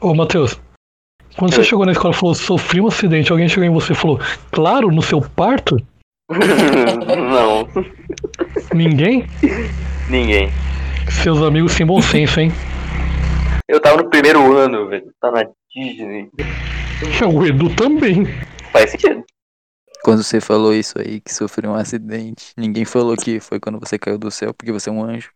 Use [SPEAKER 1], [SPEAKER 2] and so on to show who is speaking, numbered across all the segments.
[SPEAKER 1] Ô, Matheus, quando você
[SPEAKER 2] Oi.
[SPEAKER 1] chegou na escola e falou, sofri um acidente, alguém chegou em você e falou, claro, no seu parto?
[SPEAKER 2] não,
[SPEAKER 1] Ninguém?
[SPEAKER 2] ninguém.
[SPEAKER 1] Seus amigos sem bom senso, hein?
[SPEAKER 2] Eu tava no primeiro ano, velho. Tá na Disney.
[SPEAKER 1] É O Edu também.
[SPEAKER 2] Faz sentido.
[SPEAKER 3] Quando você falou isso aí, que sofreu um acidente, ninguém falou que foi quando você caiu do céu, porque você é um anjo.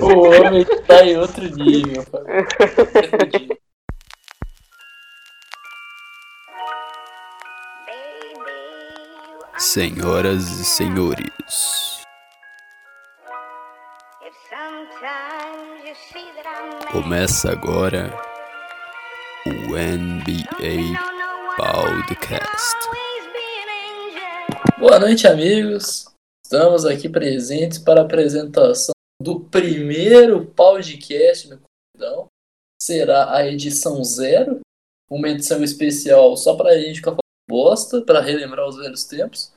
[SPEAKER 4] O homem tá em outro nível, pô. Outro nível.
[SPEAKER 3] Senhoras e senhores, começa agora o NBA Podcast.
[SPEAKER 4] Boa noite, amigos. Estamos aqui presentes para a apresentação do primeiro podcast no Corridão. Será a edição zero, uma edição especial só para a gente ficar falando bosta, para relembrar os velhos tempos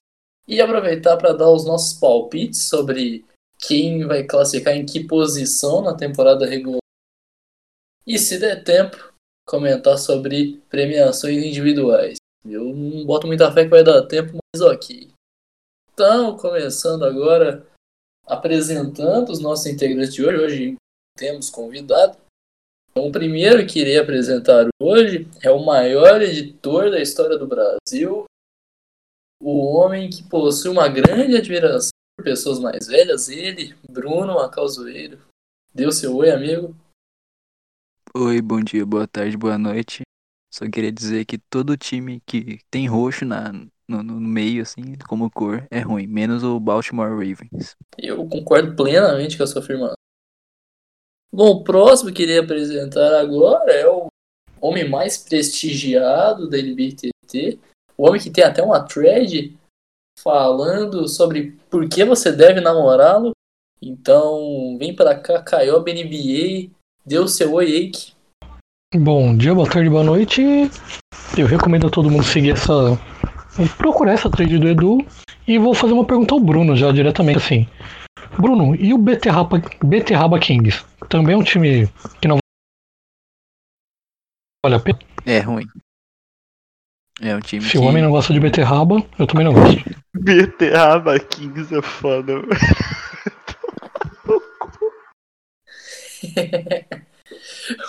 [SPEAKER 4] e aproveitar para dar os nossos palpites sobre quem vai classificar em que posição na temporada regular. E se der tempo, comentar sobre premiações individuais. Eu não boto muita fé que vai dar tempo, mas ok. Então, começando agora, apresentando os nossos integrantes de hoje. Hoje temos convidado. Então, o primeiro que irei apresentar hoje é o maior editor da história do Brasil, o homem que possui uma grande admiração por pessoas mais velhas, ele, Bruno Acauzoeiro. Deu seu oi, amigo.
[SPEAKER 3] Oi, bom dia, boa tarde, boa noite. Só queria dizer que todo time que tem roxo na, no, no meio, assim, como cor, é ruim, menos o Baltimore Ravens.
[SPEAKER 4] Eu concordo plenamente com a sua afirmação. Bom, o próximo que irei apresentar agora é o homem mais prestigiado da NBTT, o homem que tem até uma thread falando sobre por que você deve namorá-lo. Então, vem pra cá, Caioba NBA, dê o seu oi, Eike.
[SPEAKER 1] Bom dia, boa tarde, boa noite. Eu recomendo a todo mundo seguir essa. procurar essa trade do Edu. E vou fazer uma pergunta ao Bruno já diretamente assim. Bruno, e o Beterraba, Beterraba Kings? Também é um time que não vale a pena?
[SPEAKER 3] É ruim. É um time
[SPEAKER 1] Se
[SPEAKER 3] que...
[SPEAKER 1] o homem não gosta de beterraba, eu também não gosto.
[SPEAKER 5] Beterraba Kings é foda, velho.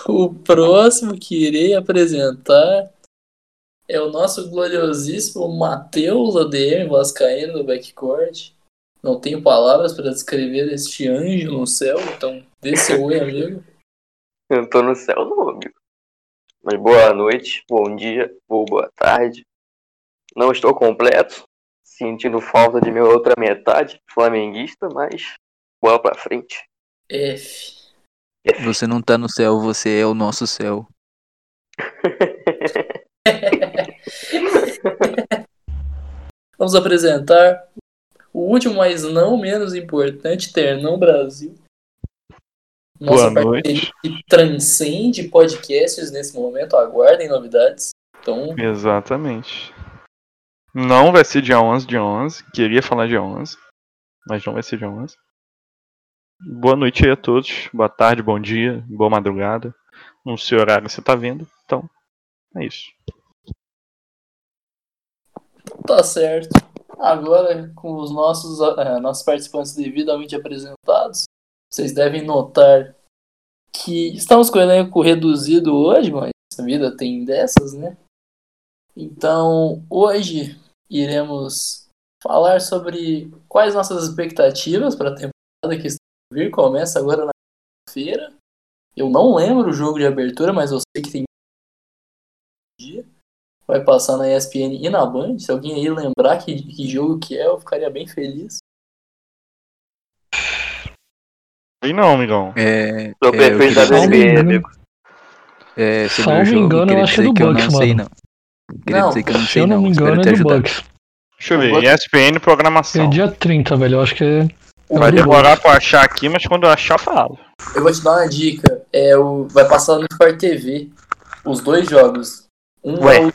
[SPEAKER 4] O próximo que irei apresentar é o nosso gloriosíssimo Matheus ADM Vascaíno do backcourt. Não tenho palavras para descrever este anjo no céu, então dê seu oi, amigo.
[SPEAKER 2] Eu tô no céu, não, amigo. Mas boa noite, bom dia, ou boa tarde. Não estou completo, sentindo falta de minha outra metade, flamenguista, mas bola pra frente.
[SPEAKER 4] F.
[SPEAKER 3] Você não tá no céu, você é o nosso céu.
[SPEAKER 4] Vamos apresentar o último, mas não menos importante, Ternão Brasil. Nossa
[SPEAKER 5] Boa
[SPEAKER 4] parceria
[SPEAKER 5] noite.
[SPEAKER 4] que transcende podcasts nesse momento. Aguardem novidades. Então,
[SPEAKER 5] Exatamente. Não vai ser dia 11 de 11. Queria falar dia 11, mas não vai ser dia 11. Boa noite aí a todos. Boa tarde, bom dia, boa madrugada. Não sei o horário que você tá vendo, então é isso.
[SPEAKER 4] Tá certo. Agora, com os nossos, eh, nossos participantes devidamente apresentados, vocês devem notar que estamos com o elenco reduzido hoje, mas a vida tem dessas, né? Então, hoje iremos falar sobre quais nossas expectativas para a temporada que está por vir. Começa agora na feira. Eu não lembro o jogo de abertura, mas eu sei que tem vai passar na ESPN e na Band. Se alguém aí lembrar que, que jogo que é, eu ficaria bem feliz.
[SPEAKER 5] E não, amigão.
[SPEAKER 3] É,
[SPEAKER 2] Sou
[SPEAKER 3] É, eu
[SPEAKER 2] perfeito da
[SPEAKER 3] queria-
[SPEAKER 1] Salvo
[SPEAKER 2] BB,
[SPEAKER 1] engano.
[SPEAKER 2] amigo.
[SPEAKER 3] é sobre
[SPEAKER 1] Salvo
[SPEAKER 3] o jogo,
[SPEAKER 1] engano, eu
[SPEAKER 3] queria
[SPEAKER 1] acho que é
[SPEAKER 3] dizer
[SPEAKER 1] do
[SPEAKER 3] que eu
[SPEAKER 1] Bucks,
[SPEAKER 3] não sei
[SPEAKER 1] mano.
[SPEAKER 3] não. Queria
[SPEAKER 4] Não,
[SPEAKER 3] dizer que eu não
[SPEAKER 1] Se
[SPEAKER 3] sei
[SPEAKER 1] eu não me
[SPEAKER 3] espero
[SPEAKER 1] engano, é
[SPEAKER 3] te
[SPEAKER 1] do
[SPEAKER 3] ajudar.
[SPEAKER 1] Bucks.
[SPEAKER 5] Deixa eu ver.
[SPEAKER 2] Bota-
[SPEAKER 5] ESPN
[SPEAKER 1] É
[SPEAKER 5] programação.
[SPEAKER 1] dia 30, velho. Eu acho que é.
[SPEAKER 5] Vai demorar pra achar aqui, mas quando eu achar, eu falo.
[SPEAKER 4] Eu vou te dar uma dica. É o, vai passar no Sport TV. Os dois jogos. Um
[SPEAKER 5] Ué.
[SPEAKER 4] é o.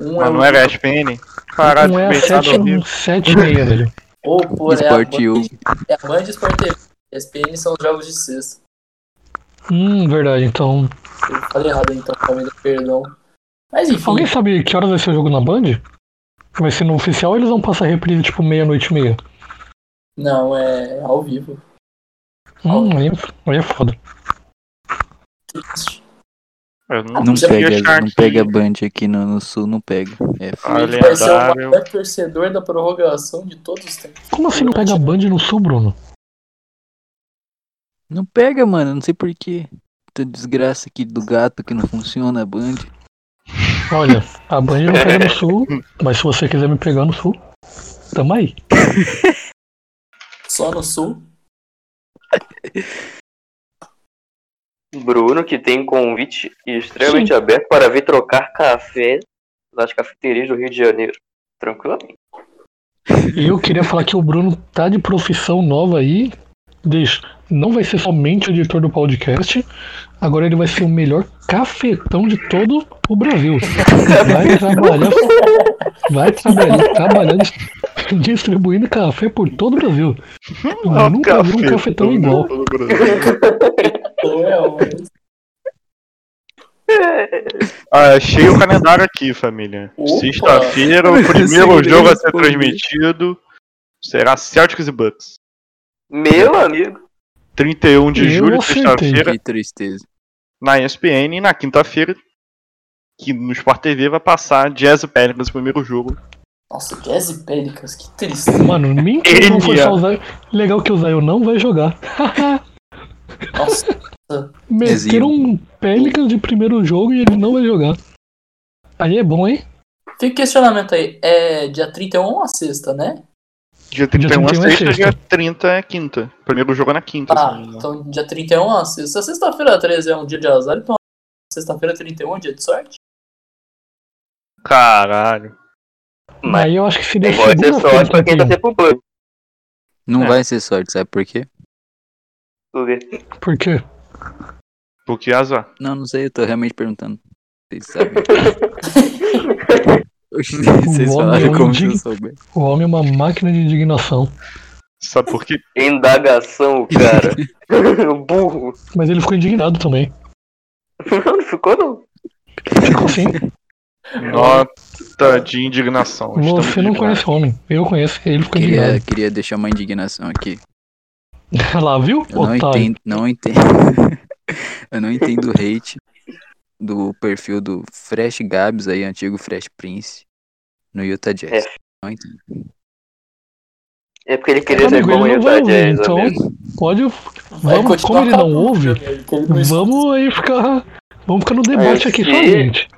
[SPEAKER 4] Um
[SPEAKER 5] Mas
[SPEAKER 4] é
[SPEAKER 5] não
[SPEAKER 4] o.
[SPEAKER 5] era ESPN? Caralho,
[SPEAKER 1] Não é às
[SPEAKER 5] pensado horrível.
[SPEAKER 1] 7 e meia, velho.
[SPEAKER 4] Ou, pô, é a
[SPEAKER 3] Esporte
[SPEAKER 4] Band-
[SPEAKER 3] U.
[SPEAKER 4] é a Band Sport TV. ESPN são os jogos de sexta.
[SPEAKER 1] Hum, verdade. Então,
[SPEAKER 4] Eu falei errado então, Palmeiras, perdão. Mas enfim,
[SPEAKER 1] alguém sabe que horas vai ser o jogo na Band? Vai ser no oficial ou eles vão passar reprise tipo meia-noite e meia?
[SPEAKER 4] não, é ao vivo.
[SPEAKER 1] Hum, aí, é- aí é foda.
[SPEAKER 5] Eu não,
[SPEAKER 3] Não
[SPEAKER 4] você
[SPEAKER 5] consegui
[SPEAKER 3] pega,
[SPEAKER 5] achar
[SPEAKER 3] não
[SPEAKER 5] aqui.
[SPEAKER 3] pega Band aqui no, no sul, não pega. É
[SPEAKER 5] Ah,
[SPEAKER 4] Ele vai ser o
[SPEAKER 5] lendário.
[SPEAKER 4] maior torcedor da prorrogação de todos os tempos.
[SPEAKER 1] Como assim não pega a Band no sul, Bruno?
[SPEAKER 3] Não pega, mano, não sei porquê. Essa desgraça aqui do gato que não funciona, a Band.
[SPEAKER 1] Olha, a Band não pega no sul, mas se você quiser me pegar no sul, tamo aí.
[SPEAKER 4] Só no sul.
[SPEAKER 2] Bruno, que tem convite extremamente aberto para vir trocar café nas cafeterias do Rio de Janeiro. Tranquilamente.
[SPEAKER 1] E eu queria falar que o Bruno tá de profissão nova aí. Deixa. Não vai ser somente editor do podcast. Agora ele vai ser o melhor cafetão de todo o Brasil. Vai trabalhar. Vai trabalhar, trabalhando, distribuindo café por todo o Brasil. Eu
[SPEAKER 5] Ah,
[SPEAKER 1] nunca vi um
[SPEAKER 5] café,
[SPEAKER 1] cafetão
[SPEAKER 5] todo
[SPEAKER 1] igual.
[SPEAKER 5] mundo no Brasil.
[SPEAKER 4] Ou é onde?
[SPEAKER 2] É.
[SPEAKER 5] Ah, achei o calendário aqui, família.
[SPEAKER 4] Opa!
[SPEAKER 5] Sexta-feira, o
[SPEAKER 3] Eu
[SPEAKER 5] primeiro
[SPEAKER 3] consegui
[SPEAKER 5] jogo a ser
[SPEAKER 3] responder.
[SPEAKER 5] transmitido será Celtics e Bucks.
[SPEAKER 2] Meu
[SPEAKER 3] É.
[SPEAKER 2] amigo,
[SPEAKER 5] 31 de
[SPEAKER 1] Eu
[SPEAKER 5] julho,
[SPEAKER 1] acertei.
[SPEAKER 5] sexta-feira,
[SPEAKER 3] Que tristeza.
[SPEAKER 5] na ESPN e na quinta-feira, que no Sport TV vai passar Jazz e Pelicans, o primeiro jogo.
[SPEAKER 4] Nossa, Jazz e Pelicans, que tristeza.
[SPEAKER 1] Mano, mentira que não foi
[SPEAKER 5] Ele, é.
[SPEAKER 1] só o Zion. Legal que o Zion não vai jogar.
[SPEAKER 4] Nossa,
[SPEAKER 1] Meteram
[SPEAKER 3] Zion.
[SPEAKER 1] um Pelicans de primeiro jogo e ele não vai jogar. Aí é bom, hein?
[SPEAKER 4] fica o questionamento aí. É dia 31 a sexta, né?
[SPEAKER 5] Dia 31 é
[SPEAKER 1] 31 é
[SPEAKER 5] sexta,
[SPEAKER 1] sexta.
[SPEAKER 5] dia 30 é quinta. Primeiro jogo é na quinta.
[SPEAKER 4] Ah,
[SPEAKER 5] se não me engano.
[SPEAKER 4] então dia 31 a sexta. Sexta-feira 13 é um dia de azar, então sexta-feira 31 é dia de sorte?
[SPEAKER 5] Caralho.
[SPEAKER 2] Mas-
[SPEAKER 1] Aí eu acho que seria
[SPEAKER 2] pode ser
[SPEAKER 1] segunda-feira.
[SPEAKER 2] sorte pra quem tá
[SPEAKER 1] 31.
[SPEAKER 2] sempre pro banco.
[SPEAKER 3] Não
[SPEAKER 5] É.
[SPEAKER 3] vai ser sorte, sabe por quê?
[SPEAKER 2] Porque
[SPEAKER 1] Por quê?
[SPEAKER 5] Porque azar.
[SPEAKER 3] Não, não sei, eu tô realmente perguntando. Vocês sabem.
[SPEAKER 1] O
[SPEAKER 3] Vocês
[SPEAKER 1] homem é um
[SPEAKER 3] falaram como se
[SPEAKER 1] dig-
[SPEAKER 3] eu souber.
[SPEAKER 1] O homem é uma máquina de indignação.
[SPEAKER 5] Sabe por quê?
[SPEAKER 2] Indagação, cara. Burro.
[SPEAKER 1] Mas ele ficou indignado também.
[SPEAKER 2] Não, não ficou não.
[SPEAKER 1] Ficou assim.
[SPEAKER 5] Nota de indignação. Estamos
[SPEAKER 1] Você não
[SPEAKER 5] indignados.
[SPEAKER 1] conhece o homem. Eu conheço. Ele ficou
[SPEAKER 3] Queria,
[SPEAKER 1] indignado.
[SPEAKER 3] queria deixar uma indignação aqui.
[SPEAKER 1] Lá, viu?
[SPEAKER 3] Eu não
[SPEAKER 1] Otário.
[SPEAKER 3] entendo, não entendo. eu não entendo o hate do perfil do Fresh Gabs aí, antigo Fresh Prince, no Utah Jazz. Não entendo.
[SPEAKER 2] É porque ele queria ser
[SPEAKER 1] Amigo, ele
[SPEAKER 2] como
[SPEAKER 1] não
[SPEAKER 2] eu
[SPEAKER 1] vai
[SPEAKER 2] tá
[SPEAKER 1] ouvir,
[SPEAKER 2] Jazz,
[SPEAKER 1] então
[SPEAKER 2] amigo.
[SPEAKER 1] pode.
[SPEAKER 4] Vai
[SPEAKER 1] Vamos, como
[SPEAKER 4] continuar
[SPEAKER 1] ele não
[SPEAKER 4] com a
[SPEAKER 1] ouve,
[SPEAKER 4] dúvida, amigo, que ele não
[SPEAKER 1] Vamos aí ficar. Vamos ficar no debate
[SPEAKER 2] É,
[SPEAKER 1] aqui
[SPEAKER 2] se-
[SPEAKER 1] somente.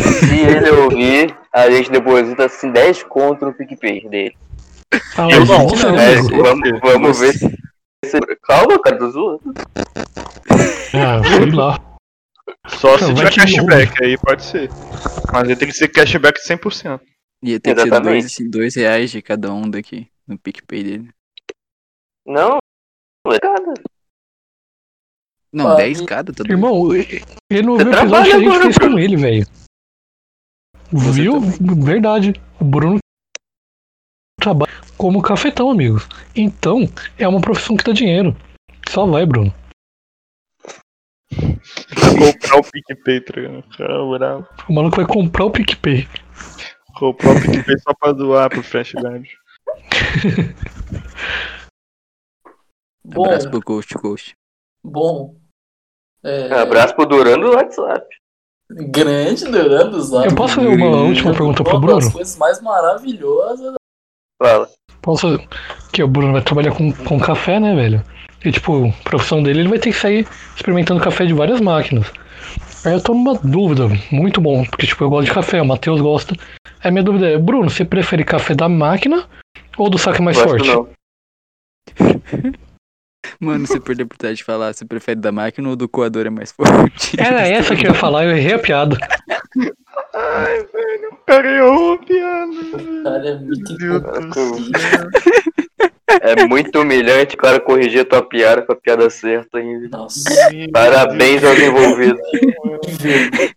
[SPEAKER 2] Se ele ouvir, a gente deposita assim 10 conto no PicPay dele.
[SPEAKER 1] Ah,
[SPEAKER 5] Eu
[SPEAKER 1] mas
[SPEAKER 5] não,
[SPEAKER 1] isso é
[SPEAKER 5] né?
[SPEAKER 2] É,
[SPEAKER 1] louco.
[SPEAKER 2] vamos, vamos ver
[SPEAKER 3] Você-
[SPEAKER 2] se. Calma, cara, tô zoando.
[SPEAKER 1] Ah, sei lá.
[SPEAKER 5] Só se
[SPEAKER 1] Vai
[SPEAKER 5] tiver
[SPEAKER 1] que não.
[SPEAKER 5] cashback aí, pode ser. Mas ele tem que ser cashback 100%.
[SPEAKER 3] Ia ter que ser
[SPEAKER 2] Exatamente.
[SPEAKER 3] dois, dois reais de cada um daqui no PicPay dele.
[SPEAKER 2] Não, não é nada.
[SPEAKER 3] Não,
[SPEAKER 4] Ah,
[SPEAKER 3] 10
[SPEAKER 4] e-
[SPEAKER 3] cada, tá doido?
[SPEAKER 1] Irmão, ele não viu o
[SPEAKER 2] Você
[SPEAKER 1] episódio
[SPEAKER 2] trabalha
[SPEAKER 1] que a gente
[SPEAKER 2] agora,
[SPEAKER 1] fez com ele, velho.
[SPEAKER 3] Você
[SPEAKER 1] Viu? Verdade. O Bruno trabalha como cafetão, amigos. Então, é uma profissão que dá dinheiro. Só vai, Bruno.
[SPEAKER 5] Pra comprar o PicPay, tá ligado? Caramba, bravo.
[SPEAKER 1] O maluco vai comprar o PicPay.
[SPEAKER 5] Comprar o PicPay só pra doar pro Fresh Guard.
[SPEAKER 4] Bom,
[SPEAKER 3] Abraço pro Coast Coast.
[SPEAKER 4] bom. É,
[SPEAKER 2] Abraço pro Duran do WhatsApp.
[SPEAKER 4] Grande Duran dos Alpes.
[SPEAKER 1] Eu posso fazer uma última pergunta pro
[SPEAKER 4] Uma das
[SPEAKER 1] Bruno?
[SPEAKER 4] coisas mais maravilhosas.
[SPEAKER 2] Fala.
[SPEAKER 1] Posso. Que o Bruno vai trabalhar com, com café, né, velho? E, tipo, a profissão dele, ele vai ter que sair experimentando café de várias máquinas. Aí eu tô numa dúvida, muito bom, porque, tipo, eu gosto de café, o Matheus gosta. Aí minha dúvida é: Bruno, você prefere café da máquina ou do saque mais
[SPEAKER 2] Gosto
[SPEAKER 1] forte?
[SPEAKER 2] não.
[SPEAKER 3] Mano, se perder a oportunidade de falar, você prefere da máquina ou do coador é mais forte?
[SPEAKER 4] É,
[SPEAKER 1] Era essa que eu ia falar, eu errei a piada.
[SPEAKER 5] Ai, velho, o cara errou a piada. né?
[SPEAKER 4] Cara, é muito
[SPEAKER 5] Meu
[SPEAKER 4] incrível.
[SPEAKER 5] Deus
[SPEAKER 2] céu.
[SPEAKER 5] do céu.
[SPEAKER 2] É muito humilhante o cara corrigir a tua piada com a piada certa ainda.
[SPEAKER 4] Nossa,
[SPEAKER 2] Parabéns aos envolvidos.
[SPEAKER 4] que vergonha.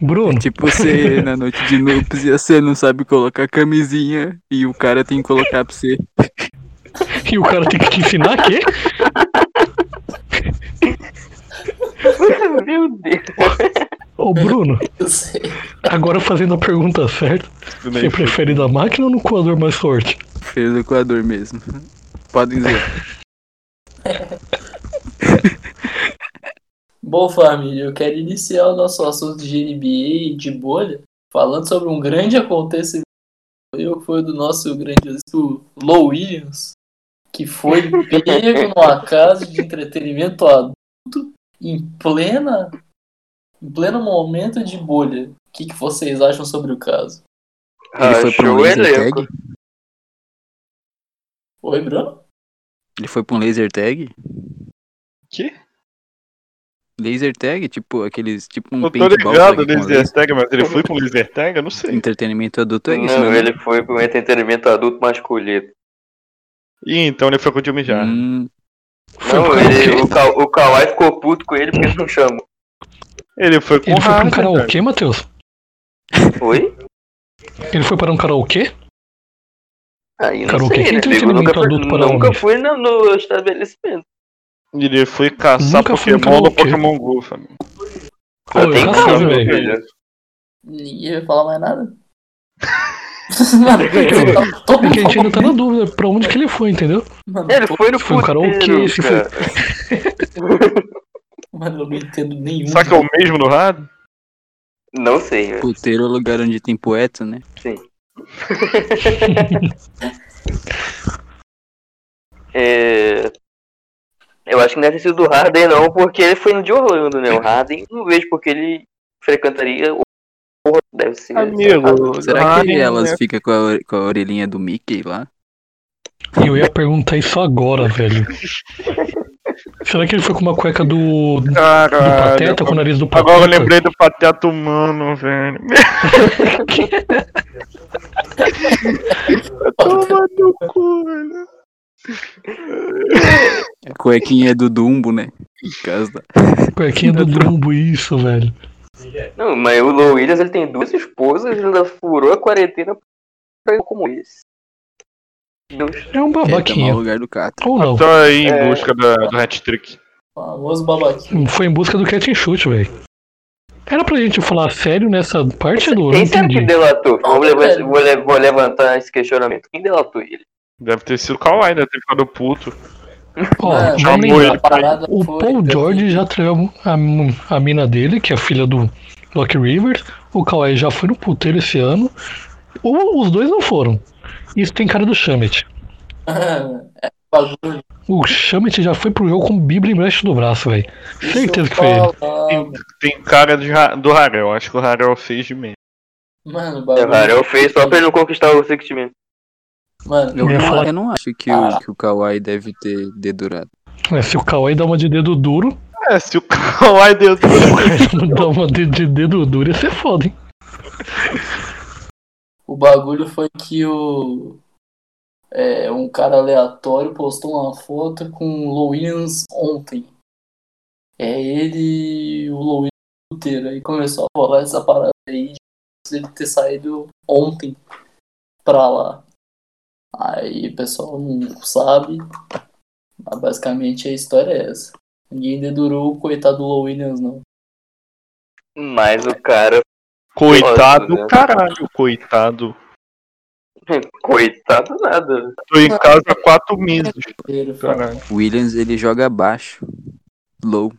[SPEAKER 1] Bruno,
[SPEAKER 3] Tipo você na noite de núpcias, você não sabe colocar camisinha e o cara tem que colocar pra você.
[SPEAKER 1] E o cara tem que te ensinar quê?
[SPEAKER 2] Meu Deus.
[SPEAKER 1] Ô Bruno,
[SPEAKER 4] Eu sei.
[SPEAKER 1] agora fazendo a pergunta certa, você prefere da máquina ou no coador mais forte?
[SPEAKER 3] Fez o Equador mesmo. Podem dizer.
[SPEAKER 4] Bom, família, eu quero iniciar o nosso assunto de NBA e de bolha falando sobre um grande acontecimento. Eu foi o do nosso grandioso Low Williams, que foi pego numa casa de entretenimento adulto em plena em pleno momento de bolha. O que, que vocês acham sobre o caso?
[SPEAKER 3] Ele foi pra um
[SPEAKER 2] Achou o
[SPEAKER 3] laser
[SPEAKER 2] elenco.
[SPEAKER 3] tag?
[SPEAKER 4] Oi, Bruno?
[SPEAKER 3] Ele foi pra um laser tag?
[SPEAKER 5] Que?
[SPEAKER 3] Laser tag? Tipo, aqueles. Tipo um
[SPEAKER 5] Eu tô
[SPEAKER 3] paintball,
[SPEAKER 5] ligado,
[SPEAKER 3] só que com
[SPEAKER 5] laser tag, mas ele foi com laser tag? Eu não sei.
[SPEAKER 3] Entretenimento adulto é isso,
[SPEAKER 2] não,
[SPEAKER 3] né?
[SPEAKER 2] ele foi pro entretenimento adulto masculino.
[SPEAKER 5] Ih, então ele foi com o Jimmy Jar.
[SPEAKER 3] Hum,
[SPEAKER 1] Foi
[SPEAKER 2] Não,
[SPEAKER 1] pra
[SPEAKER 2] ele,
[SPEAKER 1] quê?
[SPEAKER 2] o, Ka, o Kawhi ficou puto com ele porque ele não chamou.
[SPEAKER 5] Ele foi com
[SPEAKER 1] Ele foi pra
[SPEAKER 5] o
[SPEAKER 1] um
[SPEAKER 5] Harden, cara.
[SPEAKER 1] karaokê, Matheus?
[SPEAKER 2] Foi?
[SPEAKER 1] Ele foi para um karaokê?
[SPEAKER 2] Aí não
[SPEAKER 1] Cara, o que
[SPEAKER 2] sei,
[SPEAKER 1] que
[SPEAKER 2] né,
[SPEAKER 1] tem
[SPEAKER 2] amigo? Eu Nunca,
[SPEAKER 1] entretenimento adulto
[SPEAKER 2] fui-
[SPEAKER 1] para
[SPEAKER 2] nunca
[SPEAKER 1] homens?
[SPEAKER 2] fui no, no estabelecimento.
[SPEAKER 5] Ele foi caçar
[SPEAKER 1] Nunca foi um no
[SPEAKER 5] Pokémon no
[SPEAKER 1] karaokê.
[SPEAKER 5] Pokémon GO, família.
[SPEAKER 1] Pô, eu
[SPEAKER 2] tem
[SPEAKER 1] já
[SPEAKER 2] calma,
[SPEAKER 1] sei,
[SPEAKER 2] meu
[SPEAKER 1] velho.
[SPEAKER 2] filho.
[SPEAKER 4] Ninguém vai falar mais nada? Mano, você tá todo
[SPEAKER 1] É que a gente ainda tá na
[SPEAKER 4] mundo-
[SPEAKER 1] dúvida pra onde que ele foi, entendeu?
[SPEAKER 4] Mano,
[SPEAKER 2] Ele foi no
[SPEAKER 1] Foi um karaokê,
[SPEAKER 2] puteiro,
[SPEAKER 1] esse
[SPEAKER 2] cara.
[SPEAKER 4] mano, eu não entendo nenhum.
[SPEAKER 5] Será que é o mesmo no Harden?
[SPEAKER 2] Não sei, velho.
[SPEAKER 3] puteiro é o lugar onde tem poeta, né?
[SPEAKER 2] É, Eu acho que não deve ter sido do Harden, não, porque ele foi no de Orlando, né? O Harden, não vejo porque ele frequentaria. o- Deve ser.
[SPEAKER 5] Amigo,
[SPEAKER 3] Será que
[SPEAKER 5] Harden
[SPEAKER 3] elas
[SPEAKER 5] é-
[SPEAKER 3] ficam com a, ore- com a orelhinha do Mickey lá?
[SPEAKER 1] E eu ia perguntar isso agora, velho. Será que ele foi com uma cueca do, do
[SPEAKER 5] Caralho.
[SPEAKER 1] Pateta, com o nariz do Pateta?
[SPEAKER 5] Agora eu lembrei do Pateta Humano, velho. Toma no cu, velho.
[SPEAKER 3] A cuequinha é do Dumbo, né? Em casa da-
[SPEAKER 1] Cuequinha do Dumbo, isso, velho.
[SPEAKER 2] Não, mas o Lou Williams ele tem duas esposas, ele ainda furou a quarentena pra como esse. Deus.
[SPEAKER 1] É um
[SPEAKER 3] É, tá
[SPEAKER 1] babaquinha.
[SPEAKER 3] mal lugar do Cato.
[SPEAKER 1] Ou não.
[SPEAKER 5] Tô Então aí em
[SPEAKER 2] É.
[SPEAKER 5] busca da, do hat-trick.
[SPEAKER 4] Famoso babaquinho.
[SPEAKER 1] Foi em busca do catch and shoot, velho. Era pra gente falar sério nessa parte do. Não
[SPEAKER 2] Quem será que
[SPEAKER 1] entendi.
[SPEAKER 2] delatou?
[SPEAKER 4] Ah,
[SPEAKER 2] Vou, levar-
[SPEAKER 4] velho.
[SPEAKER 2] vou le- vou levantar esse questionamento. Quem delatou ele?
[SPEAKER 5] Deve ter sido o Kawhi, deve ter ficado puto.
[SPEAKER 1] Ó,
[SPEAKER 5] é
[SPEAKER 4] Ah,
[SPEAKER 1] vamos
[SPEAKER 5] amor,
[SPEAKER 1] lembrar.
[SPEAKER 5] ele
[SPEAKER 4] a parada
[SPEAKER 1] O
[SPEAKER 4] foi.
[SPEAKER 1] Paul George já traiu a, a mina dele, que é a filha do Doc Rivers. O Kawhi já foi no puteiro esse ano. Ou os dois não foram. Isso tem cara do Shamet.
[SPEAKER 4] é bagulho.
[SPEAKER 1] O Shamet já foi pro jogo com Bíblia embaixo do braço, velho. Certeza que foi ele.
[SPEAKER 4] ele.
[SPEAKER 5] Tem cara de Ra- do Harrell, acho que o Harrell fez de mim.
[SPEAKER 4] Mano, o
[SPEAKER 2] É,
[SPEAKER 4] bagulho.
[SPEAKER 2] cara, eu fiz só pra ele não conquistar o Six Man.
[SPEAKER 4] Mano,
[SPEAKER 3] Eu,
[SPEAKER 1] Eu ia
[SPEAKER 3] não-
[SPEAKER 1] falar-
[SPEAKER 3] eu não acho que o, que o Kawhi deve ter dedurado.
[SPEAKER 1] É, se o Kawhi dá uma de dedo duro,
[SPEAKER 5] É, se o Kawhi deu
[SPEAKER 1] dá uma de, de dedo duro, ia ser foda, hein?
[SPEAKER 4] o bagulho foi que o. é, um cara aleatório postou uma foto com o Louis ontem. É ele e o Louis inteiro. Aí começou a rolar essa parada aí de ele ter saído ontem pra lá. Aí o pessoal não sabe. Mas basicamente a história é essa. Ninguém dedurou o coitado do Lou Williams, não.
[SPEAKER 2] Mas o cara,
[SPEAKER 5] Coitado,
[SPEAKER 2] Nossa, né?
[SPEAKER 5] caralho, coitado.
[SPEAKER 2] coitado nada.
[SPEAKER 5] Tô em casa há quatro meses,
[SPEAKER 4] Ele foi-
[SPEAKER 5] caralho.
[SPEAKER 3] O Williams, ele joga baixo. Low.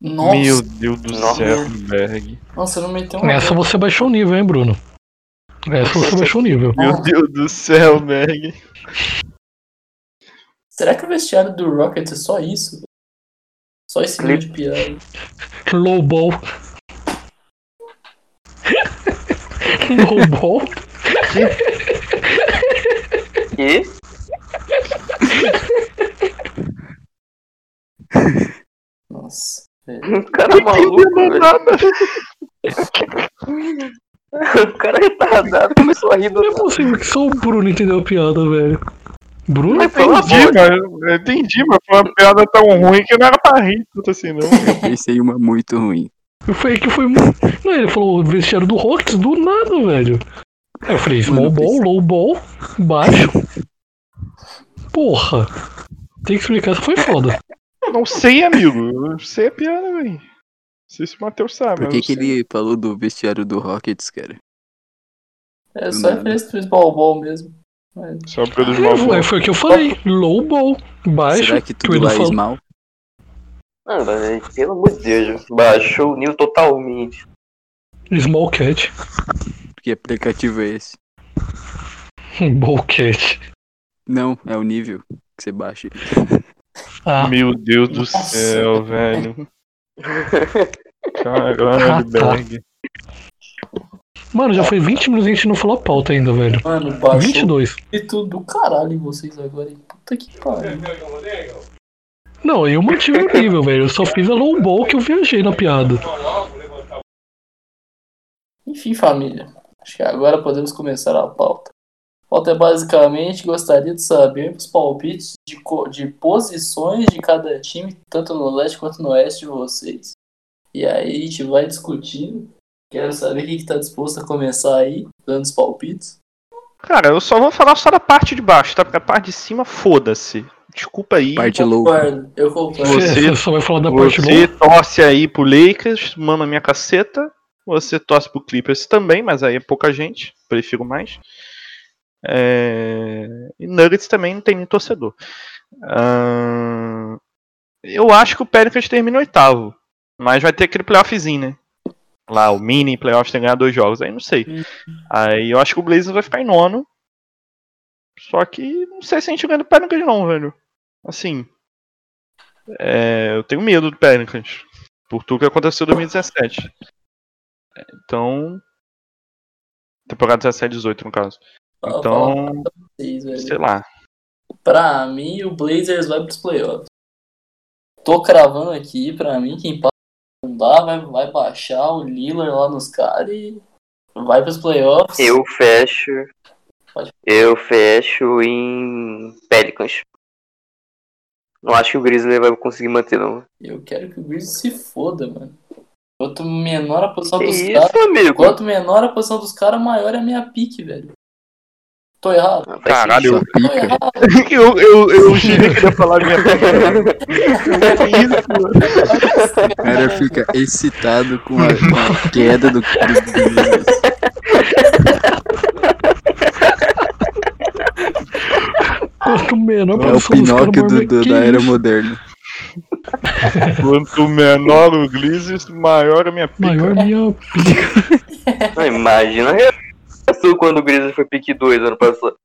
[SPEAKER 4] Nossa,
[SPEAKER 5] Meu Deus do
[SPEAKER 2] Nossa.
[SPEAKER 5] céu, Berg.
[SPEAKER 4] nossa, não um meteu uma.
[SPEAKER 1] Nessa você baixou o nível, hein, Bruno? Essa você baixou o nível.
[SPEAKER 5] Meu Deus do céu, Berg.
[SPEAKER 4] Será que o vestiário do Rockets é só isso? Só esse nível de piada.
[SPEAKER 1] Low ball. Low ball?
[SPEAKER 2] E
[SPEAKER 4] Nossa.
[SPEAKER 2] o cara é maluco, velho. O cara retardado começou a rir do
[SPEAKER 1] Não é possível que só o Bruno entendeu a piada, velho. Bruno? é
[SPEAKER 2] Mas foi uma
[SPEAKER 5] Entendi,
[SPEAKER 2] boa.
[SPEAKER 5] mas, eu entendi, mas foi uma piada tão ruim que não era pra rir tanto assim, não.
[SPEAKER 3] Pensei é uma muito ruim.
[SPEAKER 1] Foi que foi muito. Não, ele falou o vestiário do Rockets do nada, velho. Aí eu falei, small
[SPEAKER 3] Mano,
[SPEAKER 1] ball,
[SPEAKER 3] pensei-
[SPEAKER 1] low ball, baixo. Porra! Tem que explicar, isso foi foda.
[SPEAKER 5] Eu não sei, amigo. Eu sei a piada, velho. Não sei se o Matheus sabe.
[SPEAKER 3] Por
[SPEAKER 5] mas
[SPEAKER 3] que,
[SPEAKER 5] eu
[SPEAKER 3] que
[SPEAKER 5] sei.
[SPEAKER 3] ele falou do vestiário do Rockets, cara?
[SPEAKER 4] É
[SPEAKER 3] Do
[SPEAKER 4] só
[SPEAKER 3] nada.
[SPEAKER 4] referência pro Small Ball mesmo. Mas
[SPEAKER 5] Só pra dos
[SPEAKER 1] É,
[SPEAKER 5] malucos.
[SPEAKER 1] foi o que eu falei. Low ball, baixo.
[SPEAKER 3] Será que tudo
[SPEAKER 1] Edu
[SPEAKER 3] lá é
[SPEAKER 1] falou.
[SPEAKER 3] small?
[SPEAKER 2] Não, velho, pelo amor de Deus, baixou o nível totalmente.
[SPEAKER 1] Small cat.
[SPEAKER 3] Que aplicativo é esse?
[SPEAKER 1] Ball cat.
[SPEAKER 3] Não, é o nível que você baixa.
[SPEAKER 1] Ah,
[SPEAKER 5] Meu Deus do
[SPEAKER 4] Nossa.
[SPEAKER 5] céu, velho.
[SPEAKER 1] tá.
[SPEAKER 5] Caralho, Berg.
[SPEAKER 1] mano, já foi 20 minutos e a gente não falou a pauta ainda, velho.
[SPEAKER 4] Mano, baixou
[SPEAKER 1] 22.
[SPEAKER 4] e tudo do caralho em vocês agora, hein? Puta que pariu.
[SPEAKER 1] Não, eu mantive o nível, velho. Eu só fiz a low ball que eu viajei na piada.
[SPEAKER 4] Enfim, família. Acho que agora podemos começar a pauta. A pauta é basicamente, gostaria de saber os palpites de, co- de posições de cada time, tanto no leste quanto no oeste de vocês. E aí a gente vai discutindo. Quero saber quem está disposto a começar aí, dando os palpites.
[SPEAKER 5] Cara, eu só vou falar só da parte de baixo, tá? Porque a parte de cima, foda-se. Desculpa aí.
[SPEAKER 3] Parte low.
[SPEAKER 4] Concordo, eu concordo.
[SPEAKER 1] Você,
[SPEAKER 5] Você-
[SPEAKER 1] só vai falar da parte
[SPEAKER 5] Você
[SPEAKER 1] boa.
[SPEAKER 5] torce aí pro Lakers, mama minha caceta. Você torce pro Clippers também, mas aí é pouca gente, prefiro mais. É, E Nuggets também não tem nem torcedor. Ahn, Eu acho que o Pelicans termina oitavo, mas vai ter aquele playoffzinho, né? Lá, o mini playoff tem que ganhar dois jogos, aí não sei.
[SPEAKER 4] Hum.
[SPEAKER 5] Aí eu acho que o Blazers vai ficar em nono. Só que não sei se a gente ganha do Pelicans não, velho. Assim, é, eu tenho medo do Pelicans. Por tudo que aconteceu em 2017. Então. Temporada 17, 18, no caso.
[SPEAKER 4] Fala- fala pra
[SPEAKER 5] Então,
[SPEAKER 4] vocês, velho.
[SPEAKER 5] sei lá.
[SPEAKER 4] Pra mim, o Blazers vai pros playoffs. Tô cravando aqui, pra mim, quem passa não dá, vai, vai baixar o Lillard lá nos caras e vai pros playoffs.
[SPEAKER 2] Eu fecho.
[SPEAKER 4] Pode.
[SPEAKER 2] Eu fecho em Pelicans. Não acho que o Grizzly vai conseguir manter, não.
[SPEAKER 4] Eu quero que o Grizzlies se foda, mano. Quanto menor a posição
[SPEAKER 2] Que
[SPEAKER 4] dos
[SPEAKER 2] isso,
[SPEAKER 4] caras,
[SPEAKER 2] amigo?
[SPEAKER 4] quanto menor a posição dos caras, maior é a minha pique, velho. Tô errado?
[SPEAKER 2] Não, faz
[SPEAKER 5] Caralho,
[SPEAKER 2] sentido.
[SPEAKER 5] eu,
[SPEAKER 4] Tô errado.
[SPEAKER 5] eu, eu, eu jurei que ele ia falar minha
[SPEAKER 3] O cara fica excitado com a, com a queda do. do- do-
[SPEAKER 1] Quanto menor
[SPEAKER 3] É o
[SPEAKER 1] produção dos caras,
[SPEAKER 3] Pinóquio do-
[SPEAKER 1] maior-
[SPEAKER 3] do-
[SPEAKER 1] que
[SPEAKER 3] da era
[SPEAKER 1] isso?
[SPEAKER 3] moderna.
[SPEAKER 5] Quanto menor o Glizes, maior a minha pica.
[SPEAKER 1] Maior minha.
[SPEAKER 2] Não, imagina a reação quando o Grizzly foi pique 2 ano passado.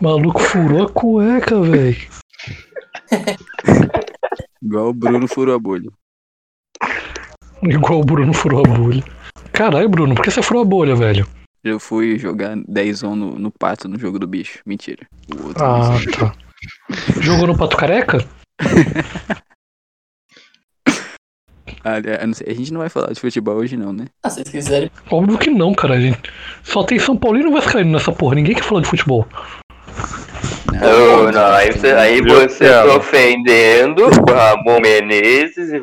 [SPEAKER 1] Maluco furou a cueca, velho.
[SPEAKER 3] Igual o Bruno furou a bolha.
[SPEAKER 1] Igual o Bruno furou a bolha. Caralho, Bruno, por que você furou a bolha, velho?
[SPEAKER 3] Eu fui jogar 10 on no, no pato no jogo do bicho. Mentira. O outro.
[SPEAKER 1] Ah, tá. Jogou no pato careca?
[SPEAKER 3] Aliás, Ah, é, eu não sei, a gente não vai falar de futebol hoje, não, né?
[SPEAKER 4] Ah, se vocês quiserem,
[SPEAKER 1] Óbvio que não, cara. Gente. Só tem São Paulino e Vascaíno nessa porra. Ninguém quer falar de futebol.
[SPEAKER 3] É né?
[SPEAKER 2] Não, não, aí você, aí
[SPEAKER 5] Meu
[SPEAKER 2] você
[SPEAKER 5] céu.
[SPEAKER 2] tá ofendendo o Ramon Menezes e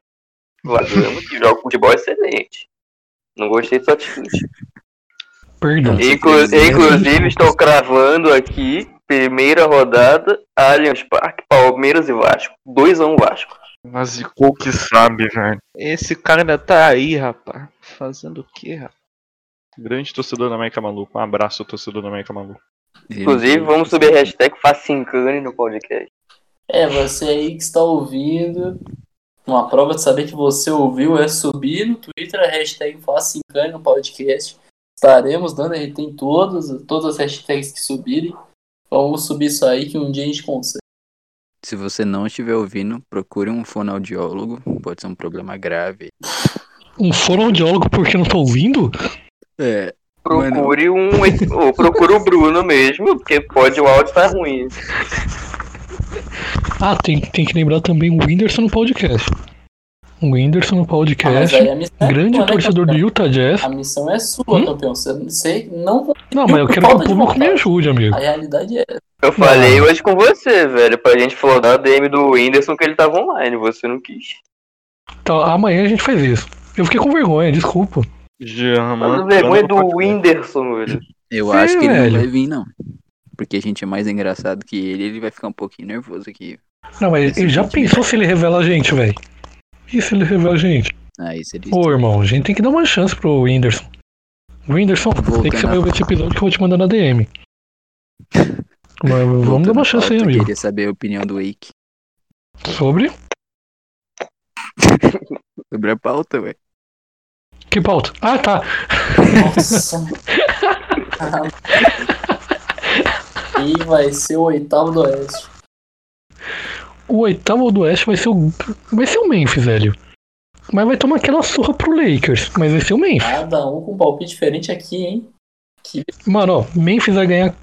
[SPEAKER 2] Vazamos que joga futebol excelente. Não gostei de sua atitude.
[SPEAKER 1] Perdão.
[SPEAKER 2] Inclu-
[SPEAKER 3] certeza.
[SPEAKER 2] inclusive, estou cravando aqui, primeira rodada, Allianz Parque, Palmeiras e Vasco. 2x1 Vasco.
[SPEAKER 5] Mas e qual que sabe, velho? Esse cara ainda tá aí, rapaz. Fazendo o quê, rapaz? Grande torcedor da América Maluco. Um abraço, torcedor da América Maluco.
[SPEAKER 2] Inclusive, vamos subir a hashtag Facincane no podcast.
[SPEAKER 4] é você aí que está ouvindo. Uma prova de saber que você ouviu é subir no Twitter a hashtag FaçaEncane no podcast. Estaremos dando RT em todas, todas as hashtags que subirem. Vamos subir isso aí que um dia a gente consegue.
[SPEAKER 3] Se você não estiver ouvindo, procure um fonoaudiólogo. Pode ser um problema grave.
[SPEAKER 1] Um fonoaudiólogo porque não tô ouvindo?
[SPEAKER 3] É.
[SPEAKER 2] Procure um. ou procure o Bruno mesmo, porque pode o áudio tá ruim.
[SPEAKER 1] Ah, tem, tem que lembrar também o Whindersson no podcast. O Whindersson no
[SPEAKER 4] Ah, mas
[SPEAKER 1] podcast.
[SPEAKER 4] aí a missão
[SPEAKER 1] grande
[SPEAKER 4] é sua, né,
[SPEAKER 1] torcedor do
[SPEAKER 4] campeão?
[SPEAKER 1] Utah Jazz.
[SPEAKER 4] A missão é sua,
[SPEAKER 1] Hum?
[SPEAKER 4] campeão. Você não sei, não
[SPEAKER 1] Não, mas eu quero que o
[SPEAKER 4] Falta de
[SPEAKER 1] público me
[SPEAKER 4] vontade.
[SPEAKER 1] ajude, amigo.
[SPEAKER 4] a realidade é. essa.
[SPEAKER 2] Eu falei hoje com você, velho, pra gente falar da DM do Whindersson que ele tava online, você não quis.
[SPEAKER 1] Tá, amanhã a gente faz isso. Eu fiquei com vergonha, desculpa.
[SPEAKER 5] Germano.
[SPEAKER 2] Mas vergonha do Whindersson, velho.
[SPEAKER 3] Eu
[SPEAKER 1] Sim,
[SPEAKER 3] acho que ele
[SPEAKER 1] velho.
[SPEAKER 3] não vai vir, não. Porque a gente é mais engraçado que ele, ele vai ficar um pouquinho nervoso aqui.
[SPEAKER 1] Não, mas ele já pensou se ele revela a gente, velho? E se ele revela a gente?
[SPEAKER 3] Aí seria.
[SPEAKER 1] Ô, irmão, a gente tem que dar uma chance pro Whindersson. Whindersson,
[SPEAKER 4] Tá
[SPEAKER 1] sei que você vai ver esse episódio que eu vou te mandar na DM. Mas vamos
[SPEAKER 3] Voltando
[SPEAKER 1] dar uma
[SPEAKER 3] à
[SPEAKER 1] chance aí,
[SPEAKER 3] pauta, Eu
[SPEAKER 1] amigo.
[SPEAKER 3] queria saber a opinião do Wake
[SPEAKER 1] Sobre.
[SPEAKER 3] sobre a pauta, ué.
[SPEAKER 1] Que pauta? Ah, tá.
[SPEAKER 4] Nossa. e vai ser o oitavo do Oeste.
[SPEAKER 1] O oitavo do Oeste vai ser o. Vai ser o Memphis, velho. Mas vai tomar aquela surra pro Lakers. Mas vai ser o Memphis.
[SPEAKER 4] Cada um com um palpite diferente aqui, hein?
[SPEAKER 1] Mano, ó, Memphis vai ganhar.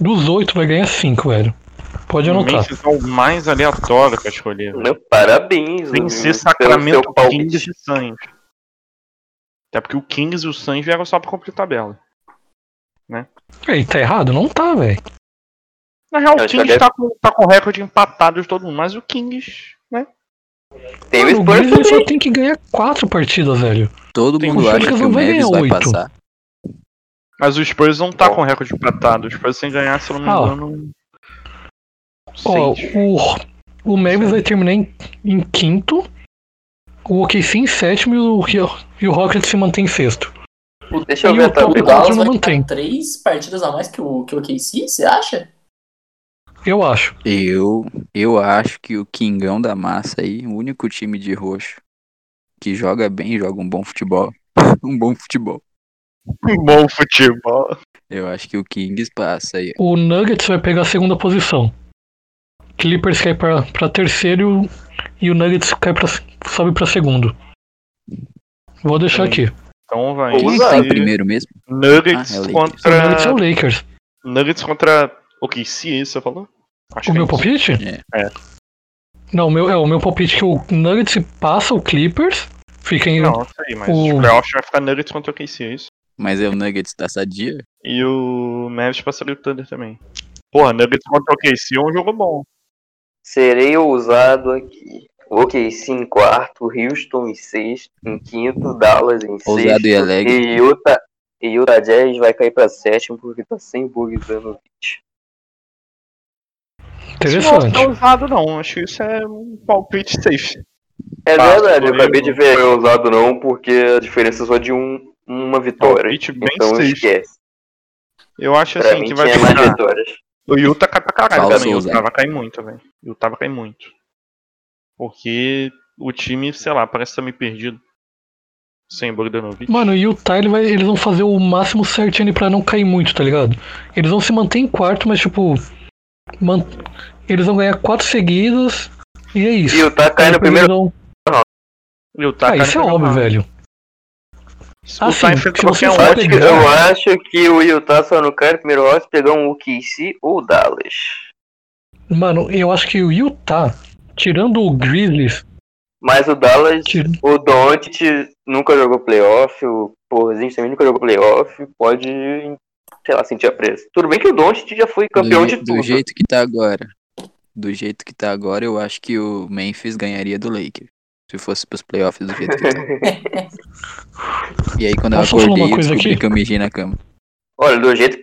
[SPEAKER 1] Dos oito vai ganhar cinco, velho. Pode
[SPEAKER 2] Uhum.
[SPEAKER 1] anotar.
[SPEAKER 5] Memphis é o mais aleatório pra escolher. velho.
[SPEAKER 2] Meu, parabéns,
[SPEAKER 5] Sem
[SPEAKER 2] Luiz,
[SPEAKER 5] ser
[SPEAKER 2] pelo
[SPEAKER 5] Sacramento
[SPEAKER 2] seu palpite.
[SPEAKER 5] Kings e Suns. Até porque o Kings e o Suns vieram só pra cumprir tabela.
[SPEAKER 1] Ei, tá errado? Não tá, velho.
[SPEAKER 5] Na real,
[SPEAKER 2] Eu
[SPEAKER 5] o
[SPEAKER 2] acho
[SPEAKER 5] Kings
[SPEAKER 3] é
[SPEAKER 2] que
[SPEAKER 5] tá com, tá com recorde empatado de todo mundo, mas o Kings, né?
[SPEAKER 2] Tem um
[SPEAKER 1] Mano, O
[SPEAKER 2] o Spurs
[SPEAKER 1] Grizzlies só
[SPEAKER 2] também.
[SPEAKER 1] tem que ganhar quatro partidas, velho.
[SPEAKER 3] Todo
[SPEAKER 5] Tem
[SPEAKER 3] mundo
[SPEAKER 5] um
[SPEAKER 3] acha
[SPEAKER 1] jogo que
[SPEAKER 3] que
[SPEAKER 1] não
[SPEAKER 3] o
[SPEAKER 1] vai
[SPEAKER 3] Mavis
[SPEAKER 1] ganhar
[SPEAKER 3] vai
[SPEAKER 1] oito.
[SPEAKER 3] passar.
[SPEAKER 5] Mas o Spurs não tá
[SPEAKER 2] Bom.
[SPEAKER 5] com recorde empatado. O Spurs sem ganhar, se eu não me
[SPEAKER 1] Ah, ó.
[SPEAKER 5] engano.
[SPEAKER 1] Ó,
[SPEAKER 5] seis.
[SPEAKER 1] o, o Mavis vai terminar em, em quinto. O OKC em sétimo e o, e o Rockets se mantém em sexto.
[SPEAKER 2] Deixa eu
[SPEAKER 1] e é o
[SPEAKER 2] ver a
[SPEAKER 1] Tom
[SPEAKER 4] O
[SPEAKER 1] Pedro
[SPEAKER 2] tabela.
[SPEAKER 4] Dallas
[SPEAKER 1] não
[SPEAKER 4] vai
[SPEAKER 1] mantém.
[SPEAKER 4] ficar três partidas a mais que o, que o KC, você acha?
[SPEAKER 1] Eu acho.
[SPEAKER 3] Eu, eu acho que o Kingão da Massa aí, o único time de roxo que joga bem, joga um bom futebol. um bom futebol.
[SPEAKER 5] Um Bom futebol.
[SPEAKER 3] Eu acho que o Kings passa aí.
[SPEAKER 1] O Nuggets vai pegar a segunda posição. Clippers cai pra, pra terceiro e o Nuggets cai pra, sobe pra segundo. Vou deixar
[SPEAKER 5] Hum.
[SPEAKER 1] aqui.
[SPEAKER 5] Então vai.
[SPEAKER 3] Quem
[SPEAKER 2] Usa
[SPEAKER 3] tá em
[SPEAKER 2] ele.
[SPEAKER 3] primeiro mesmo?
[SPEAKER 5] Nuggets
[SPEAKER 3] Ah, é o Lakers.
[SPEAKER 1] O Nuggets é o Lakers.
[SPEAKER 5] contra. Nuggets contra. Ok, se isso você falou? Acho
[SPEAKER 1] O
[SPEAKER 5] que é
[SPEAKER 1] meu
[SPEAKER 5] isso.
[SPEAKER 1] palpite?
[SPEAKER 3] É.
[SPEAKER 5] É.
[SPEAKER 1] Não, o meu, é o meu palpite é que o Nuggets passa o Clippers. Fica em.
[SPEAKER 5] Não, sei, mas
[SPEAKER 1] O-
[SPEAKER 5] o playoff vai ficar Nuggets contra o KC, é isso?
[SPEAKER 3] Mas é o Nuggets da Sadia?
[SPEAKER 5] E o Mavis passaria o Thunder também. Porra, Nuggets contra o KC é um jogo bom.
[SPEAKER 2] Serei ousado aqui. Ok, em quarto, Houston em sexto, em quinto, Dallas em sexto.
[SPEAKER 3] Ousado e alegre.
[SPEAKER 2] E Utah, e Utah Jazz vai cair pra sétimo porque tá sem bug dando 20.
[SPEAKER 5] Isso
[SPEAKER 1] Interessante.
[SPEAKER 5] Não é ousado não, acho que isso é um palpite safe.
[SPEAKER 2] É
[SPEAKER 5] Passa,
[SPEAKER 2] verdade, eu
[SPEAKER 5] Rodrigo.
[SPEAKER 2] acabei de ver. Não é ousado não, porque a diferença é só de um, uma vitória.
[SPEAKER 5] Palpite bem
[SPEAKER 2] Então
[SPEAKER 5] safe.
[SPEAKER 2] esquece.
[SPEAKER 5] Eu acho
[SPEAKER 2] Pra
[SPEAKER 5] assim
[SPEAKER 2] mim
[SPEAKER 5] que vai
[SPEAKER 2] tinha mais
[SPEAKER 5] ficar.
[SPEAKER 2] vitórias.
[SPEAKER 5] O Utah cai pra caralho
[SPEAKER 3] Falso
[SPEAKER 5] também. O Utah
[SPEAKER 3] ousado.
[SPEAKER 5] vai cair muito, velho. O Utah vai cair muito. Porque o time, sei lá, parece estar meio perdido. Sem Bogdanovic.
[SPEAKER 1] Mano, e o Utah, ele vai- eles vão fazer o máximo certinho ali pra não cair muito, tá ligado? Eles vão se manter em quarto, mas tipo. man- Eles vão ganhar quatro seguidas. E é isso.
[SPEAKER 2] E o Utah cai no
[SPEAKER 1] Depois
[SPEAKER 2] primeiro.
[SPEAKER 1] eles vão-
[SPEAKER 5] E o Utah
[SPEAKER 1] Ah,
[SPEAKER 5] cai
[SPEAKER 1] isso é
[SPEAKER 5] na
[SPEAKER 1] óbvio,
[SPEAKER 5] final.
[SPEAKER 1] velho.
[SPEAKER 5] O
[SPEAKER 1] Assim,
[SPEAKER 5] Utah enfrenta
[SPEAKER 1] se você
[SPEAKER 5] qualquer um.
[SPEAKER 1] for-
[SPEAKER 2] Acho que- eu acho que o Utah só não cai no primeiro round pegar um OKC ou Dallas.
[SPEAKER 1] Mano, eu acho que o Utah, tirando o Grizzlies,
[SPEAKER 2] Mas o Dallas,
[SPEAKER 1] tira-
[SPEAKER 2] o Doncic nunca jogou playoff, o Porzinho também nunca jogou playoff, pode, sei lá, sentir a presa. Tudo bem que o Doncic já foi campeão
[SPEAKER 3] do, je-
[SPEAKER 2] de
[SPEAKER 3] do
[SPEAKER 2] tudo.
[SPEAKER 3] jeito que tá agora. Do jeito que tá agora, eu acho que o Memphis ganharia do Lakers. Se fosse pros playoffs do jeito que tá. E aí quando eu
[SPEAKER 1] Posso falar Tá uma
[SPEAKER 3] acordei, eu
[SPEAKER 1] coisa
[SPEAKER 3] descobri
[SPEAKER 1] aqui?
[SPEAKER 3] que eu mijei na cama.
[SPEAKER 2] Olha, do jeito que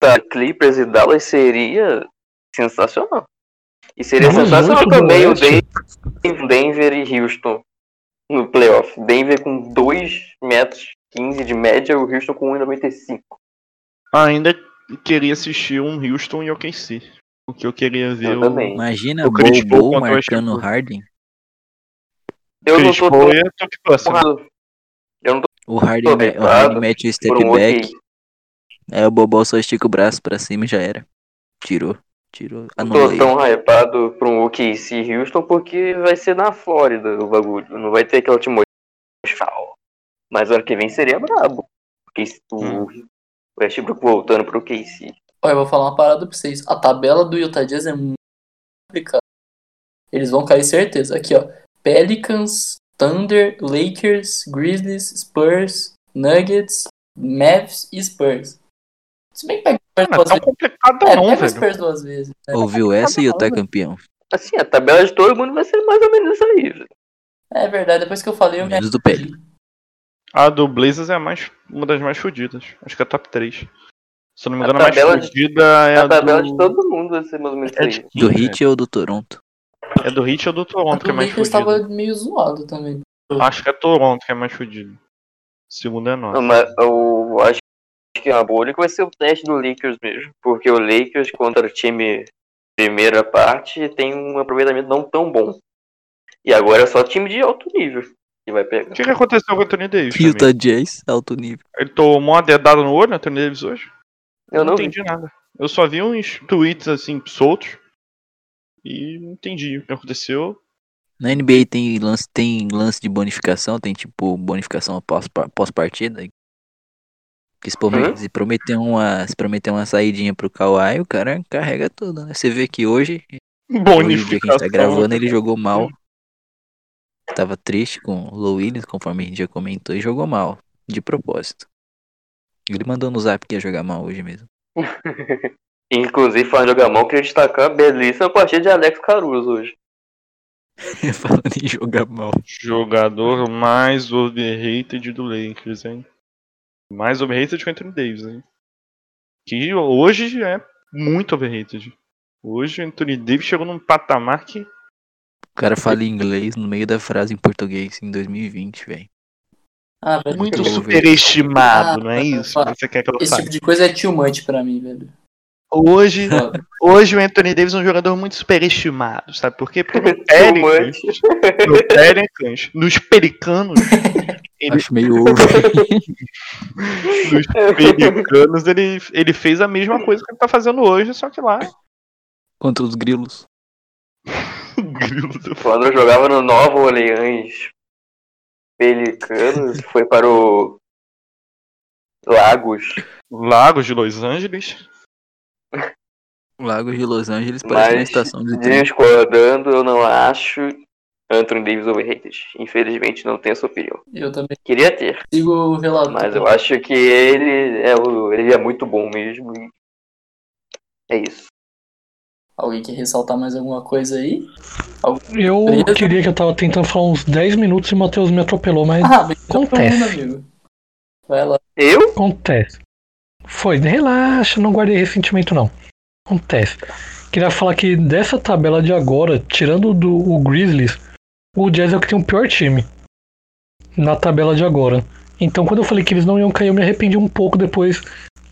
[SPEAKER 2] tá Clippers e Dallas seria sensacional. E seria
[SPEAKER 1] Dos
[SPEAKER 2] sensacional
[SPEAKER 1] oito do
[SPEAKER 2] também o
[SPEAKER 1] Oeste?
[SPEAKER 2] Den- Denver e Houston no playoff. Denver com 2 metros 15 de média, o Houston com 1,95.
[SPEAKER 5] Ainda queria assistir um Houston e OKC. O que eu queria ver.
[SPEAKER 2] Eu
[SPEAKER 5] o-
[SPEAKER 2] também.
[SPEAKER 3] Imagina
[SPEAKER 5] O Chris Paul
[SPEAKER 3] Bobo
[SPEAKER 5] contra o
[SPEAKER 3] marcando o
[SPEAKER 5] Westbrook.
[SPEAKER 3] Harden.
[SPEAKER 2] Eu não
[SPEAKER 5] Chris
[SPEAKER 2] tô
[SPEAKER 5] Paul
[SPEAKER 2] tão
[SPEAKER 5] e é tipo Tuck Buster.
[SPEAKER 2] empurrado
[SPEAKER 3] O Harden,
[SPEAKER 2] Tô
[SPEAKER 3] me- o
[SPEAKER 2] deitado,
[SPEAKER 3] Harden mete o step
[SPEAKER 2] por um
[SPEAKER 3] back.
[SPEAKER 2] OKC.
[SPEAKER 3] Aí o Bobol só estica o braço pra cima e já era. Tirou. Tirou.
[SPEAKER 2] Tô
[SPEAKER 3] Anulei.
[SPEAKER 2] tão hypado pra um OKC e Houston porque vai ser na Flórida o bagulho. Não vai ter aquela atmosfera. Mas ano que vem seria brabo. Porque se tu-
[SPEAKER 5] Hum.
[SPEAKER 2] o Westbrook voltando pro OKC.
[SPEAKER 4] Olha, eu vou falar uma parada pra vocês. A tabela do Utah Jazz é muito complicada. Eles vão cair certeza. Aqui, ó. Pelicans, Thunder, Lakers, Grizzlies, Spurs, Nuggets, Mavs e Spurs. Se bem que pega o Spurs
[SPEAKER 5] Não é
[SPEAKER 4] duas
[SPEAKER 5] tão
[SPEAKER 4] vezes.
[SPEAKER 5] complicado
[SPEAKER 4] É,
[SPEAKER 5] não,
[SPEAKER 4] pega o
[SPEAKER 5] um, velho.
[SPEAKER 4] Spurs duas vezes. né?
[SPEAKER 3] Ouviu essa e eu tá campeão.
[SPEAKER 2] Assim, a tabela de todo mundo vai ser mais ou menos isso aí. velho.
[SPEAKER 4] É verdade, depois que eu falei, eu me
[SPEAKER 3] Menos do Pelicans.
[SPEAKER 5] A do Blazers é a mais, uma das mais fodidas. Acho que é a top 3. Se eu não me
[SPEAKER 2] A
[SPEAKER 5] engano, a, mais
[SPEAKER 2] tabela de-
[SPEAKER 5] fodida é a,
[SPEAKER 2] a tabela
[SPEAKER 5] do...
[SPEAKER 2] de todo mundo vai ser mais ou menos
[SPEAKER 5] É
[SPEAKER 2] isso.
[SPEAKER 5] de
[SPEAKER 2] aí.
[SPEAKER 3] Do
[SPEAKER 5] quem,
[SPEAKER 3] Heat ou do Toronto?
[SPEAKER 5] velho? É do Hit ou do
[SPEAKER 4] A
[SPEAKER 5] Toronto que é
[SPEAKER 4] do
[SPEAKER 5] mais
[SPEAKER 4] Lakers
[SPEAKER 5] fodida.
[SPEAKER 4] estava meio zoado também.
[SPEAKER 5] Acho que é Toronto que é mais fodido. Segundo é
[SPEAKER 2] Não,
[SPEAKER 5] nosso.
[SPEAKER 2] mas eu acho que a bolha que vai ser o teste do Lakers mesmo. Porque o Lakers contra o time primeira parte tem um aproveitamento não tão bom. E agora é só time de alto nível que vai pegar.
[SPEAKER 5] O que, que aconteceu com o Anthony Davis? também?
[SPEAKER 3] Utah Jazz, alto nível.
[SPEAKER 5] Ele tomou uma dedada no olho, Anthony Davis, hoje?
[SPEAKER 2] Eu não vi.
[SPEAKER 5] entendi nada. Eu só vi uns tweets assim, soltos. E não entendi o que aconteceu.
[SPEAKER 3] Na NBA tem lance, tem lance de bonificação, tem tipo bonificação após pa- pós-partida. Que se, prome-
[SPEAKER 2] Hã?
[SPEAKER 3] se prometer uma, se prometer uma saidinha pro Kawhi, o cara carrega tudo, né? Você vê que hoje, hoje o dia que a gente tá gravando,
[SPEAKER 5] né?
[SPEAKER 3] ele jogou mal. Tava triste com o Low Williams, conforme a gente já comentou, e jogou mal, de propósito. Ele mandou no zap que ia jogar mal hoje mesmo.
[SPEAKER 2] Inclusive, falando de jogar mal, queria destacar a belíssima partida de Alex Caruso hoje.
[SPEAKER 3] Falando em jogar mal.
[SPEAKER 5] Jogador mais overrated do Lakers, hein? Mais overrated que o Anthony Davis, hein? Que hoje é muito overrated. Hoje o Anthony Davis chegou num patamar que
[SPEAKER 3] O cara fala em inglês no meio da frase em português em 2020, velho.
[SPEAKER 4] Ah, velho.
[SPEAKER 5] é muito
[SPEAKER 4] esse-
[SPEAKER 5] superestimado,
[SPEAKER 4] Ah,
[SPEAKER 5] não é isso?
[SPEAKER 4] ah,
[SPEAKER 5] Você quer que eu
[SPEAKER 4] Esse
[SPEAKER 5] fale?
[SPEAKER 4] tipo de coisa é too much pra mim, velho.
[SPEAKER 5] Hoje,
[SPEAKER 4] Foda.
[SPEAKER 5] hoje o Anthony Davis é um jogador muito superestimado, sabe por quê? Porque no
[SPEAKER 2] Humante.
[SPEAKER 5] Pelicans, no Pelicans, nos Pelicanos, Ele-
[SPEAKER 3] Acho meio over.
[SPEAKER 5] nos Pelicanos, ele, ele fez a mesma coisa que ele tá fazendo hoje, só que lá
[SPEAKER 3] Contra os grilos.
[SPEAKER 5] o grilo do
[SPEAKER 2] Quando eu jogava no Nova Orleans Pelicanos, foi para o Lagos.
[SPEAKER 5] Lagos de Los Angeles.
[SPEAKER 3] Lagos de Los Angeles parece
[SPEAKER 2] Mas,
[SPEAKER 3] uma
[SPEAKER 2] é.
[SPEAKER 3] estação de trem.
[SPEAKER 2] Discordando, eu não acho Anthony Davis overrated. Infelizmente, não tenho essa opinião.
[SPEAKER 4] Eu também
[SPEAKER 2] Queria ter,
[SPEAKER 4] sigo o relator.
[SPEAKER 2] mas eu acho que ele é, o- ele é muito bom mesmo. e É isso.
[SPEAKER 4] Alguém quer ressaltar mais alguma coisa aí?
[SPEAKER 1] Eu
[SPEAKER 4] Beleza.
[SPEAKER 1] queria que eu tava tentando falar uns 10 minutos e o Matheus me atropelou, mas
[SPEAKER 4] Ah, mas então todo
[SPEAKER 1] acontece.
[SPEAKER 4] mundo, amigo. Vai lá.
[SPEAKER 2] Eu?
[SPEAKER 1] Acontece. Foi, relaxa, não guardei ressentimento não. Acontece. Queria falar que dessa tabela de agora, tirando do o Grizzlies, o Jazz é o que tem o pior time na tabela de agora. Então quando eu falei que eles não iam cair, eu me arrependi um pouco depois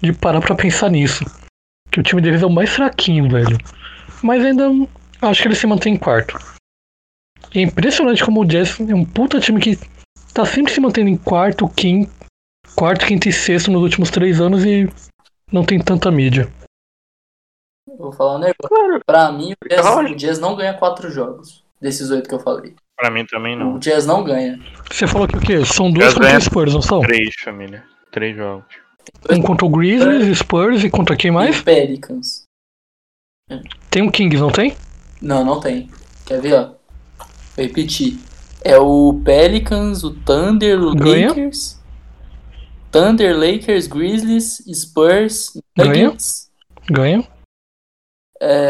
[SPEAKER 1] de parar pra pensar nisso. Que o time deles é o mais fraquinho, velho. Mas ainda acho que ele se mantém em quarto. E é impressionante como o Jazz é um puta time que tá sempre se mantendo em quarto, quinto quarto, quinto e sexto nos últimos três anos e não tem tanta mídia.
[SPEAKER 4] Eu Vou falar um negócio.
[SPEAKER 2] Claro.
[SPEAKER 4] Pra mim, o Jazz,
[SPEAKER 2] Jorge.
[SPEAKER 4] o Jazz não ganha quatro jogos. Desses oito que eu falei.
[SPEAKER 5] Pra mim também
[SPEAKER 4] O
[SPEAKER 5] não.
[SPEAKER 4] Jazz não ganha.
[SPEAKER 1] Você falou que o quê? São duas
[SPEAKER 5] Jazz
[SPEAKER 1] contra
[SPEAKER 5] ganha.
[SPEAKER 1] o Spurs, não são?
[SPEAKER 5] Três, família. Três jogos.
[SPEAKER 1] Um contra o Grizzlies, Spurs e contra quem
[SPEAKER 4] Mas...
[SPEAKER 1] mais?
[SPEAKER 4] E Pelicans.
[SPEAKER 1] Tem um Kings, não tem?
[SPEAKER 4] Não, não tem. Quer ver, ó? Vou repetir. É o Pelicans, o Thunder, o
[SPEAKER 1] Ganha.
[SPEAKER 4] Lakers. Thunder, Lakers, Grizzlies, Spurs,
[SPEAKER 1] Ganha.
[SPEAKER 4] Nuggets.
[SPEAKER 1] Ganha.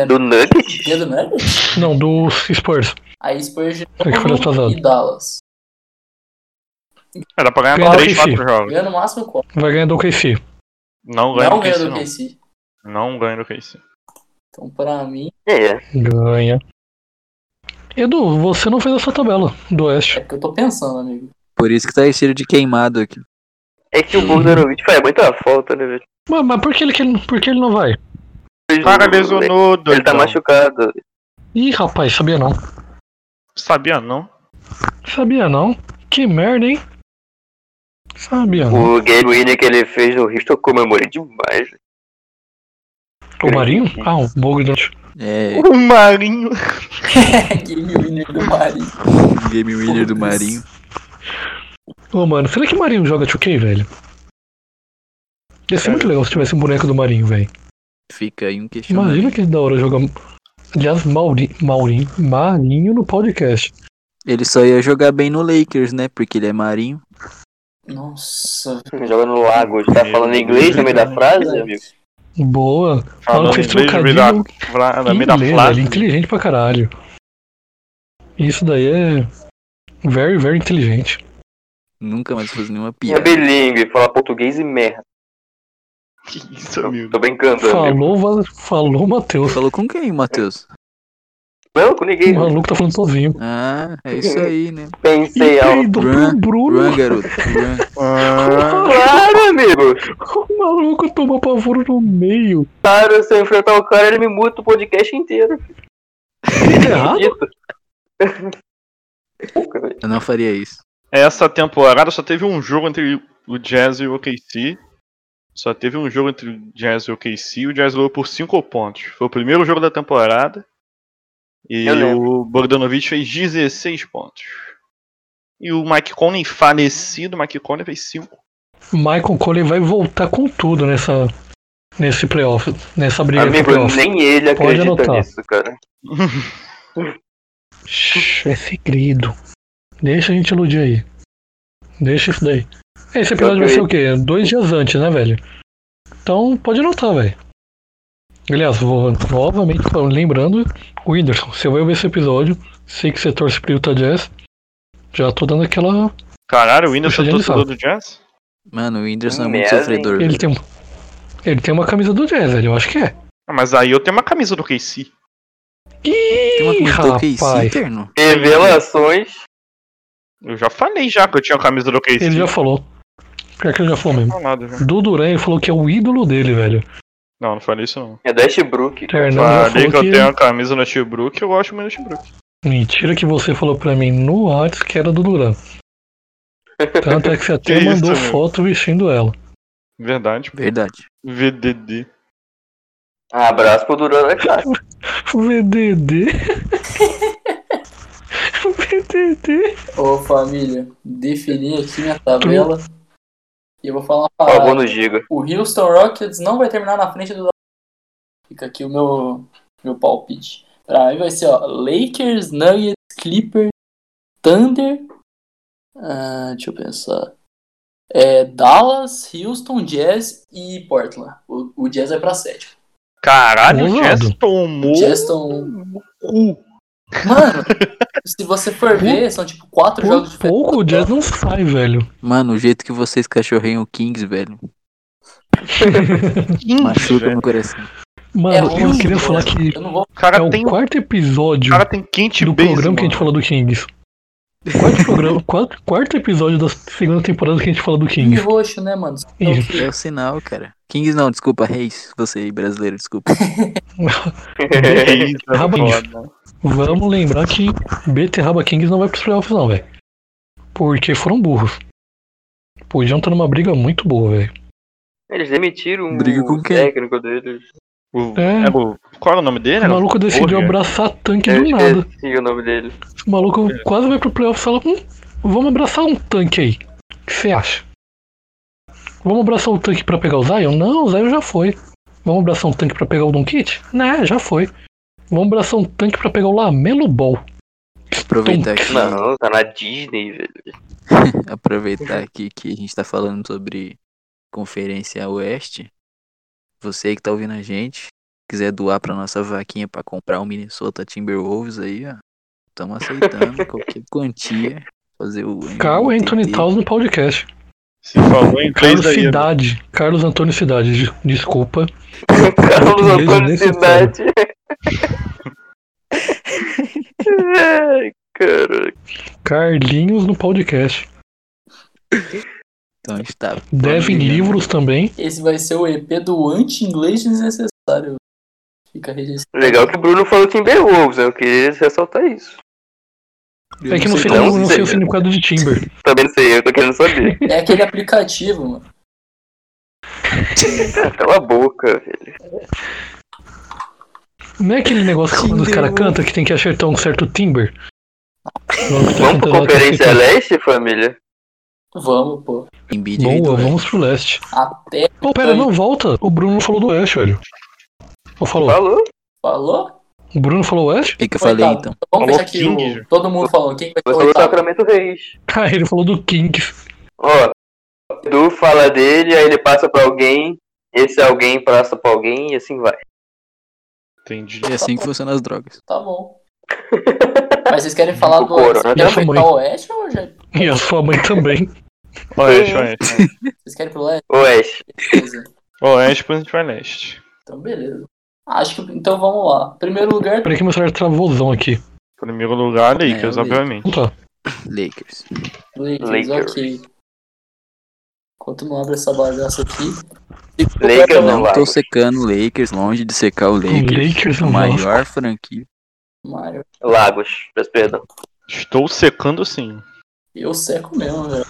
[SPEAKER 2] Do Nuggets?
[SPEAKER 4] Ganha do Nuggets?
[SPEAKER 1] Não, dos Spurs.
[SPEAKER 4] né? Aí Spurs de
[SPEAKER 1] que foi
[SPEAKER 4] novo
[SPEAKER 1] atrasado.
[SPEAKER 4] e Dallas.
[SPEAKER 5] Era pra ganhar
[SPEAKER 1] Ganha
[SPEAKER 5] três,
[SPEAKER 1] do
[SPEAKER 5] quatro
[SPEAKER 1] KC.
[SPEAKER 5] jogos.
[SPEAKER 4] Ganha no máximo quatro.
[SPEAKER 1] Vai ganhar do OKC.
[SPEAKER 5] Não ganha
[SPEAKER 4] Não
[SPEAKER 5] do
[SPEAKER 4] ganha
[SPEAKER 5] KC,
[SPEAKER 4] do
[SPEAKER 5] não.
[SPEAKER 4] KC.
[SPEAKER 5] Não ganha do KC.
[SPEAKER 4] Então, pra mim,
[SPEAKER 2] É.
[SPEAKER 1] Ganha. Edu, você não fez essa tabela do Oeste.
[SPEAKER 4] é porque eu tô pensando, amigo.
[SPEAKER 3] Por isso que tá esse cheiro de queimado aqui.
[SPEAKER 2] É que o Bogdanovich faz muita falta, né, velho?
[SPEAKER 1] Mas, mas por, que ele, que ele- por que ele não vai?
[SPEAKER 5] O cara é lesionou,
[SPEAKER 2] um Ele tá
[SPEAKER 5] doidão.
[SPEAKER 2] machucado.
[SPEAKER 1] Ih, rapaz, sabia não.
[SPEAKER 5] Sabia não?
[SPEAKER 1] Sabia não. Que merda, hein? Sabia não.
[SPEAKER 2] O game winner que ele fez no Houston, eu comemorei demais.
[SPEAKER 1] O Marinho? Ah, o Bogdanovich.
[SPEAKER 3] É,
[SPEAKER 5] O Marinho.
[SPEAKER 4] Game winner do Mari.
[SPEAKER 3] Game Winner do Marinho.
[SPEAKER 1] Ô, mano, será que o Marinho joga 2K, velho? Ia ser muito legal se tivesse um boneco do Marinho, velho.
[SPEAKER 3] Fica aí um questionamento.
[SPEAKER 1] Imagina que da hora jogar. um- Aliás, Mauri... Maurinho. Marinho no podcast.
[SPEAKER 3] Ele só ia jogar bem no Lakers, né? Porque ele é marinho.
[SPEAKER 4] Nossa.
[SPEAKER 2] Joga no lago, tá falando inglês no meio da frase, amigo?
[SPEAKER 1] Boa. Fala
[SPEAKER 5] Falando
[SPEAKER 1] que
[SPEAKER 5] em
[SPEAKER 1] fez
[SPEAKER 5] inglês, no meio da-
[SPEAKER 1] trocadilho.
[SPEAKER 5] fra- no meio da
[SPEAKER 1] Inglês, é velho.
[SPEAKER 5] frase.
[SPEAKER 1] Inteligente pra caralho. Isso daí é. Very, very inteligente.
[SPEAKER 3] Nunca mais fazer nenhuma
[SPEAKER 2] Minha
[SPEAKER 3] piada.
[SPEAKER 2] É bilíngue, falar português e merda.
[SPEAKER 5] Que isso, amigo?
[SPEAKER 2] Tô brincando, amigo.
[SPEAKER 1] Falou, Val- falou Matheus.
[SPEAKER 3] Falou com quem, Matheus?
[SPEAKER 2] Não, com
[SPEAKER 1] O
[SPEAKER 2] ninguém.
[SPEAKER 1] maluco tá falando sozinho.
[SPEAKER 3] Ah, é isso aí, né?
[SPEAKER 1] E
[SPEAKER 2] Pensei alto.
[SPEAKER 1] peidou
[SPEAKER 3] Bruno.
[SPEAKER 1] pro Bruno.
[SPEAKER 3] Run, garoto. Run.
[SPEAKER 5] Ah,
[SPEAKER 2] Claro, amigo.
[SPEAKER 1] O maluco tomou pavoro no meio.
[SPEAKER 2] Claro, se eu enfrentar o cara, ele me muta o podcast inteiro.
[SPEAKER 1] errado?
[SPEAKER 2] Pouca, velho.
[SPEAKER 3] Eu não faria isso.
[SPEAKER 5] Essa temporada só teve um jogo entre o Jazz e o OKC. Só teve um jogo entre o Jazz e o OKC. O Jazz ganhou por 5 pontos. Foi o primeiro jogo da temporada. E
[SPEAKER 2] Eu lembro.
[SPEAKER 5] o Bogdanovich fez 16 pontos. E o Mike Conley, falecido Mike Conley, fez 5.
[SPEAKER 1] Michael Cole vai voltar com tudo nessa nesse playoff, nessa briga de
[SPEAKER 2] Amigo,
[SPEAKER 1] playoff.
[SPEAKER 2] nem ele
[SPEAKER 1] Pode
[SPEAKER 2] acredita
[SPEAKER 1] anotar.
[SPEAKER 2] nisso, cara.
[SPEAKER 1] Shhh, É segredo. Deixa a gente iludir aí. Deixa isso daí. Esse episódio vai ser o quê? Dois dias antes, né, velho? Então pode anotar, velho. Aliás, vou novamente falando- lembrando, o Whindersson, você vai ver esse episódio. Sei que você torce pro Utah Jazz. Já tô dando aquela.
[SPEAKER 5] Caralho, o Whindersson é
[SPEAKER 1] Puxa, já
[SPEAKER 5] torcedor do Jazz?
[SPEAKER 3] Mano, o Whindersson é muito
[SPEAKER 2] Merda, hein?
[SPEAKER 3] sofredor.
[SPEAKER 1] Ele tem, um- ele tem uma camisa do Jazz, velho. Eu acho que é.
[SPEAKER 5] Ah, mas aí eu tenho uma camisa do KC.
[SPEAKER 3] Tem uma
[SPEAKER 1] Ih,
[SPEAKER 3] coisa do OKC,
[SPEAKER 1] rapaz.
[SPEAKER 3] terno?
[SPEAKER 2] Revelações.
[SPEAKER 5] Eu já falei já que eu tinha a camisa do KC.
[SPEAKER 1] Ele já falou. Pior que ele já falou mesmo.
[SPEAKER 5] falado já.
[SPEAKER 1] Do Duran, ele falou que é o ídolo dele, velho.
[SPEAKER 5] Não, não falei isso não.
[SPEAKER 2] É da Westbrook.
[SPEAKER 1] O Hernando já
[SPEAKER 5] Falei
[SPEAKER 1] falou
[SPEAKER 5] que eu
[SPEAKER 1] que...
[SPEAKER 5] tenho a camisa no Westbrook eu gosto muito do Westbrook.
[SPEAKER 1] Mentira que você falou pra mim no Whats que era do Duran. Tanto é que você até
[SPEAKER 5] Que isso,
[SPEAKER 1] mandou
[SPEAKER 5] meu?
[SPEAKER 1] foto vestindo ela.
[SPEAKER 5] Verdade.
[SPEAKER 3] Verdade.
[SPEAKER 5] VDD.
[SPEAKER 2] Ah, abraço pro Duran, é claro.
[SPEAKER 1] VDD. VDD.
[SPEAKER 4] Ô família, defini aqui minha tabela. E eu vou falar uma
[SPEAKER 2] Por favor,
[SPEAKER 4] parada.
[SPEAKER 2] no Giga.
[SPEAKER 4] O Houston Rockets não vai terminar na frente do. Fica aqui o meu, meu palpite. Pra mim vai ser, ó, Lakers, Nuggets, Clippers, Thunder. ah, deixa eu pensar. É, Dallas, Houston, Jazz e Portland. O, o Jazz é pra sétimo.
[SPEAKER 5] Caralho, o
[SPEAKER 1] Ousado.
[SPEAKER 5] Jazz tomou.
[SPEAKER 4] O Jazz estão.
[SPEAKER 5] o cu.
[SPEAKER 4] Mano, se você for ver, são tipo quatro jogos
[SPEAKER 1] Por
[SPEAKER 4] diferentes.
[SPEAKER 1] pouco o Jazz não sai, velho.
[SPEAKER 3] Mano, o jeito que vocês cachorreiam o Kings, velho,
[SPEAKER 1] Hum.
[SPEAKER 5] Ih,
[SPEAKER 3] machuca
[SPEAKER 5] velho.
[SPEAKER 3] meu coração.
[SPEAKER 4] É
[SPEAKER 1] Mano, eu
[SPEAKER 4] ruim,
[SPEAKER 1] queria
[SPEAKER 4] né?
[SPEAKER 1] falar que
[SPEAKER 4] Eu não vou
[SPEAKER 5] O
[SPEAKER 1] é
[SPEAKER 5] cara
[SPEAKER 1] o
[SPEAKER 5] tem. um O
[SPEAKER 1] quarto episódio
[SPEAKER 5] cara tem quente
[SPEAKER 1] do
[SPEAKER 5] base,
[SPEAKER 1] programa que a
[SPEAKER 5] mano.
[SPEAKER 1] gente fala do Kings. Quarto, programa, quarto, quarto episódio da segunda temporada que a gente fala do
[SPEAKER 4] de
[SPEAKER 1] Kings.
[SPEAKER 4] roxo, né, mano? Então,
[SPEAKER 1] Ih.
[SPEAKER 4] que-
[SPEAKER 3] É o sinal, cara. Kings não, desculpa, Reis. Você aí, brasileiro, desculpa.
[SPEAKER 5] É isso, é
[SPEAKER 1] Rabinho.
[SPEAKER 5] foda.
[SPEAKER 1] Vamos lembrar que Beterraba Kings não vai pros playoffs, não, velho. Porque foram burros. Podiam estar numa briga muito boa, velho.
[SPEAKER 2] Eles demitiram
[SPEAKER 3] Briga com
[SPEAKER 2] o
[SPEAKER 3] quem?
[SPEAKER 2] técnico deles.
[SPEAKER 5] O-
[SPEAKER 1] É.
[SPEAKER 5] é o- Qual é o nome dele?
[SPEAKER 1] O maluco decidiu
[SPEAKER 5] Porra. é.
[SPEAKER 1] abraçar tanque
[SPEAKER 2] Eu
[SPEAKER 1] do nada.
[SPEAKER 2] esqueci o nome dele.
[SPEAKER 1] O maluco quase vai pro playoff e fala: hum, vamos abraçar um tanque aí. O que você acha? Vamos abraçar um tanque pra pegar o Zion? Não, o Zion já foi. Vamos abraçar um tanque pra pegar o Donkit? Né, já foi. Vamos abraçar um tanque pra pegar o Lamelo Ball.
[SPEAKER 3] Aproveitar que,
[SPEAKER 2] Não, tá na Disney, velho.
[SPEAKER 3] aproveitar aqui que a gente tá falando sobre Conferência Oeste. Você aí que tá ouvindo a gente, quiser doar pra nossa vaquinha pra comprar o Minnesota Timberwolves aí, ó. Estamos aceitando qualquer quantia. Fazer o.
[SPEAKER 1] Carl
[SPEAKER 3] NTT.
[SPEAKER 1] Anthony Towns no podcast.
[SPEAKER 5] Se falou em inglês
[SPEAKER 1] Carlos
[SPEAKER 5] daí. amigo.
[SPEAKER 1] Cidade. Carlos Antônio Cidade, de- desculpa.
[SPEAKER 2] Carlos
[SPEAKER 1] Português
[SPEAKER 2] Antônio
[SPEAKER 1] desnecessário.
[SPEAKER 2] Cidade. Ai, cara.
[SPEAKER 1] Carlinhos no podcast.
[SPEAKER 3] Então a gente tá.
[SPEAKER 1] Devem
[SPEAKER 3] planejando.
[SPEAKER 1] livros também.
[SPEAKER 4] Esse vai ser o EP do anti-inglês desnecessário. Fica registrado.
[SPEAKER 2] Legal que o Bruno falou Timberwolves, né? Eu queria ressaltar isso.
[SPEAKER 3] Eu
[SPEAKER 1] É que não sei,
[SPEAKER 3] sei
[SPEAKER 2] não
[SPEAKER 3] como
[SPEAKER 1] como- não
[SPEAKER 2] sei,
[SPEAKER 1] sei o
[SPEAKER 2] né?
[SPEAKER 1] significado de Timber.
[SPEAKER 2] Também não sei, eu tô querendo saber.
[SPEAKER 4] É aquele aplicativo, mano.
[SPEAKER 2] Ah, Cala a boca, velho.
[SPEAKER 1] Não é aquele negócio que quando os caras cantam que tem que acertar um certo timber? tá Vamos,
[SPEAKER 2] Vamos pra Conferência Leste, família?
[SPEAKER 4] Vamos, pô.
[SPEAKER 3] Embiid e
[SPEAKER 1] Boa,
[SPEAKER 3] Duarte.
[SPEAKER 1] vamos pro leste.
[SPEAKER 4] Até
[SPEAKER 1] Ô, pera, não, volta. O Bruno falou do oeste, velho. Ou falou?
[SPEAKER 2] Falou?
[SPEAKER 4] falou?
[SPEAKER 1] O Bruno falou oeste?
[SPEAKER 3] O que, que eu falei
[SPEAKER 4] Coitado.
[SPEAKER 3] então?
[SPEAKER 4] Vamos
[SPEAKER 5] Falou
[SPEAKER 4] fechar aqui
[SPEAKER 5] King,
[SPEAKER 4] o... Todo mundo falando. Quem vai
[SPEAKER 2] Você
[SPEAKER 4] ser
[SPEAKER 2] falou
[SPEAKER 4] o
[SPEAKER 5] tá.
[SPEAKER 4] oitavo?
[SPEAKER 2] Sacramento Reis.
[SPEAKER 1] Ah, ele falou do Kings.
[SPEAKER 2] Ó, Edu fala dele, aí ele passa pra alguém, esse alguém passa pra alguém e assim vai.
[SPEAKER 5] Entendi.
[SPEAKER 3] É assim que funcionam as drogas.
[SPEAKER 4] Tá bom. Mas vocês querem falar
[SPEAKER 2] O né?
[SPEAKER 4] do
[SPEAKER 2] Corona
[SPEAKER 4] vocês
[SPEAKER 1] também.
[SPEAKER 4] querem afetar o Oeste ou já...
[SPEAKER 1] E a sua mãe também.
[SPEAKER 5] Ó, Oeste, Oeste.
[SPEAKER 4] Vocês querem pro leste?
[SPEAKER 2] Ô, Ash,
[SPEAKER 4] Beleza.
[SPEAKER 5] Oeste, depois a gente vai leste.
[SPEAKER 4] Então, beleza. Acho que. Então vamos lá. Primeiro lugar.
[SPEAKER 1] Peraí que meu celular travôzão aqui.
[SPEAKER 5] Primeiro lugar,
[SPEAKER 3] É,
[SPEAKER 5] Lakers,
[SPEAKER 3] eu vi.
[SPEAKER 5] obviamente.
[SPEAKER 1] Tá.
[SPEAKER 3] Lakers.
[SPEAKER 4] Lakers,
[SPEAKER 2] Lakers.
[SPEAKER 4] ok. Enquanto não abre essa bagaça aqui.
[SPEAKER 2] Lakers não
[SPEAKER 3] Não
[SPEAKER 2] vai.
[SPEAKER 3] tô secando o Lakers, longe de secar o Lakers.
[SPEAKER 1] Lakers
[SPEAKER 3] A
[SPEAKER 1] não
[SPEAKER 3] maior franquia.
[SPEAKER 4] Mário,
[SPEAKER 2] Lagos, peço perdão.
[SPEAKER 5] Estou secando sim.
[SPEAKER 4] eu seco mesmo, velho.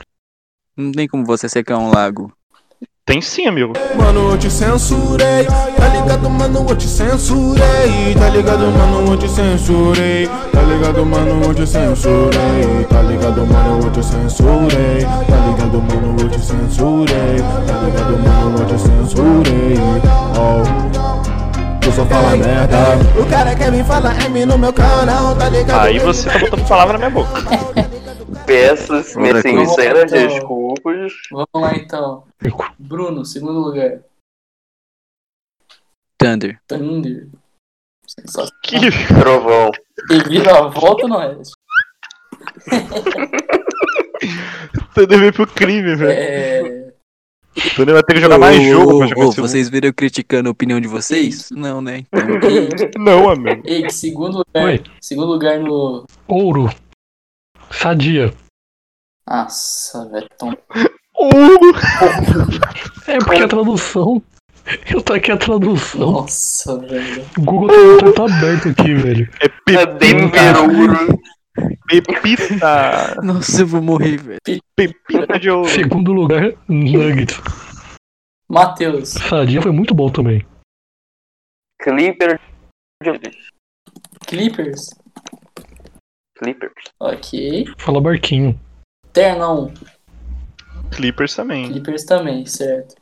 [SPEAKER 3] Não tem como você secar um lago.
[SPEAKER 5] Tem sim, amigo.
[SPEAKER 6] Mano, eu te censurei, tá ligado, mano, eu te censurei, tá ligado, mano, eu te censurei, tá ligado, mano, eu te censurei, tá ligado, mano, eu te censurei, tá ligado, mano, eu te censurei, tá ligado, mano, eu te censurei, oh. Eu só falo merda. O cara quer me falar M no meu canal, tá ligado?
[SPEAKER 5] Aí você tá botando palavra na minha boca.
[SPEAKER 2] Peço
[SPEAKER 3] Outra
[SPEAKER 2] minhas sinceras
[SPEAKER 4] coisa.
[SPEAKER 2] desculpas.
[SPEAKER 4] Vamos lá então.
[SPEAKER 1] Fico.
[SPEAKER 4] Bruno, segundo lugar.
[SPEAKER 3] Thunder.
[SPEAKER 4] Thunder. Sensacional.
[SPEAKER 5] Que
[SPEAKER 1] Ah.
[SPEAKER 2] Trovão.
[SPEAKER 4] Devido à volta no oeste.
[SPEAKER 5] Thunder veio pro crime, velho.
[SPEAKER 4] É.
[SPEAKER 5] Thunder vai ter que jogar mais
[SPEAKER 3] Ô,
[SPEAKER 5] jogo
[SPEAKER 3] ô,
[SPEAKER 5] pra jogar
[SPEAKER 3] ô,
[SPEAKER 5] esse jogo.
[SPEAKER 3] Vocês viram eu criticando a opinião de vocês? Não, né? Então,
[SPEAKER 4] Ei,
[SPEAKER 5] Não, amigo.
[SPEAKER 4] ei, segundo lugar.
[SPEAKER 1] Oi.
[SPEAKER 4] Segundo lugar no.
[SPEAKER 1] Ouro. Sadia.
[SPEAKER 4] Nossa, velho. Tom.
[SPEAKER 5] Ouro!
[SPEAKER 1] É porque a tradução. Eu tô aqui a tradução.
[SPEAKER 4] Nossa, velho.
[SPEAKER 1] O Google Tradutor tá aberto aqui, velho.
[SPEAKER 5] É
[SPEAKER 2] Denver
[SPEAKER 5] pepita.
[SPEAKER 2] Ouro.
[SPEAKER 5] Pepita.
[SPEAKER 3] Então, nossa, eu vou morrer, velho.
[SPEAKER 5] Pepita de ouro.
[SPEAKER 1] Segundo lugar, Nuggets.
[SPEAKER 4] Matheus.
[SPEAKER 1] Sadia foi muito bom também.
[SPEAKER 2] Clipper. de-
[SPEAKER 4] Clippers.
[SPEAKER 2] Clippers.
[SPEAKER 4] Ok.
[SPEAKER 1] Fala Barquinho.
[SPEAKER 4] Ternão.
[SPEAKER 5] Clippers também.
[SPEAKER 4] Clippers também, certo.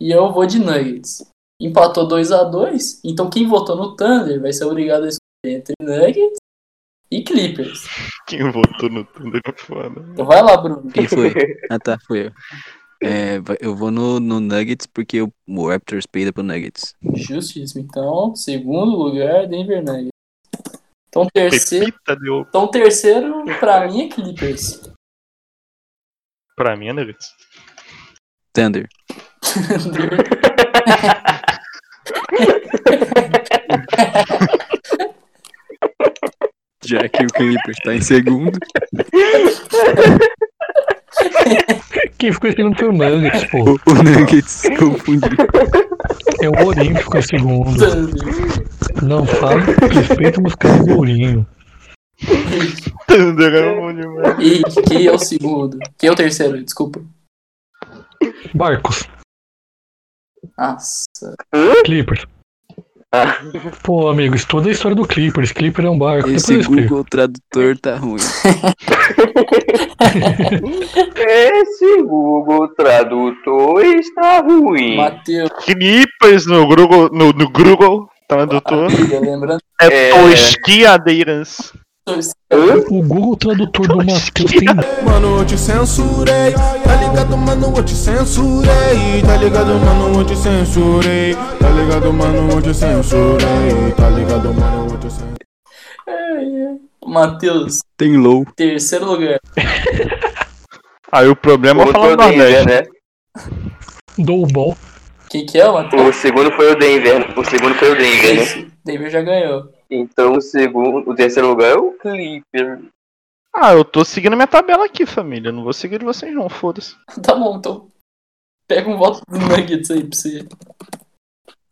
[SPEAKER 4] E eu vou de Nuggets. Empatou 2 a 2 então quem votou no Thunder vai ser obrigado a escolher entre Nuggets e Clippers.
[SPEAKER 5] Quem votou no Thunder é foda.
[SPEAKER 4] Então vai lá, Bruno.
[SPEAKER 3] Quem foi? Ah tá, foi eu. É, vai- eu vou no, no Nuggets porque o, o Raptors peida pro Nuggets.
[SPEAKER 4] Justíssimo. Então, segundo lugar, Denver Nuggets. Então, terceiro,
[SPEAKER 5] Pepita de ouro.
[SPEAKER 4] então, terceiro pra mim é Clippers.
[SPEAKER 5] Pra mim, né, Vitz?
[SPEAKER 3] Thunder. Já que o Clippers tá em segundo.
[SPEAKER 1] Quem ficou em segundo foi o Nuggets,
[SPEAKER 3] O,
[SPEAKER 1] pô.
[SPEAKER 3] o Nuggets se confundiu.
[SPEAKER 1] É o Ourinho que ficou em segundo.
[SPEAKER 4] Thunder.
[SPEAKER 1] Não fala. Respeita os caras do Ourinho.
[SPEAKER 5] Thunder é bom demais.
[SPEAKER 4] E quem é o segundo? Quem é o terceiro? Desculpa.
[SPEAKER 1] Barcos.
[SPEAKER 4] Nossa.
[SPEAKER 1] Clippers.
[SPEAKER 2] Ah.
[SPEAKER 1] Pô, amigos, toda a história do Clippers. Clipper é um barco. Depois eu
[SPEAKER 3] Esse
[SPEAKER 1] explico.
[SPEAKER 3] Google Tradutor tá ruim.
[SPEAKER 2] Esse Google Tradutor está ruim.
[SPEAKER 4] Matheus.
[SPEAKER 5] Clippers no Google, no, no Google tá tradutor.
[SPEAKER 3] Ah,
[SPEAKER 4] amiga, Lembrando
[SPEAKER 5] É
[SPEAKER 2] É.
[SPEAKER 5] tosquiadeiras.
[SPEAKER 1] O Google Tradutor do
[SPEAKER 3] assim?
[SPEAKER 1] Matheus tem
[SPEAKER 6] Mano, eu te censurei, tá ligado, mano, eu te censurei, tá ligado, mano, eu te censurei, tá ligado, mano, eu te censurei, tá ligado, mano, eu te censurei.
[SPEAKER 4] Matheus,
[SPEAKER 3] Tem low.
[SPEAKER 4] terceiro lugar.
[SPEAKER 5] Aí o problema é
[SPEAKER 2] Outro
[SPEAKER 5] falar do
[SPEAKER 2] Denver,
[SPEAKER 5] Nordeste.
[SPEAKER 2] né?
[SPEAKER 1] Dou bom.
[SPEAKER 4] Quem que é, Matheus?
[SPEAKER 2] O segundo foi o Denver. né? O segundo foi o Denver, né?
[SPEAKER 4] Esse, Denver já ganhou.
[SPEAKER 2] Então o segundo. O terceiro lugar é o Clipper.
[SPEAKER 5] Ah, eu tô seguindo minha tabela aqui, família. Não vou seguir de vocês, não, foda-se.
[SPEAKER 4] Tá bom, então pega um voto do Nuggets aí pra você.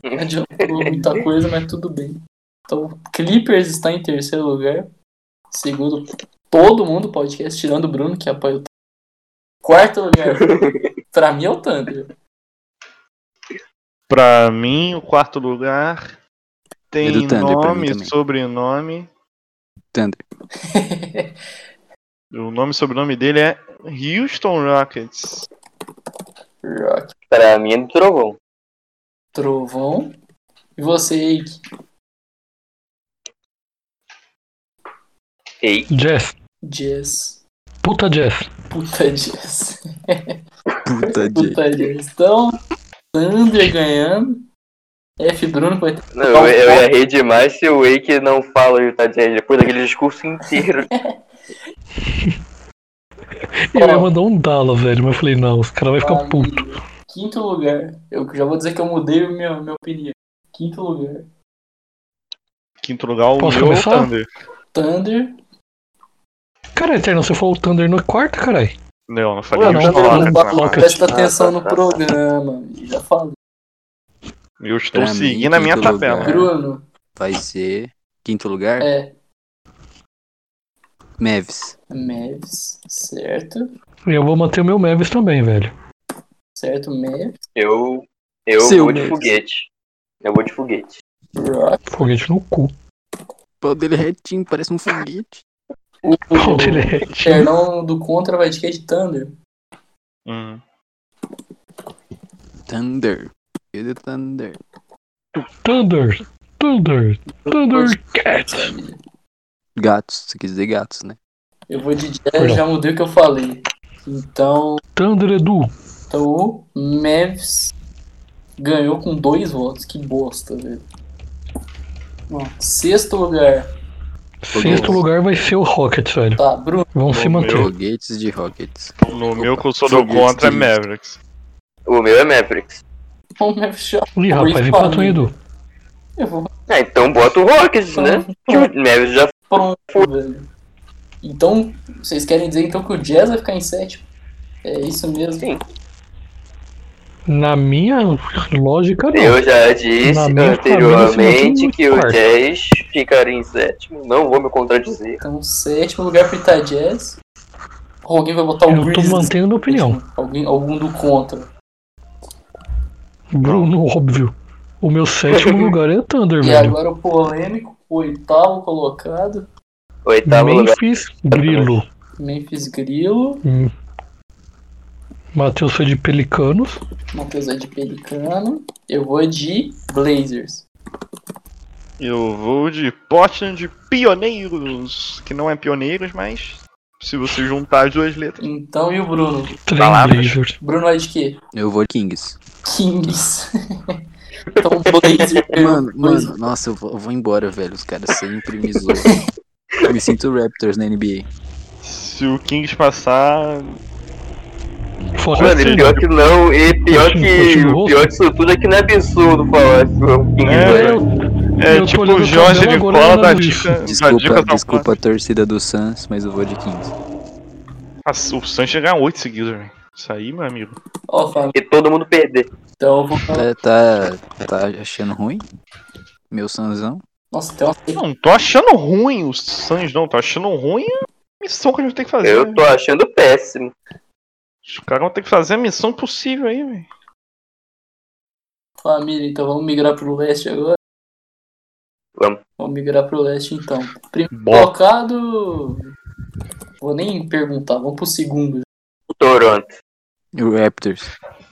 [SPEAKER 4] Não adiantou muita coisa, mas tudo bem. Então, Clippers está em terceiro lugar. Segundo todo mundo do podcast, tirando o Bruno, que apoia o Thunder. Quarto lugar, pra mim é o Thunder.
[SPEAKER 5] Pra mim, o quarto lugar tem
[SPEAKER 3] É do Thunder pra mim
[SPEAKER 5] nome,
[SPEAKER 3] também.
[SPEAKER 5] sobrenome.
[SPEAKER 3] Thunder.
[SPEAKER 5] O nome e sobrenome dele é Houston Rockets.
[SPEAKER 4] Rock,
[SPEAKER 2] Pra mim é do Trovão.
[SPEAKER 4] Trovão. E você, Eike?
[SPEAKER 2] Ei.
[SPEAKER 1] Jazz.
[SPEAKER 4] Jazz.
[SPEAKER 1] Puta Jazz.
[SPEAKER 4] Puta Jazz.
[SPEAKER 3] Puta de.
[SPEAKER 4] Puta Jazz. Então, Thunder ganhando. F. Bruno vai ter
[SPEAKER 2] Não, eu, eu errei demais se o Wake não fala o Utah Jazz depois daquele discurso inteiro.
[SPEAKER 1] E eu ia mandar um Dala, velho, mas eu falei, não, os caras vão ficar puto.
[SPEAKER 4] um Quinto lugar. Eu já vou dizer que eu mudei minha, minha opinião. Quinto lugar.
[SPEAKER 5] Quinto lugar, o
[SPEAKER 1] Posso
[SPEAKER 5] meu
[SPEAKER 1] começar?
[SPEAKER 5] Thunder.
[SPEAKER 4] Thunder.
[SPEAKER 1] Cara, Eterno, você falou o Thunder no quarto, caralho.
[SPEAKER 5] Não, não falei
[SPEAKER 1] Ué,
[SPEAKER 5] o
[SPEAKER 1] não,
[SPEAKER 5] Thunder,
[SPEAKER 1] não,
[SPEAKER 5] cara.
[SPEAKER 1] não, não.
[SPEAKER 4] Presta atenção no programa. Já falei.
[SPEAKER 5] Eu estou
[SPEAKER 3] Pra mim,
[SPEAKER 5] seguindo a minha
[SPEAKER 3] quinto
[SPEAKER 1] É.
[SPEAKER 5] tabela.
[SPEAKER 3] lugar.
[SPEAKER 4] Bruno.
[SPEAKER 3] Vai ser quinto lugar,
[SPEAKER 4] É.
[SPEAKER 3] Mavis.
[SPEAKER 4] Mavis. Certo.
[SPEAKER 1] E eu vou manter o meu Mavis também, velho.
[SPEAKER 4] Certo, Mavis.
[SPEAKER 2] Eu, eu
[SPEAKER 3] Seu
[SPEAKER 2] vou de
[SPEAKER 3] Mavis.
[SPEAKER 2] foguete. Eu vou de foguete.
[SPEAKER 4] Rock.
[SPEAKER 1] Foguete no cu.
[SPEAKER 3] O pau dele é retinho, parece um foguete.
[SPEAKER 4] O,
[SPEAKER 1] Pau
[SPEAKER 4] o
[SPEAKER 1] dele é retinho.
[SPEAKER 4] Fernão do Contra vai de Cade Thunder.
[SPEAKER 5] Hum.
[SPEAKER 3] Thunder. Filho do Thunder.
[SPEAKER 1] Thunder, Thunder, Thundercat.
[SPEAKER 3] Gatos, você quis dizer gatos, né?
[SPEAKER 4] Eu vou de Jazz,
[SPEAKER 1] Perdão.
[SPEAKER 4] já mudei o que eu falei. Então,
[SPEAKER 1] Thunder Edu.
[SPEAKER 4] então o Mavis ganhou com dois votos. Que bosta, velho. Bom, sexto lugar.
[SPEAKER 1] Sexto
[SPEAKER 3] Foguete.
[SPEAKER 1] lugar vai ser o Rocket, velho.
[SPEAKER 4] Tá, Bruno.
[SPEAKER 1] Vão se
[SPEAKER 5] Bom,
[SPEAKER 1] manter.
[SPEAKER 5] Eu-
[SPEAKER 3] Foguetes de rockets.
[SPEAKER 5] No meu, que eu sou do
[SPEAKER 3] Foguete
[SPEAKER 5] contra, é
[SPEAKER 3] de-
[SPEAKER 5] Mavericks.
[SPEAKER 2] O meu é Mavericks.
[SPEAKER 4] O Mavis já-
[SPEAKER 1] Ih, rapaz,
[SPEAKER 4] Luiz
[SPEAKER 1] empatou, hein,
[SPEAKER 4] Paulinho.
[SPEAKER 1] Edu?
[SPEAKER 4] Eu vou
[SPEAKER 2] Ah, então bota o Rockets, né? Que o Mavericks já
[SPEAKER 4] pronto, velho. Então, vocês querem dizer então que o Jazz vai ficar em sétimo? É isso mesmo.
[SPEAKER 2] Sim.
[SPEAKER 1] Na minha lógica, não.
[SPEAKER 2] Eu já disse
[SPEAKER 1] Na minha família, se
[SPEAKER 2] anteriormente
[SPEAKER 1] mantém
[SPEAKER 2] que
[SPEAKER 1] é muito
[SPEAKER 2] o
[SPEAKER 1] quarto.
[SPEAKER 2] Jazz ficaria em sétimo. Não vou me contradizer.
[SPEAKER 4] Então, sétimo lugar pro Utah Jazz. Ou alguém vai botar o
[SPEAKER 1] Eu tô
[SPEAKER 4] Grizzlies?
[SPEAKER 1] mantendo minha opinião.
[SPEAKER 4] Alguém, algum do contra.
[SPEAKER 1] Bruno, óbvio. O meu sétimo lugar é Thunder,
[SPEAKER 4] E
[SPEAKER 1] velho.
[SPEAKER 4] agora o polêmico, o oitavo colocado,
[SPEAKER 2] Oitavo tá lugar.
[SPEAKER 1] Memphis, Grilo.
[SPEAKER 4] Memphis Grilo,
[SPEAKER 1] Hum. Matheus foi de Pelicanos.
[SPEAKER 4] Matheus é de Pelicano, eu vou de Blazers.
[SPEAKER 5] Eu vou de Portland Pioneiros. Que não é Pioneiros, mas se você juntar as duas letras.
[SPEAKER 4] Então e o Bruno?
[SPEAKER 1] Três
[SPEAKER 5] Palavras.
[SPEAKER 1] Blazers.
[SPEAKER 4] Bruno vai de quê?
[SPEAKER 3] Eu vou de Kings.
[SPEAKER 4] Kings. então Blazers.
[SPEAKER 3] Mano,
[SPEAKER 4] Blazers.
[SPEAKER 3] mano, nossa, eu vou, eu vou embora, velho. Os caras sempre me zoam. Eu me sinto Raptors na NBA.
[SPEAKER 5] Se o Kings passar.
[SPEAKER 1] Fora
[SPEAKER 2] Mano, e
[SPEAKER 1] assim,
[SPEAKER 2] pior que não, e pior
[SPEAKER 1] Continua, continua.
[SPEAKER 2] que. Pior que isso tudo é que não é absurdo falar que o Kings
[SPEAKER 5] É,
[SPEAKER 2] vai.
[SPEAKER 5] eu- É
[SPEAKER 1] Eu tô
[SPEAKER 5] tipo
[SPEAKER 1] olhando
[SPEAKER 5] o
[SPEAKER 1] a tabela
[SPEAKER 5] Jorge
[SPEAKER 1] tá agora,
[SPEAKER 5] Nicola da
[SPEAKER 1] olhando isso.
[SPEAKER 5] dica. da dica
[SPEAKER 3] Desculpa,
[SPEAKER 5] da
[SPEAKER 3] desculpa a torcida do Suns, mas eu vou de Kings.
[SPEAKER 5] Nossa, O Sancho ganha 8 seguidos, velho. Isso aí, meu amigo.
[SPEAKER 4] Ó, Fábio,
[SPEAKER 2] E todo mundo perder.
[SPEAKER 4] então eu vou...
[SPEAKER 3] Tá, tá, tá achando ruim? Meu Sanzão?
[SPEAKER 4] Nossa, tem uma...
[SPEAKER 5] Não, tô achando ruim o Sancho, não. Tô achando ruim a missão que a gente tem que fazer.
[SPEAKER 2] Eu tô achando péssimo.
[SPEAKER 5] Os caras vão ter que fazer a missão possível aí, velho.
[SPEAKER 4] Família, então vamos migrar pro leste agora?
[SPEAKER 2] Vamos.
[SPEAKER 4] Vamos migrar pro leste então. Primeiro
[SPEAKER 5] Bom.
[SPEAKER 4] colocado. Vou nem perguntar, vamos pro segundo.
[SPEAKER 2] Toronto.
[SPEAKER 3] E O Raptors.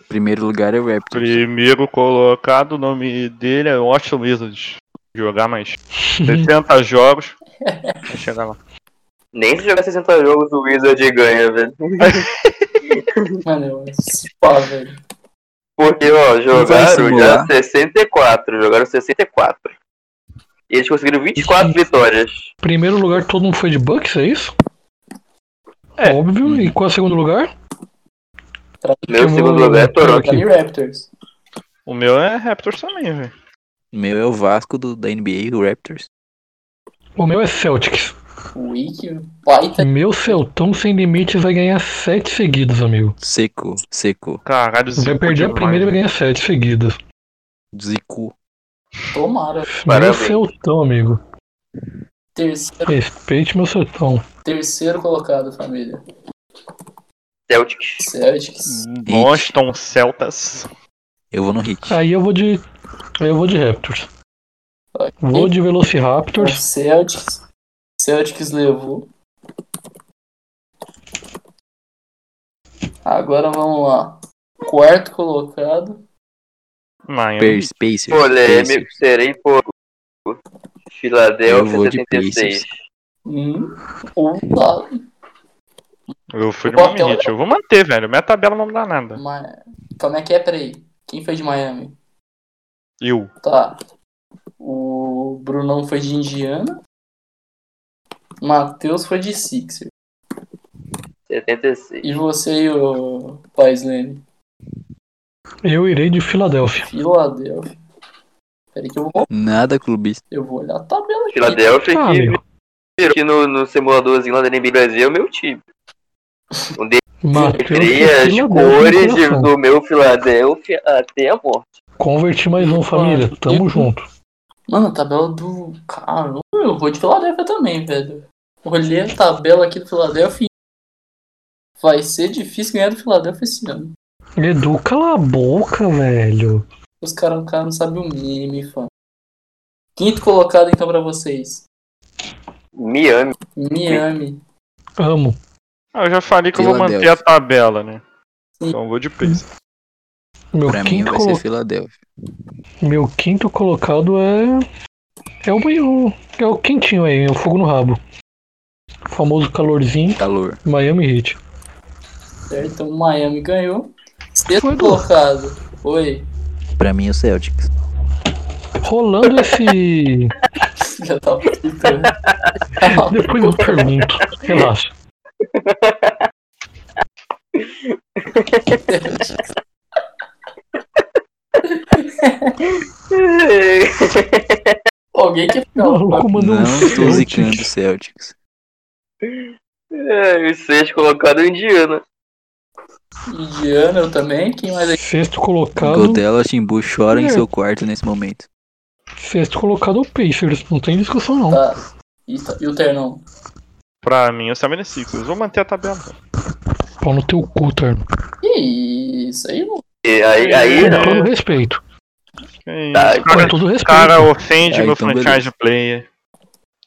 [SPEAKER 3] Primeiro lugar é o Raptors.
[SPEAKER 5] Primeiro colocado, o nome dele é Washington Wizards. Jogar mais 70 jogos. Vai chegar lá.
[SPEAKER 2] Nem se jogar 60 jogos o Wizard ganha, velho.
[SPEAKER 4] Mano, eu se pá, velho.
[SPEAKER 2] Porque, ó, jogaram já
[SPEAKER 3] simular.
[SPEAKER 2] 64. Jogaram 64. E eles conseguiram 24 vitórias.
[SPEAKER 1] Primeiro lugar, todo mundo foi de Bucks, é isso?
[SPEAKER 5] É.
[SPEAKER 1] Óbvio. E qual é o segundo lugar?
[SPEAKER 2] Meu
[SPEAKER 1] Chamou-
[SPEAKER 2] segundo lugar é Toronto.
[SPEAKER 4] Tá ali Raptors.
[SPEAKER 5] O meu é Raptors também, velho.
[SPEAKER 3] Meu é o Vasco do, da NBA, o Raptors.
[SPEAKER 1] O meu é Celtics.
[SPEAKER 4] Wiki, Python.
[SPEAKER 1] Meu Celtão sem limites vai ganhar sete seguidos, amigo.
[SPEAKER 3] Seco, seco,
[SPEAKER 5] Caralho,
[SPEAKER 1] Vai
[SPEAKER 5] zico
[SPEAKER 1] perder a
[SPEAKER 5] demais,
[SPEAKER 1] primeira e vai
[SPEAKER 2] né?
[SPEAKER 5] velho.
[SPEAKER 1] ganhar sete seguidas.
[SPEAKER 3] zico.
[SPEAKER 4] Tomara.
[SPEAKER 1] Meu
[SPEAKER 2] Parabéns.
[SPEAKER 1] Celtão, amigo.
[SPEAKER 4] Terceiro,
[SPEAKER 1] Respeite meu Celtão.
[SPEAKER 4] terceiro colocado, família.
[SPEAKER 2] Celtics.
[SPEAKER 4] Celtics.
[SPEAKER 5] Boston Celtas.
[SPEAKER 3] Eu vou no Hit.
[SPEAKER 1] Aí eu vou de. Aí eu vou de Raptors.
[SPEAKER 4] Ok.
[SPEAKER 1] Vou de Velociraptors.
[SPEAKER 4] Celtics. Celtics levou. Agora vamos lá. Quarto colocado.
[SPEAKER 5] Miami.
[SPEAKER 3] Pacers, Pacers.
[SPEAKER 2] Polêmico,
[SPEAKER 3] Pacers.
[SPEAKER 2] serei pouco.
[SPEAKER 3] Eu vou
[SPEAKER 2] Filadélfia
[SPEAKER 3] de
[SPEAKER 2] 76.
[SPEAKER 4] Hum, ou tá, lá,
[SPEAKER 5] Eu fui de
[SPEAKER 4] Bota
[SPEAKER 5] Miami
[SPEAKER 4] ela-
[SPEAKER 5] Heat. Eu vou manter, velho. Minha tabela não dá nada.
[SPEAKER 4] Ma- Como é que é? Peraí. Quem foi de Miami?
[SPEAKER 5] Eu.
[SPEAKER 4] Tá. O Brunão foi de Indiana. Matheus foi de Sixer.
[SPEAKER 2] 76.
[SPEAKER 4] E você e o Paislane?
[SPEAKER 1] Eu irei de Filadélfia.
[SPEAKER 4] Filadélfia. Peraí que eu vou,
[SPEAKER 3] Nada clubista.
[SPEAKER 4] eu vou olhar a tabela aqui.
[SPEAKER 2] Filadélfia
[SPEAKER 1] Ah,
[SPEAKER 2] que
[SPEAKER 1] amigo,
[SPEAKER 2] virou aqui no, no simuladorzinho lá da NBA Brasil é o meu time.
[SPEAKER 1] Matheus
[SPEAKER 2] Preferia
[SPEAKER 1] e
[SPEAKER 2] as
[SPEAKER 1] Filadélfia
[SPEAKER 2] cores
[SPEAKER 1] no coração.
[SPEAKER 2] do meu Filadélfia até a morte.
[SPEAKER 1] Converti mais um, família. Tamo junto.
[SPEAKER 4] Mano, a tabela do. Caramba, eu vou de Filadélfia também, velho. Olhei a tabela aqui do Filadélfia. e Vai ser difícil ganhar do Filadélfia esse ano.
[SPEAKER 1] Edu, cala a boca, velho.
[SPEAKER 4] Os caras cara não sabem o mínimo, hein, fã. Quinto colocado então pra vocês.
[SPEAKER 2] Miami.
[SPEAKER 4] Miami.
[SPEAKER 1] Amo.
[SPEAKER 5] Ah, eu já falei que eu vou manter
[SPEAKER 3] Filadélfia.
[SPEAKER 5] a tabela, né?
[SPEAKER 4] Sim.
[SPEAKER 5] Então eu vou de Pacers.
[SPEAKER 1] Meu
[SPEAKER 3] Pra mim
[SPEAKER 1] quinto,
[SPEAKER 3] vai
[SPEAKER 1] colo-
[SPEAKER 3] ser Filadélfia.
[SPEAKER 1] meu quinto colocado é. É o, meio- é o quentinho aí, é o fogo no rabo. O famoso calorzinho,
[SPEAKER 3] Calor.
[SPEAKER 1] Miami Heat.
[SPEAKER 4] Certo? Então Miami ganhou. Sexto
[SPEAKER 1] Foi, Edu.
[SPEAKER 4] colocado. Oi.
[SPEAKER 3] Pra mim, é o Celtics.
[SPEAKER 1] Rolando esse.
[SPEAKER 4] Já tá puto.
[SPEAKER 1] Depois eu pergunto. Relaxa.
[SPEAKER 4] Alguém que
[SPEAKER 1] O
[SPEAKER 4] não.
[SPEAKER 1] maluco mandou um
[SPEAKER 3] Não tô
[SPEAKER 1] Celtics.
[SPEAKER 3] zicando o Celtics.
[SPEAKER 2] É, o sexto colocado é o Indiana.
[SPEAKER 4] Indiana eu também. Quem mais é
[SPEAKER 1] Sexto colocado.
[SPEAKER 3] Godela Timbu chora em
[SPEAKER 1] É.
[SPEAKER 3] seu quarto nesse momento.
[SPEAKER 1] Sexto colocado é o Pacers. Não tem discussão, não.
[SPEAKER 4] tá? E, tá- e o Ternão?
[SPEAKER 5] Pra mim, o 76. Eu vou manter a tabela.
[SPEAKER 1] Pau no teu cu, Terno.
[SPEAKER 4] Que isso aí, não.
[SPEAKER 2] E aí, aí
[SPEAKER 1] Com
[SPEAKER 5] É.
[SPEAKER 1] todo respeito.
[SPEAKER 5] Que
[SPEAKER 2] Tá,
[SPEAKER 5] isso,
[SPEAKER 1] Com
[SPEAKER 5] cara,
[SPEAKER 1] todo respeito.
[SPEAKER 5] cara ofende
[SPEAKER 3] É,
[SPEAKER 5] meu
[SPEAKER 3] então
[SPEAKER 5] franchise player.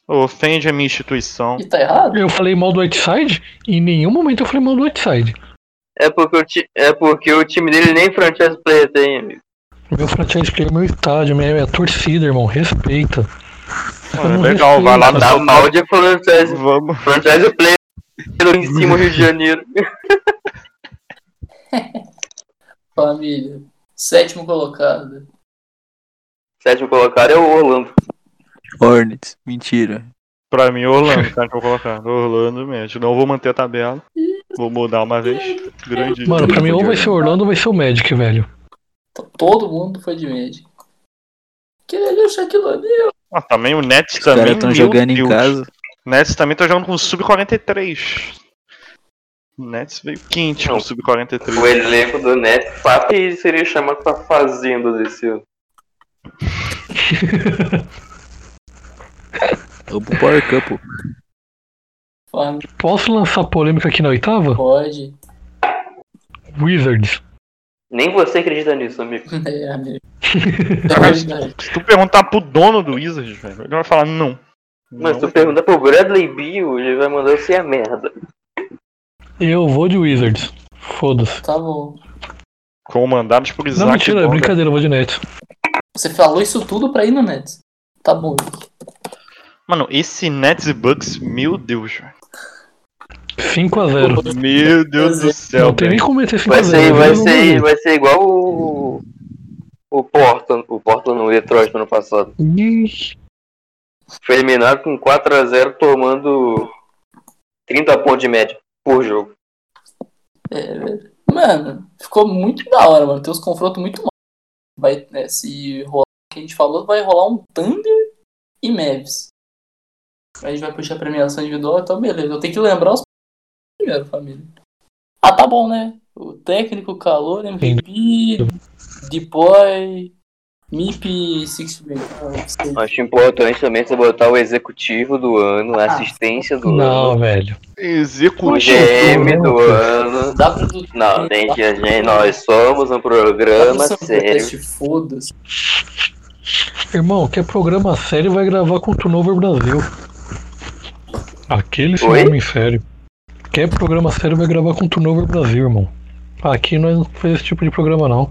[SPEAKER 5] Ofende a minha instituição.
[SPEAKER 4] E tá errado?
[SPEAKER 1] Eu falei mal do Whiteside? Em nenhum momento eu falei mal do Whiteside.
[SPEAKER 2] é porque, o ti- é porque o time dele nem franchise player tem, amigo.
[SPEAKER 1] Meu franchise player, meu estádio, minha, minha torcida, irmão. Respeita.
[SPEAKER 5] Mano,
[SPEAKER 1] não
[SPEAKER 5] legal, vai lá no
[SPEAKER 2] Tá
[SPEAKER 5] seu
[SPEAKER 2] mal de franchise,
[SPEAKER 5] Vamos.
[SPEAKER 2] franchise player em cima do Rio de Janeiro.
[SPEAKER 4] Família. Sétimo colocado.
[SPEAKER 2] Sétimo colocado é o Orlando.
[SPEAKER 3] Hornets. Mentira.
[SPEAKER 5] Pra mim, Orlando, tá? Que eu vou colocar. Orlando mesmo. Não vou manter a tabela. Vou mudar uma vez. Grande.
[SPEAKER 1] Mano, pra mim ou vai
[SPEAKER 3] Jordan.
[SPEAKER 1] ser o Orlando ou vai ser o Magic, velho.
[SPEAKER 4] T- Todo mundo foi de média. Queria ali o Shaquille O'Neal.
[SPEAKER 5] Ah, também o Nets
[SPEAKER 3] Os
[SPEAKER 5] também.
[SPEAKER 3] caras tão
[SPEAKER 5] meu
[SPEAKER 3] jogando em
[SPEAKER 5] Deus.
[SPEAKER 3] casa.
[SPEAKER 5] Nets também tá jogando com sub-43. O Nets veio quente com
[SPEAKER 2] Não. O
[SPEAKER 5] sub-43.
[SPEAKER 2] elenco do Nets fato e seria chamado pra Fazenda desse ano.
[SPEAKER 3] Ou pro Power Cup. pô.
[SPEAKER 4] Família.
[SPEAKER 1] Posso lançar polêmica aqui na oitava?
[SPEAKER 4] Pode.
[SPEAKER 1] Wizards.
[SPEAKER 2] Nem você acredita nisso, amigo.
[SPEAKER 4] É, amigo. É verdade.
[SPEAKER 5] Se tu perguntar pro dono do Wizards, velho, ele vai falar não.
[SPEAKER 2] Mas
[SPEAKER 5] Não.
[SPEAKER 2] se tu perguntar pro Bradley Bill, ele vai mandar você a merda.
[SPEAKER 1] Eu vou de Wizards. Foda-se.
[SPEAKER 4] Tá bom.
[SPEAKER 5] Comandados por
[SPEAKER 1] Não,
[SPEAKER 5] Isaac.
[SPEAKER 1] mentira, é
[SPEAKER 5] Bonga.
[SPEAKER 1] brincadeira, eu vou de Nets.
[SPEAKER 4] Você falou isso tudo pra ir no Nets. Tá bom.
[SPEAKER 5] Mano, esse Nets e Bucks, meu Deus, velho.
[SPEAKER 1] 5x0.
[SPEAKER 5] Meu Deus do céu,
[SPEAKER 1] Não tem nem
[SPEAKER 5] velho.
[SPEAKER 1] como meter 5x0.
[SPEAKER 2] Vai ser, vai ser, vai ser igual o. O Portland, o Portland no Detroit no ano passado. Foi eliminado com 4x0, tomando 30 pontos de média por jogo.
[SPEAKER 4] É, velho. Mano, ficou muito da hora, mano. Tem uns confrontos muito mal. Vai, né, se rolar o que a gente falou, vai rolar um Thunder e Mavis. Aí a gente vai puxar a premiação individual, então beleza. Eu tenho que lembrar os primeiro, família. Ah, tá bom, né? O técnico, o calor, MVP, Depoy, MIP, Six
[SPEAKER 2] Acho importante também você botar o executivo do ano, a assistência do
[SPEAKER 1] Não,
[SPEAKER 2] ano,
[SPEAKER 1] velho.
[SPEAKER 2] o
[SPEAKER 5] Executivo.
[SPEAKER 2] GM do
[SPEAKER 1] Não.
[SPEAKER 2] ano.
[SPEAKER 4] W do
[SPEAKER 2] Não, gente, a gente, nós somos um programa sério.
[SPEAKER 4] Foda-se.
[SPEAKER 1] Irmão, quer programa sério vai gravar com o Turnover Brasil. Aquele sim
[SPEAKER 2] Oi?
[SPEAKER 1] homem sério. Quer programa sério vai gravar com o Turnover Brasil, irmão. Aqui nós não faz esse tipo de programa, não.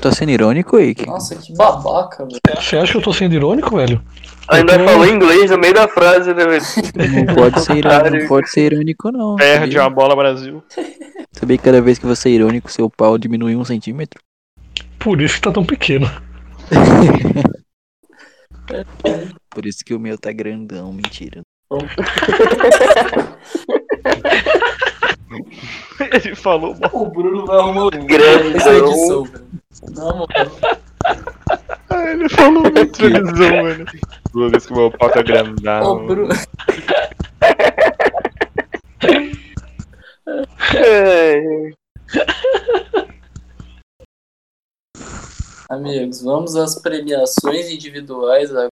[SPEAKER 3] Tá sendo irônico, Ike?
[SPEAKER 4] Nossa, que babaca, velho.
[SPEAKER 1] Você acha que eu tô sendo irônico, velho?
[SPEAKER 2] Ainda
[SPEAKER 1] Então-
[SPEAKER 2] falou inglês no meio da frase, né?
[SPEAKER 3] Não pode ser irônico, não. Pode ser irônico, não
[SPEAKER 5] Perde
[SPEAKER 3] sabia?
[SPEAKER 5] a bola, Brasil.
[SPEAKER 3] Sabia que cada vez que você é irônico, seu pau diminui um centímetro?
[SPEAKER 1] Por isso que tá tão pequeno.
[SPEAKER 3] Por isso que o meu tá grandão, mentira.
[SPEAKER 5] Ele falou mal.
[SPEAKER 4] O Bruno vai arrumar o
[SPEAKER 2] Grande
[SPEAKER 4] edição, velho. Não, mano.
[SPEAKER 5] Ele falou muito felizão, É mano. Lucas com meu pau tá grandado.
[SPEAKER 4] Ô, Bruno.
[SPEAKER 2] É,
[SPEAKER 4] Amigos, vamos às premiações individuais agora.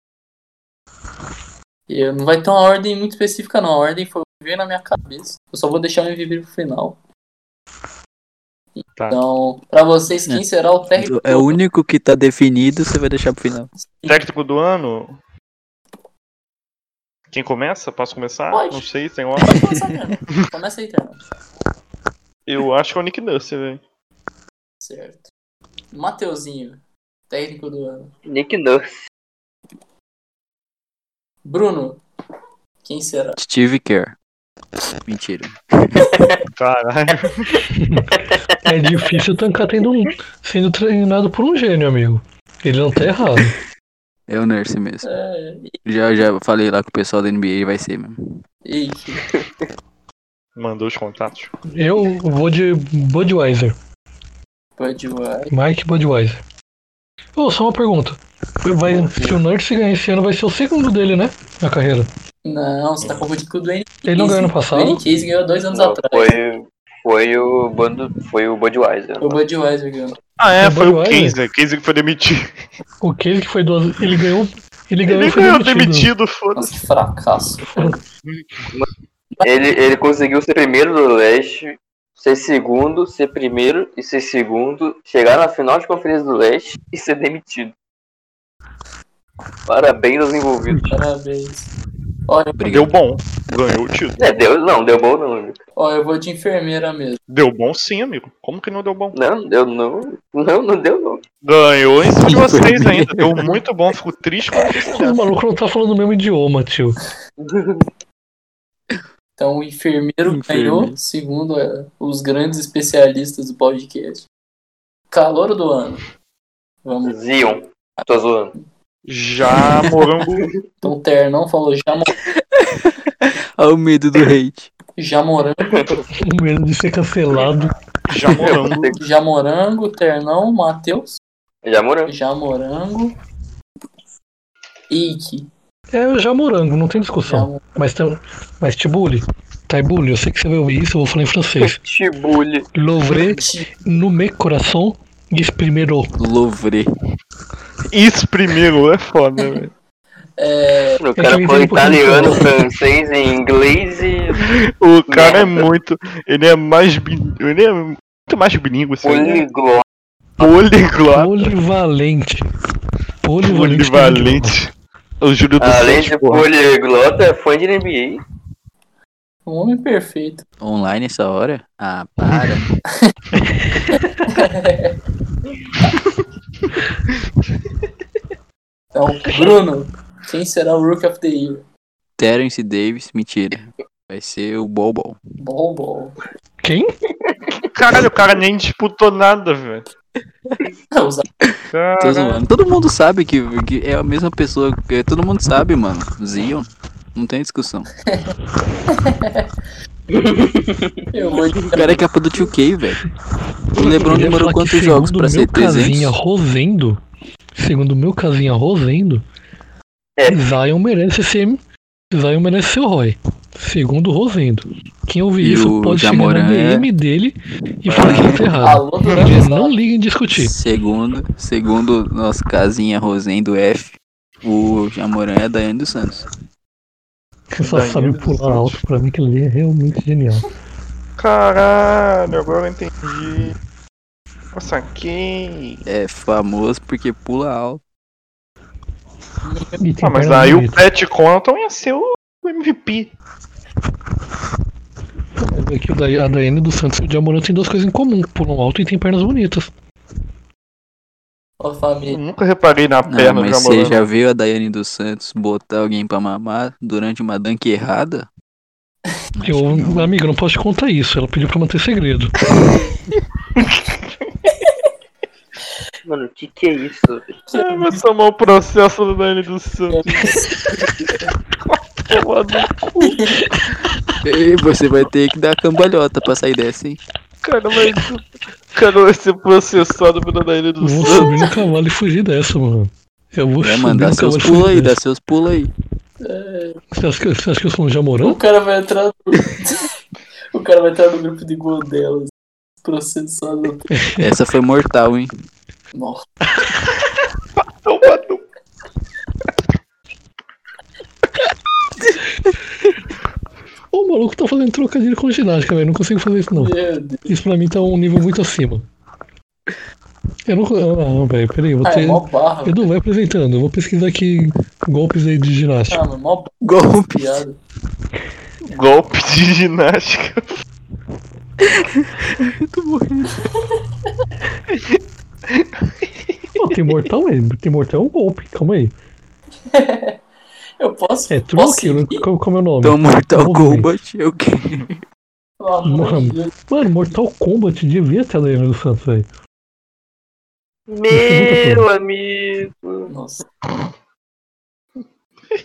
[SPEAKER 4] E eu- não vai ter uma ordem muito específica, não. A ordem foi o que veio na minha cabeça. Eu só vou deixar o MVP pro final.
[SPEAKER 5] Tá.
[SPEAKER 4] Então, pra vocês, quem será o técnico?
[SPEAKER 3] É o único que tá definido, você vai deixar pro final.
[SPEAKER 5] Técnico do ano? Quem começa? Posso começar?
[SPEAKER 4] Pode.
[SPEAKER 5] Não sei, tem hora.
[SPEAKER 4] Pode começar, Fernando. Começa aí, Fernando.
[SPEAKER 5] Eu acho que é o Nick Nurse, velho.
[SPEAKER 4] Certo. Mateuzinho, técnico do ano.
[SPEAKER 2] Nick Nurse.
[SPEAKER 4] Bruno, quem será?
[SPEAKER 3] Steve Kerr. Mentira.
[SPEAKER 5] Caralho.
[SPEAKER 1] É difícil tancar tendo um, sendo treinado por um gênio, amigo. Ele não tá errado.
[SPEAKER 3] É o Nurse mesmo.
[SPEAKER 4] É,
[SPEAKER 3] Já, já falei lá com o pessoal da NBA, vai ser mesmo.
[SPEAKER 4] e,
[SPEAKER 5] Mandou os contatos.
[SPEAKER 1] Eu vou de Budweiser.
[SPEAKER 4] Bud White.
[SPEAKER 1] Mike Budweiser. Ô, só uma pergunta. Vai- se o Nerd se ganhar esse ano, vai ser o segundo dele, né? Na carreira.
[SPEAKER 4] Não, você tá confundindo com o Dwayne Casey.
[SPEAKER 1] Ele não ganhou ano
[SPEAKER 4] O Dwayne
[SPEAKER 1] passado?
[SPEAKER 4] Casey ganhou dois anos
[SPEAKER 2] Não,
[SPEAKER 4] atrás.
[SPEAKER 2] foi, foi o Bando, foi o Budweiser.
[SPEAKER 4] O Bud Weiser ganhou.
[SPEAKER 5] Ah, é,
[SPEAKER 1] O
[SPEAKER 5] foi o
[SPEAKER 1] Budweiser?
[SPEAKER 5] Casey. Casey que foi demitido.
[SPEAKER 1] O Case que foi duas. Ele ganhou. Ele ganhou
[SPEAKER 5] Ele
[SPEAKER 1] e foi
[SPEAKER 5] ganhou
[SPEAKER 1] demitido.
[SPEAKER 5] demitido, foda-se.
[SPEAKER 4] Nossa, que fracasso.
[SPEAKER 2] Ele, ele conseguiu ser primeiro do leste, ser segundo, ser primeiro e ser segundo, chegar na final de conferência do leste e ser demitido. Parabéns aos envolvidos.
[SPEAKER 4] Parabéns. Olha,
[SPEAKER 3] Obrigado.
[SPEAKER 5] Deu bom. Ganhou o título.
[SPEAKER 2] É, deu, não, deu bom não, amigo.
[SPEAKER 4] ó, eu vou de enfermeira mesmo.
[SPEAKER 5] Deu bom sim, amigo. Como que não deu bom?
[SPEAKER 2] Não, deu não. Não, não deu não.
[SPEAKER 5] Ganhou em cima de vocês
[SPEAKER 3] Foi
[SPEAKER 5] ainda. Deu muito bom. Fico triste com isso.
[SPEAKER 1] O maluco não tá falando o mesmo idioma, tio.
[SPEAKER 4] Então, o enfermeiro
[SPEAKER 3] Enfermeiro.
[SPEAKER 4] ganhou, segundo é, os grandes especialistas do podcast. Calor do ano. Vamos.
[SPEAKER 2] Zion. Tô zoando.
[SPEAKER 5] Já morango.
[SPEAKER 4] Então, o Ternão falou já
[SPEAKER 3] Olha o medo do hate.
[SPEAKER 4] Jamorango,
[SPEAKER 1] O medo de ser cancelado.
[SPEAKER 5] Já morango.
[SPEAKER 4] Jamorango, Ternão, Matheus,
[SPEAKER 2] Já morou.
[SPEAKER 4] Jamorango, Ike,
[SPEAKER 1] É o Jamorango, não tem discussão.
[SPEAKER 4] Jamorango,
[SPEAKER 1] Mas, tam- mas Tibuli, Taibuli, eu sei que você vai ouvir isso, eu vou falar em francês.
[SPEAKER 2] Chibulho.
[SPEAKER 1] Louvre no meu coração, primeiro.
[SPEAKER 3] Louvre.
[SPEAKER 5] Isso primeiro é foda, velho.
[SPEAKER 4] é,
[SPEAKER 2] O
[SPEAKER 1] Eu
[SPEAKER 2] cara
[SPEAKER 1] entendi
[SPEAKER 2] foi
[SPEAKER 1] um pouquinho
[SPEAKER 2] italiano,
[SPEAKER 1] só.
[SPEAKER 2] francês e inglês e
[SPEAKER 5] O cara é
[SPEAKER 2] Merda.
[SPEAKER 5] muito. Ele é mais. bi- Ele é muito mais bilíngue, assim. Ele é
[SPEAKER 2] poliglota.
[SPEAKER 5] poliglota.
[SPEAKER 1] Polivalente. Polivalente. é um
[SPEAKER 5] Polivalente. O Júlio do
[SPEAKER 2] Além
[SPEAKER 5] Santos,
[SPEAKER 2] de
[SPEAKER 1] tipo,
[SPEAKER 5] porra.
[SPEAKER 2] poliglota, é fã de NBA.
[SPEAKER 4] um homem perfeito.
[SPEAKER 3] Online essa hora? Ah, para.
[SPEAKER 4] Então, Bruno, quem será o Rook of the Year?
[SPEAKER 3] Terence Davis, mentira. Vai ser o Bobo.
[SPEAKER 4] Bol, bol.
[SPEAKER 1] Quem?
[SPEAKER 5] Caralho, o cara nem disputou nada, velho.
[SPEAKER 4] Não, os
[SPEAKER 3] Tô
[SPEAKER 5] Caralho.
[SPEAKER 3] zoando. Todo mundo sabe que, que é a mesma pessoa. que- todo mundo sabe, mano. Zion. Não tem discussão.
[SPEAKER 4] Eu vou de
[SPEAKER 3] O cara é capa do 2K, velho. O
[SPEAKER 1] Eu
[SPEAKER 3] Lebron
[SPEAKER 1] ia
[SPEAKER 3] demorou
[SPEAKER 1] falar que
[SPEAKER 3] quantos jogos
[SPEAKER 1] é segundo
[SPEAKER 3] pra ser
[SPEAKER 1] meu casinha
[SPEAKER 3] 300?
[SPEAKER 1] Rosendo. Segundo meu casinha Rosendo,
[SPEAKER 2] É.
[SPEAKER 1] Zion merece ser. Zion merece ser o Roy. Segundo o Rosendo. Quem ouvir
[SPEAKER 3] E
[SPEAKER 1] isso
[SPEAKER 3] o
[SPEAKER 1] pode chegar
[SPEAKER 3] Jamoran
[SPEAKER 1] na
[SPEAKER 3] é-
[SPEAKER 1] DM dele e falar que ele tá errado.
[SPEAKER 4] Alô, Duran,
[SPEAKER 1] Não liga em discutir.
[SPEAKER 3] Segundo, segundo nosso casinha Rosendo F, o Jamoran é a Daiane dos Santos.
[SPEAKER 1] Você só
[SPEAKER 5] Daniel
[SPEAKER 1] sabe
[SPEAKER 5] dos
[SPEAKER 1] pular
[SPEAKER 5] Santos.
[SPEAKER 1] alto pra mim que ele é realmente genial.
[SPEAKER 5] Caralho, agora eu entendi. Eu saquei.
[SPEAKER 3] É famoso porque pula alto.
[SPEAKER 1] E tem
[SPEAKER 5] Ah, mas
[SPEAKER 1] perna
[SPEAKER 5] aí o
[SPEAKER 1] bonita.
[SPEAKER 5] Pat Connaughton ia ser o MVP.
[SPEAKER 1] É que o Day- a Daiane dos Santos e o Jamoran tem duas coisas em comum: pulam alto e tem pernas bonitas.
[SPEAKER 4] ó,
[SPEAKER 5] Eu
[SPEAKER 4] família.
[SPEAKER 5] nunca reparei na
[SPEAKER 3] Não,
[SPEAKER 5] perna do
[SPEAKER 3] mas você
[SPEAKER 5] Jamoran.
[SPEAKER 3] já viu a Daiane dos Santos botar alguém pra mamar durante uma dunk errada? Acho
[SPEAKER 1] Eu,
[SPEAKER 3] que não.
[SPEAKER 1] amiga, não posso te contar isso. Ela pediu pra manter segredo.
[SPEAKER 2] Mano, o que que é isso?
[SPEAKER 5] Ah, Vai tomar o processo do Dani dos Santos. Porra do
[SPEAKER 3] Ei, você vai ter que dar cambalhota pra sair dessa, hein?
[SPEAKER 5] Cara, mas. Cara, vai ser processado pela Daíra
[SPEAKER 1] Eu
[SPEAKER 5] do
[SPEAKER 1] vou
[SPEAKER 5] Santos.
[SPEAKER 1] subir no cavalo e fugir dessa, mano. Eu vou
[SPEAKER 3] Vai
[SPEAKER 1] subir
[SPEAKER 3] mandar
[SPEAKER 1] no
[SPEAKER 3] seus
[SPEAKER 1] cavalo e
[SPEAKER 3] pulos aí,
[SPEAKER 1] fugir
[SPEAKER 3] dá
[SPEAKER 1] dessa.
[SPEAKER 3] seus pulos aí.
[SPEAKER 1] Você acha que, você acha que eu sou um
[SPEAKER 4] É, O
[SPEAKER 1] jamorão?
[SPEAKER 4] cara vai entrar no... O cara vai entrar no grupo de Godelas. Processado.
[SPEAKER 3] Essa foi mortal, hein?
[SPEAKER 4] Nossa.
[SPEAKER 1] Ô, maluco tá fazendo trocadilho com ginástica, velho. Não consigo fazer isso, não.
[SPEAKER 4] Meu Deus.
[SPEAKER 1] Isso pra mim tá um nível muito acima. Eu não. Ah, não, velho, peraí, eu vou
[SPEAKER 4] Ah, é
[SPEAKER 1] ter.
[SPEAKER 4] mó barra. velho.
[SPEAKER 1] Edu, vai apresentando. Eu vou pesquisar aqui golpes aí de ginástica.
[SPEAKER 4] Ah, mas mó barra,
[SPEAKER 3] Golpe.
[SPEAKER 4] piada.
[SPEAKER 5] Golpe de ginástica.
[SPEAKER 1] Pô, tem mortal aí. Tem mortal é um golpe. Calma aí.
[SPEAKER 4] Eu posso?
[SPEAKER 1] É
[SPEAKER 4] posso
[SPEAKER 1] truque? eu não-
[SPEAKER 4] seguir?
[SPEAKER 1] Como, como é o nome?
[SPEAKER 3] Então, Mortal
[SPEAKER 1] Golpe.
[SPEAKER 3] Kombat, eu quero.
[SPEAKER 4] Pelo amor de Deus.
[SPEAKER 1] Mano, Mortal Kombat devia ter a Leandro dos Santos aí.
[SPEAKER 2] Meu amigo.
[SPEAKER 4] Nossa,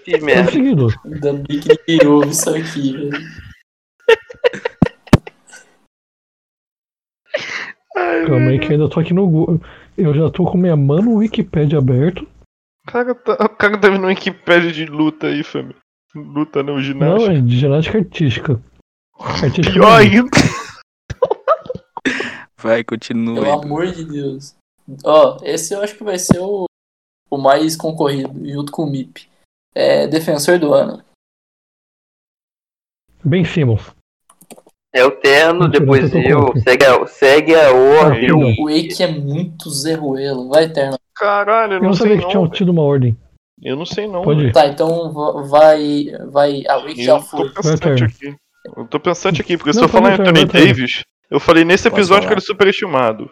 [SPEAKER 2] Que
[SPEAKER 3] É.
[SPEAKER 2] merda.
[SPEAKER 1] Conseguido.
[SPEAKER 4] ainda bem que ninguém ouve isso aqui, velho. É
[SPEAKER 1] Calma aí que eu ainda tô aqui no Google. Eu já tô com minha mano Wikipedia aberto.
[SPEAKER 5] Cara, tá, o cara tá vendo uma Wikipedia de luta aí, família. Luta não,
[SPEAKER 1] Não,
[SPEAKER 5] ginástica.
[SPEAKER 1] é de ginástica artística. Artística.
[SPEAKER 5] Pior
[SPEAKER 1] mesmo.
[SPEAKER 5] ainda.
[SPEAKER 3] Vai, continua.
[SPEAKER 4] Pelo
[SPEAKER 3] Edu.
[SPEAKER 4] amor de Deus. Ó, esse eu acho que vai ser o, o mais concorrido, junto com o MIP. É defensor do ano.
[SPEAKER 1] Bem Simmons.
[SPEAKER 2] É o terno,
[SPEAKER 1] Mentira,
[SPEAKER 2] depois
[SPEAKER 1] eu tô com
[SPEAKER 2] eu.
[SPEAKER 1] golpe.
[SPEAKER 2] Segue a, segue a ordem.
[SPEAKER 5] Eu?
[SPEAKER 1] Não.
[SPEAKER 4] O Eike é muito Zé Ruelo. Vai, Terno.
[SPEAKER 5] Caralho, eu
[SPEAKER 1] Eu
[SPEAKER 5] não,
[SPEAKER 1] não
[SPEAKER 5] sei
[SPEAKER 1] sabia que tinham
[SPEAKER 5] não.
[SPEAKER 1] tido uma ordem.
[SPEAKER 5] Eu não sei não.
[SPEAKER 1] Pode ir.
[SPEAKER 4] Tá, então va- vai. vai ah, o Eike já
[SPEAKER 5] Eu tô
[SPEAKER 4] foi.
[SPEAKER 5] pensante
[SPEAKER 1] Turner.
[SPEAKER 5] aqui. Eu tô pensante aqui, porque se
[SPEAKER 1] Não,
[SPEAKER 5] eu falar em
[SPEAKER 1] pode ir,
[SPEAKER 5] Anthony
[SPEAKER 1] Turner, vai, Turner.
[SPEAKER 5] Davis, eu falei nesse
[SPEAKER 3] Posso
[SPEAKER 5] episódio que
[SPEAKER 3] falar?
[SPEAKER 5] ele é superestimado.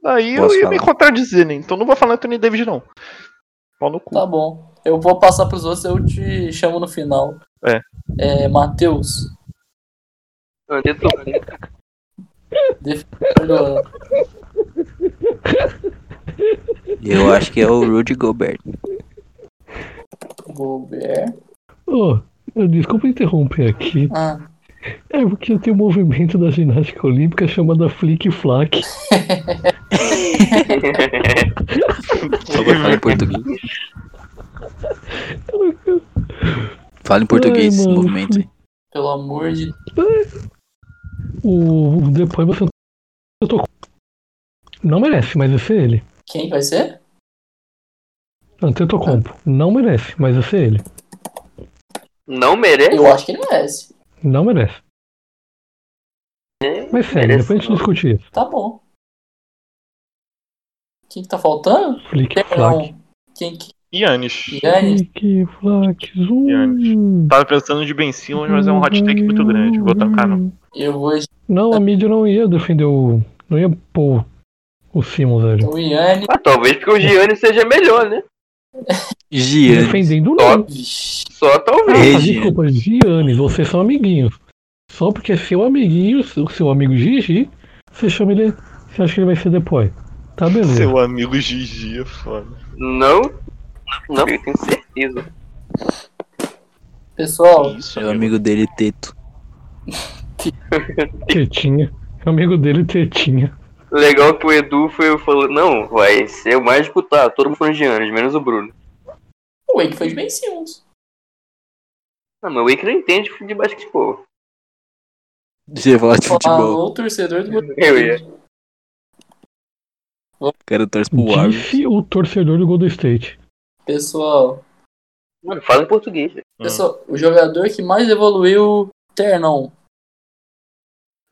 [SPEAKER 5] Daí eu
[SPEAKER 3] Posso
[SPEAKER 5] ia me
[SPEAKER 3] falar?
[SPEAKER 5] contradizer, né? Então não vou falar Anthony Davis, não. Pau no cu.
[SPEAKER 4] Tá bom. Eu vou passar pros outros, eu te chamo no final.
[SPEAKER 5] É.
[SPEAKER 4] É, Matheus, defensor do ano.
[SPEAKER 3] Eu acho que é o Rudy Gobert.
[SPEAKER 4] Gobert.
[SPEAKER 1] Ô, eu- desculpa interromper aqui.
[SPEAKER 4] Ah,
[SPEAKER 1] É porque tem um movimento da ginástica olímpica chamada Flick Flack.
[SPEAKER 3] Só vai falar em português. Fala em português
[SPEAKER 1] Ai,
[SPEAKER 3] esse
[SPEAKER 1] mano.
[SPEAKER 3] movimento aí.
[SPEAKER 4] pelo amor de Deus.
[SPEAKER 1] O, o- depois você. Eu tô. Não merece, mas esse é ele.
[SPEAKER 4] Quem vai ser?
[SPEAKER 1] Antetokounmpo. Não merece, mas esse é ele.
[SPEAKER 2] Não merece?
[SPEAKER 4] Eu acho que ele merece.
[SPEAKER 1] Não merece.
[SPEAKER 5] Hum,
[SPEAKER 2] né?
[SPEAKER 1] Mas sério,
[SPEAKER 2] Merece,
[SPEAKER 1] depois a gente
[SPEAKER 2] não.
[SPEAKER 1] discute isso.
[SPEAKER 4] Tá bom. Quem que tá faltando?
[SPEAKER 1] Flick Flack.
[SPEAKER 4] Perdão. Quem que.
[SPEAKER 5] um, Yannis.
[SPEAKER 4] Giannis?
[SPEAKER 1] Flick Flack. Hum. Zoom.
[SPEAKER 5] Tava pensando de Ben Simmons, mas é um hot take muito grande. Vou tancar, não.
[SPEAKER 4] Eu vou.
[SPEAKER 1] Não, a mídia não ia defender o. Não ia pôr o Simmons, velho.
[SPEAKER 4] então, O Yanni.
[SPEAKER 2] Ah, talvez porque o Gianni seja melhor, né?
[SPEAKER 3] Giannis.
[SPEAKER 1] Defendendo não.
[SPEAKER 4] Vixe.
[SPEAKER 2] Só
[SPEAKER 1] Ah,
[SPEAKER 2] talvez.
[SPEAKER 3] Ei,
[SPEAKER 1] desculpa, Giannis, vocês são amiguinhos. Só porque é seu amiguinho, seu, seu amigo Gigi, você chama ele. Você acha que ele vai ser depois? Tá beleza.
[SPEAKER 5] Seu amigo Gigi é foda.
[SPEAKER 2] Não. Não, eu tenho certeza.
[SPEAKER 4] Pessoal,
[SPEAKER 5] Isso,
[SPEAKER 3] É o amigo dele, Teto.
[SPEAKER 1] Tetinha. Amigo dele, Tetinha.
[SPEAKER 2] Legal que o Edu foi falando. Não, vai ser o mais disputado. Todo mundo falando Giannis, menos o Bruno.
[SPEAKER 4] o Wake foi de Ben Simmons.
[SPEAKER 2] Ah, mas o Wake não entende de basquetebol.
[SPEAKER 3] Você ia falar de futebol.
[SPEAKER 4] Falou o torcedor do
[SPEAKER 2] Eu ia.
[SPEAKER 3] O cara torce pro Warriors.
[SPEAKER 1] Disse o torcedor do Golden State.
[SPEAKER 4] Pessoal,
[SPEAKER 2] Mano, fala em português. velho.
[SPEAKER 4] pessoal, o jogador que mais evoluiu Ternon.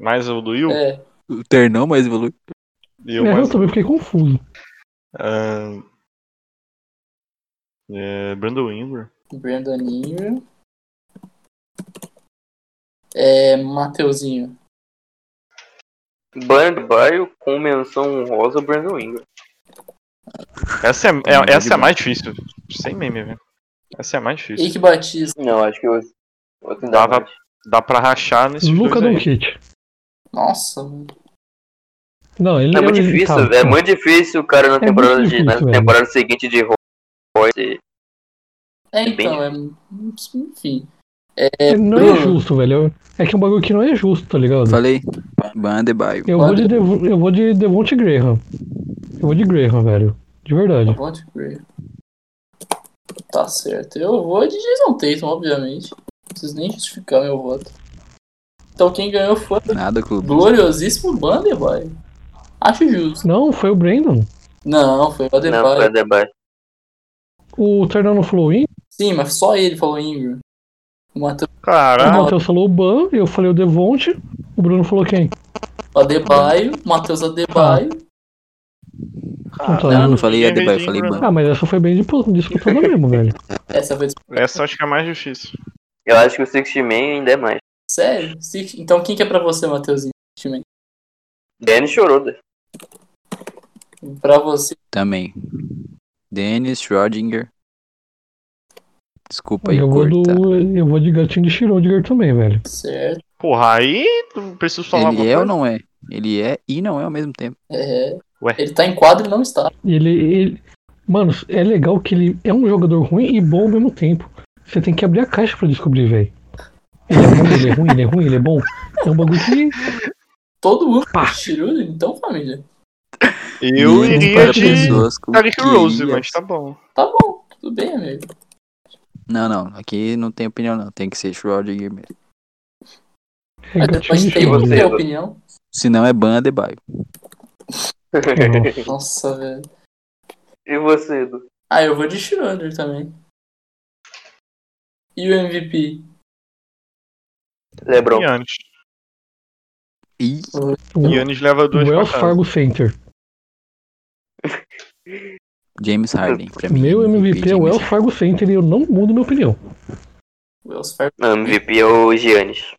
[SPEAKER 5] Mais
[SPEAKER 2] Hum.
[SPEAKER 5] evoluiu?
[SPEAKER 4] É,
[SPEAKER 3] O Ternão mais evolui.
[SPEAKER 5] Eu
[SPEAKER 1] é,
[SPEAKER 5] mais.
[SPEAKER 1] eu também fiquei confuso.
[SPEAKER 5] Ah, É, Brandon Ingram.
[SPEAKER 4] Brandon Ingram. É, Mateuzinho.
[SPEAKER 2] Brandon Baio com menção honrosa Brandon Ingram.
[SPEAKER 5] Essa é, é-
[SPEAKER 3] Ingram
[SPEAKER 5] essa é
[SPEAKER 3] de
[SPEAKER 5] a mais difícil. Sem meme, velho. Essa é a mais difícil.
[SPEAKER 4] Ike Batista.
[SPEAKER 2] Não, acho que eu. Outro
[SPEAKER 5] Tava-
[SPEAKER 2] dava.
[SPEAKER 5] Dá pra rachar nesses
[SPEAKER 1] Luca
[SPEAKER 5] dois aí.
[SPEAKER 1] Doncic.
[SPEAKER 4] Nossa, mano.
[SPEAKER 1] Não, ele
[SPEAKER 2] É muito
[SPEAKER 1] ele-
[SPEAKER 2] difícil,
[SPEAKER 1] tá,
[SPEAKER 2] velho. é
[SPEAKER 1] tá.
[SPEAKER 2] muito difícil o cara na
[SPEAKER 1] muito
[SPEAKER 2] temporada, de-
[SPEAKER 1] difícil,
[SPEAKER 2] na
[SPEAKER 1] velho.
[SPEAKER 2] temporada seguinte de Roy.
[SPEAKER 4] É,
[SPEAKER 2] Bem
[SPEAKER 4] então, é. Enfim.
[SPEAKER 1] É, não é justo, velho. É que é um bagulho que não é justo, tá ligado?
[SPEAKER 3] Falei? Bandebaio.
[SPEAKER 1] Eu vou, de Devo- eu vou de Devonte Graham. Eu vou de Graham, velho. De verdade.
[SPEAKER 4] Devonte Graham. Tá certo. Eu vou de Jason Tatum, obviamente. Não preciso nem justificar meu voto. Então quem ganhou foi o
[SPEAKER 3] Nada, clube.
[SPEAKER 4] gloriosíssimo Banderby. Acho justo.
[SPEAKER 1] Não, foi o Brandon.
[SPEAKER 4] Não, foi
[SPEAKER 2] Não, foi
[SPEAKER 4] o Banderby.
[SPEAKER 2] debate.
[SPEAKER 1] O Ternano falou in,
[SPEAKER 4] Sim, mas só ele falou Ingram. O Matheus
[SPEAKER 1] o
[SPEAKER 5] Caralho.
[SPEAKER 1] Matheus falou o Ban, eu falei o Devonte, o Bruno falou quem?
[SPEAKER 4] Adebayo, Matheus Adebayo.
[SPEAKER 1] Então,
[SPEAKER 3] Ah, Não,
[SPEAKER 1] eu-
[SPEAKER 3] não falei
[SPEAKER 5] Ingram,
[SPEAKER 3] Adebayo, falei
[SPEAKER 5] Ingram.
[SPEAKER 3] Ban.
[SPEAKER 1] Ah, mas essa foi bem dispu- disputada mesmo, velho.
[SPEAKER 4] Essa foi
[SPEAKER 5] Essa eu acho que é mais justiça.
[SPEAKER 2] Eu acho que o Six Man ainda é mais.
[SPEAKER 4] Sério? Se- Então quem que é pra você, Matheusinho?
[SPEAKER 2] Danny chorou. né?
[SPEAKER 4] Pra você,
[SPEAKER 3] Também. Dennis Schrödinger. Desculpa aí,
[SPEAKER 1] Eu vou,
[SPEAKER 3] corta.
[SPEAKER 1] do, eu vou de gatinho de Schrödinger também, velho.
[SPEAKER 4] certo.
[SPEAKER 5] Porra, aí tu preciso
[SPEAKER 3] Ele
[SPEAKER 5] falar alguma
[SPEAKER 3] é ou
[SPEAKER 5] coisa?
[SPEAKER 3] não é? Ele é e não é ao mesmo tempo.
[SPEAKER 4] É.
[SPEAKER 5] Ué.
[SPEAKER 4] Ele tá em quadro e não está.
[SPEAKER 1] E Ele, ele. Mano, é legal que ele é um jogador ruim e bom ao mesmo tempo. Você tem que abrir a caixa pra descobrir, velho. Ele é bom, ele é ruim, ele é ruim, ele é bom. É um bagulho que.
[SPEAKER 4] Todo mundo
[SPEAKER 1] Pá.
[SPEAKER 4] tirou, então, família.
[SPEAKER 1] é um
[SPEAKER 5] Eu
[SPEAKER 3] Menos
[SPEAKER 5] iria
[SPEAKER 3] para
[SPEAKER 5] de
[SPEAKER 3] pessoas com
[SPEAKER 5] Tarek Rose,
[SPEAKER 3] QI
[SPEAKER 5] mas tá bom.
[SPEAKER 4] Tá bom, tudo bem, amigo.
[SPEAKER 3] Não, não, aqui não tem opinião, não. Tem que ser Schrödinger mesmo.
[SPEAKER 1] É
[SPEAKER 4] Mas
[SPEAKER 1] gatinho de né?
[SPEAKER 4] depois tem
[SPEAKER 2] você.
[SPEAKER 1] Schrödinger.
[SPEAKER 4] que ter opinião.
[SPEAKER 3] Se não é Ban Adebayo.
[SPEAKER 1] Nossa.
[SPEAKER 4] Nossa, velho.
[SPEAKER 2] e você, Edu?
[SPEAKER 4] Ah, eu vou de Schroeder também. E o MVP?
[SPEAKER 2] Lebron.
[SPEAKER 5] Yannis.
[SPEAKER 3] Ih,
[SPEAKER 1] O
[SPEAKER 5] Yannis leva duas
[SPEAKER 1] Wells
[SPEAKER 5] pra casa.
[SPEAKER 1] Fargo Center.
[SPEAKER 3] James Harden. Pra mim,
[SPEAKER 1] Meu MVP é o
[SPEAKER 3] James
[SPEAKER 1] Wells Fargo Center e eu não mudo minha opinião.
[SPEAKER 4] O Wells Fargo.
[SPEAKER 2] Não, MVP é o Giannis.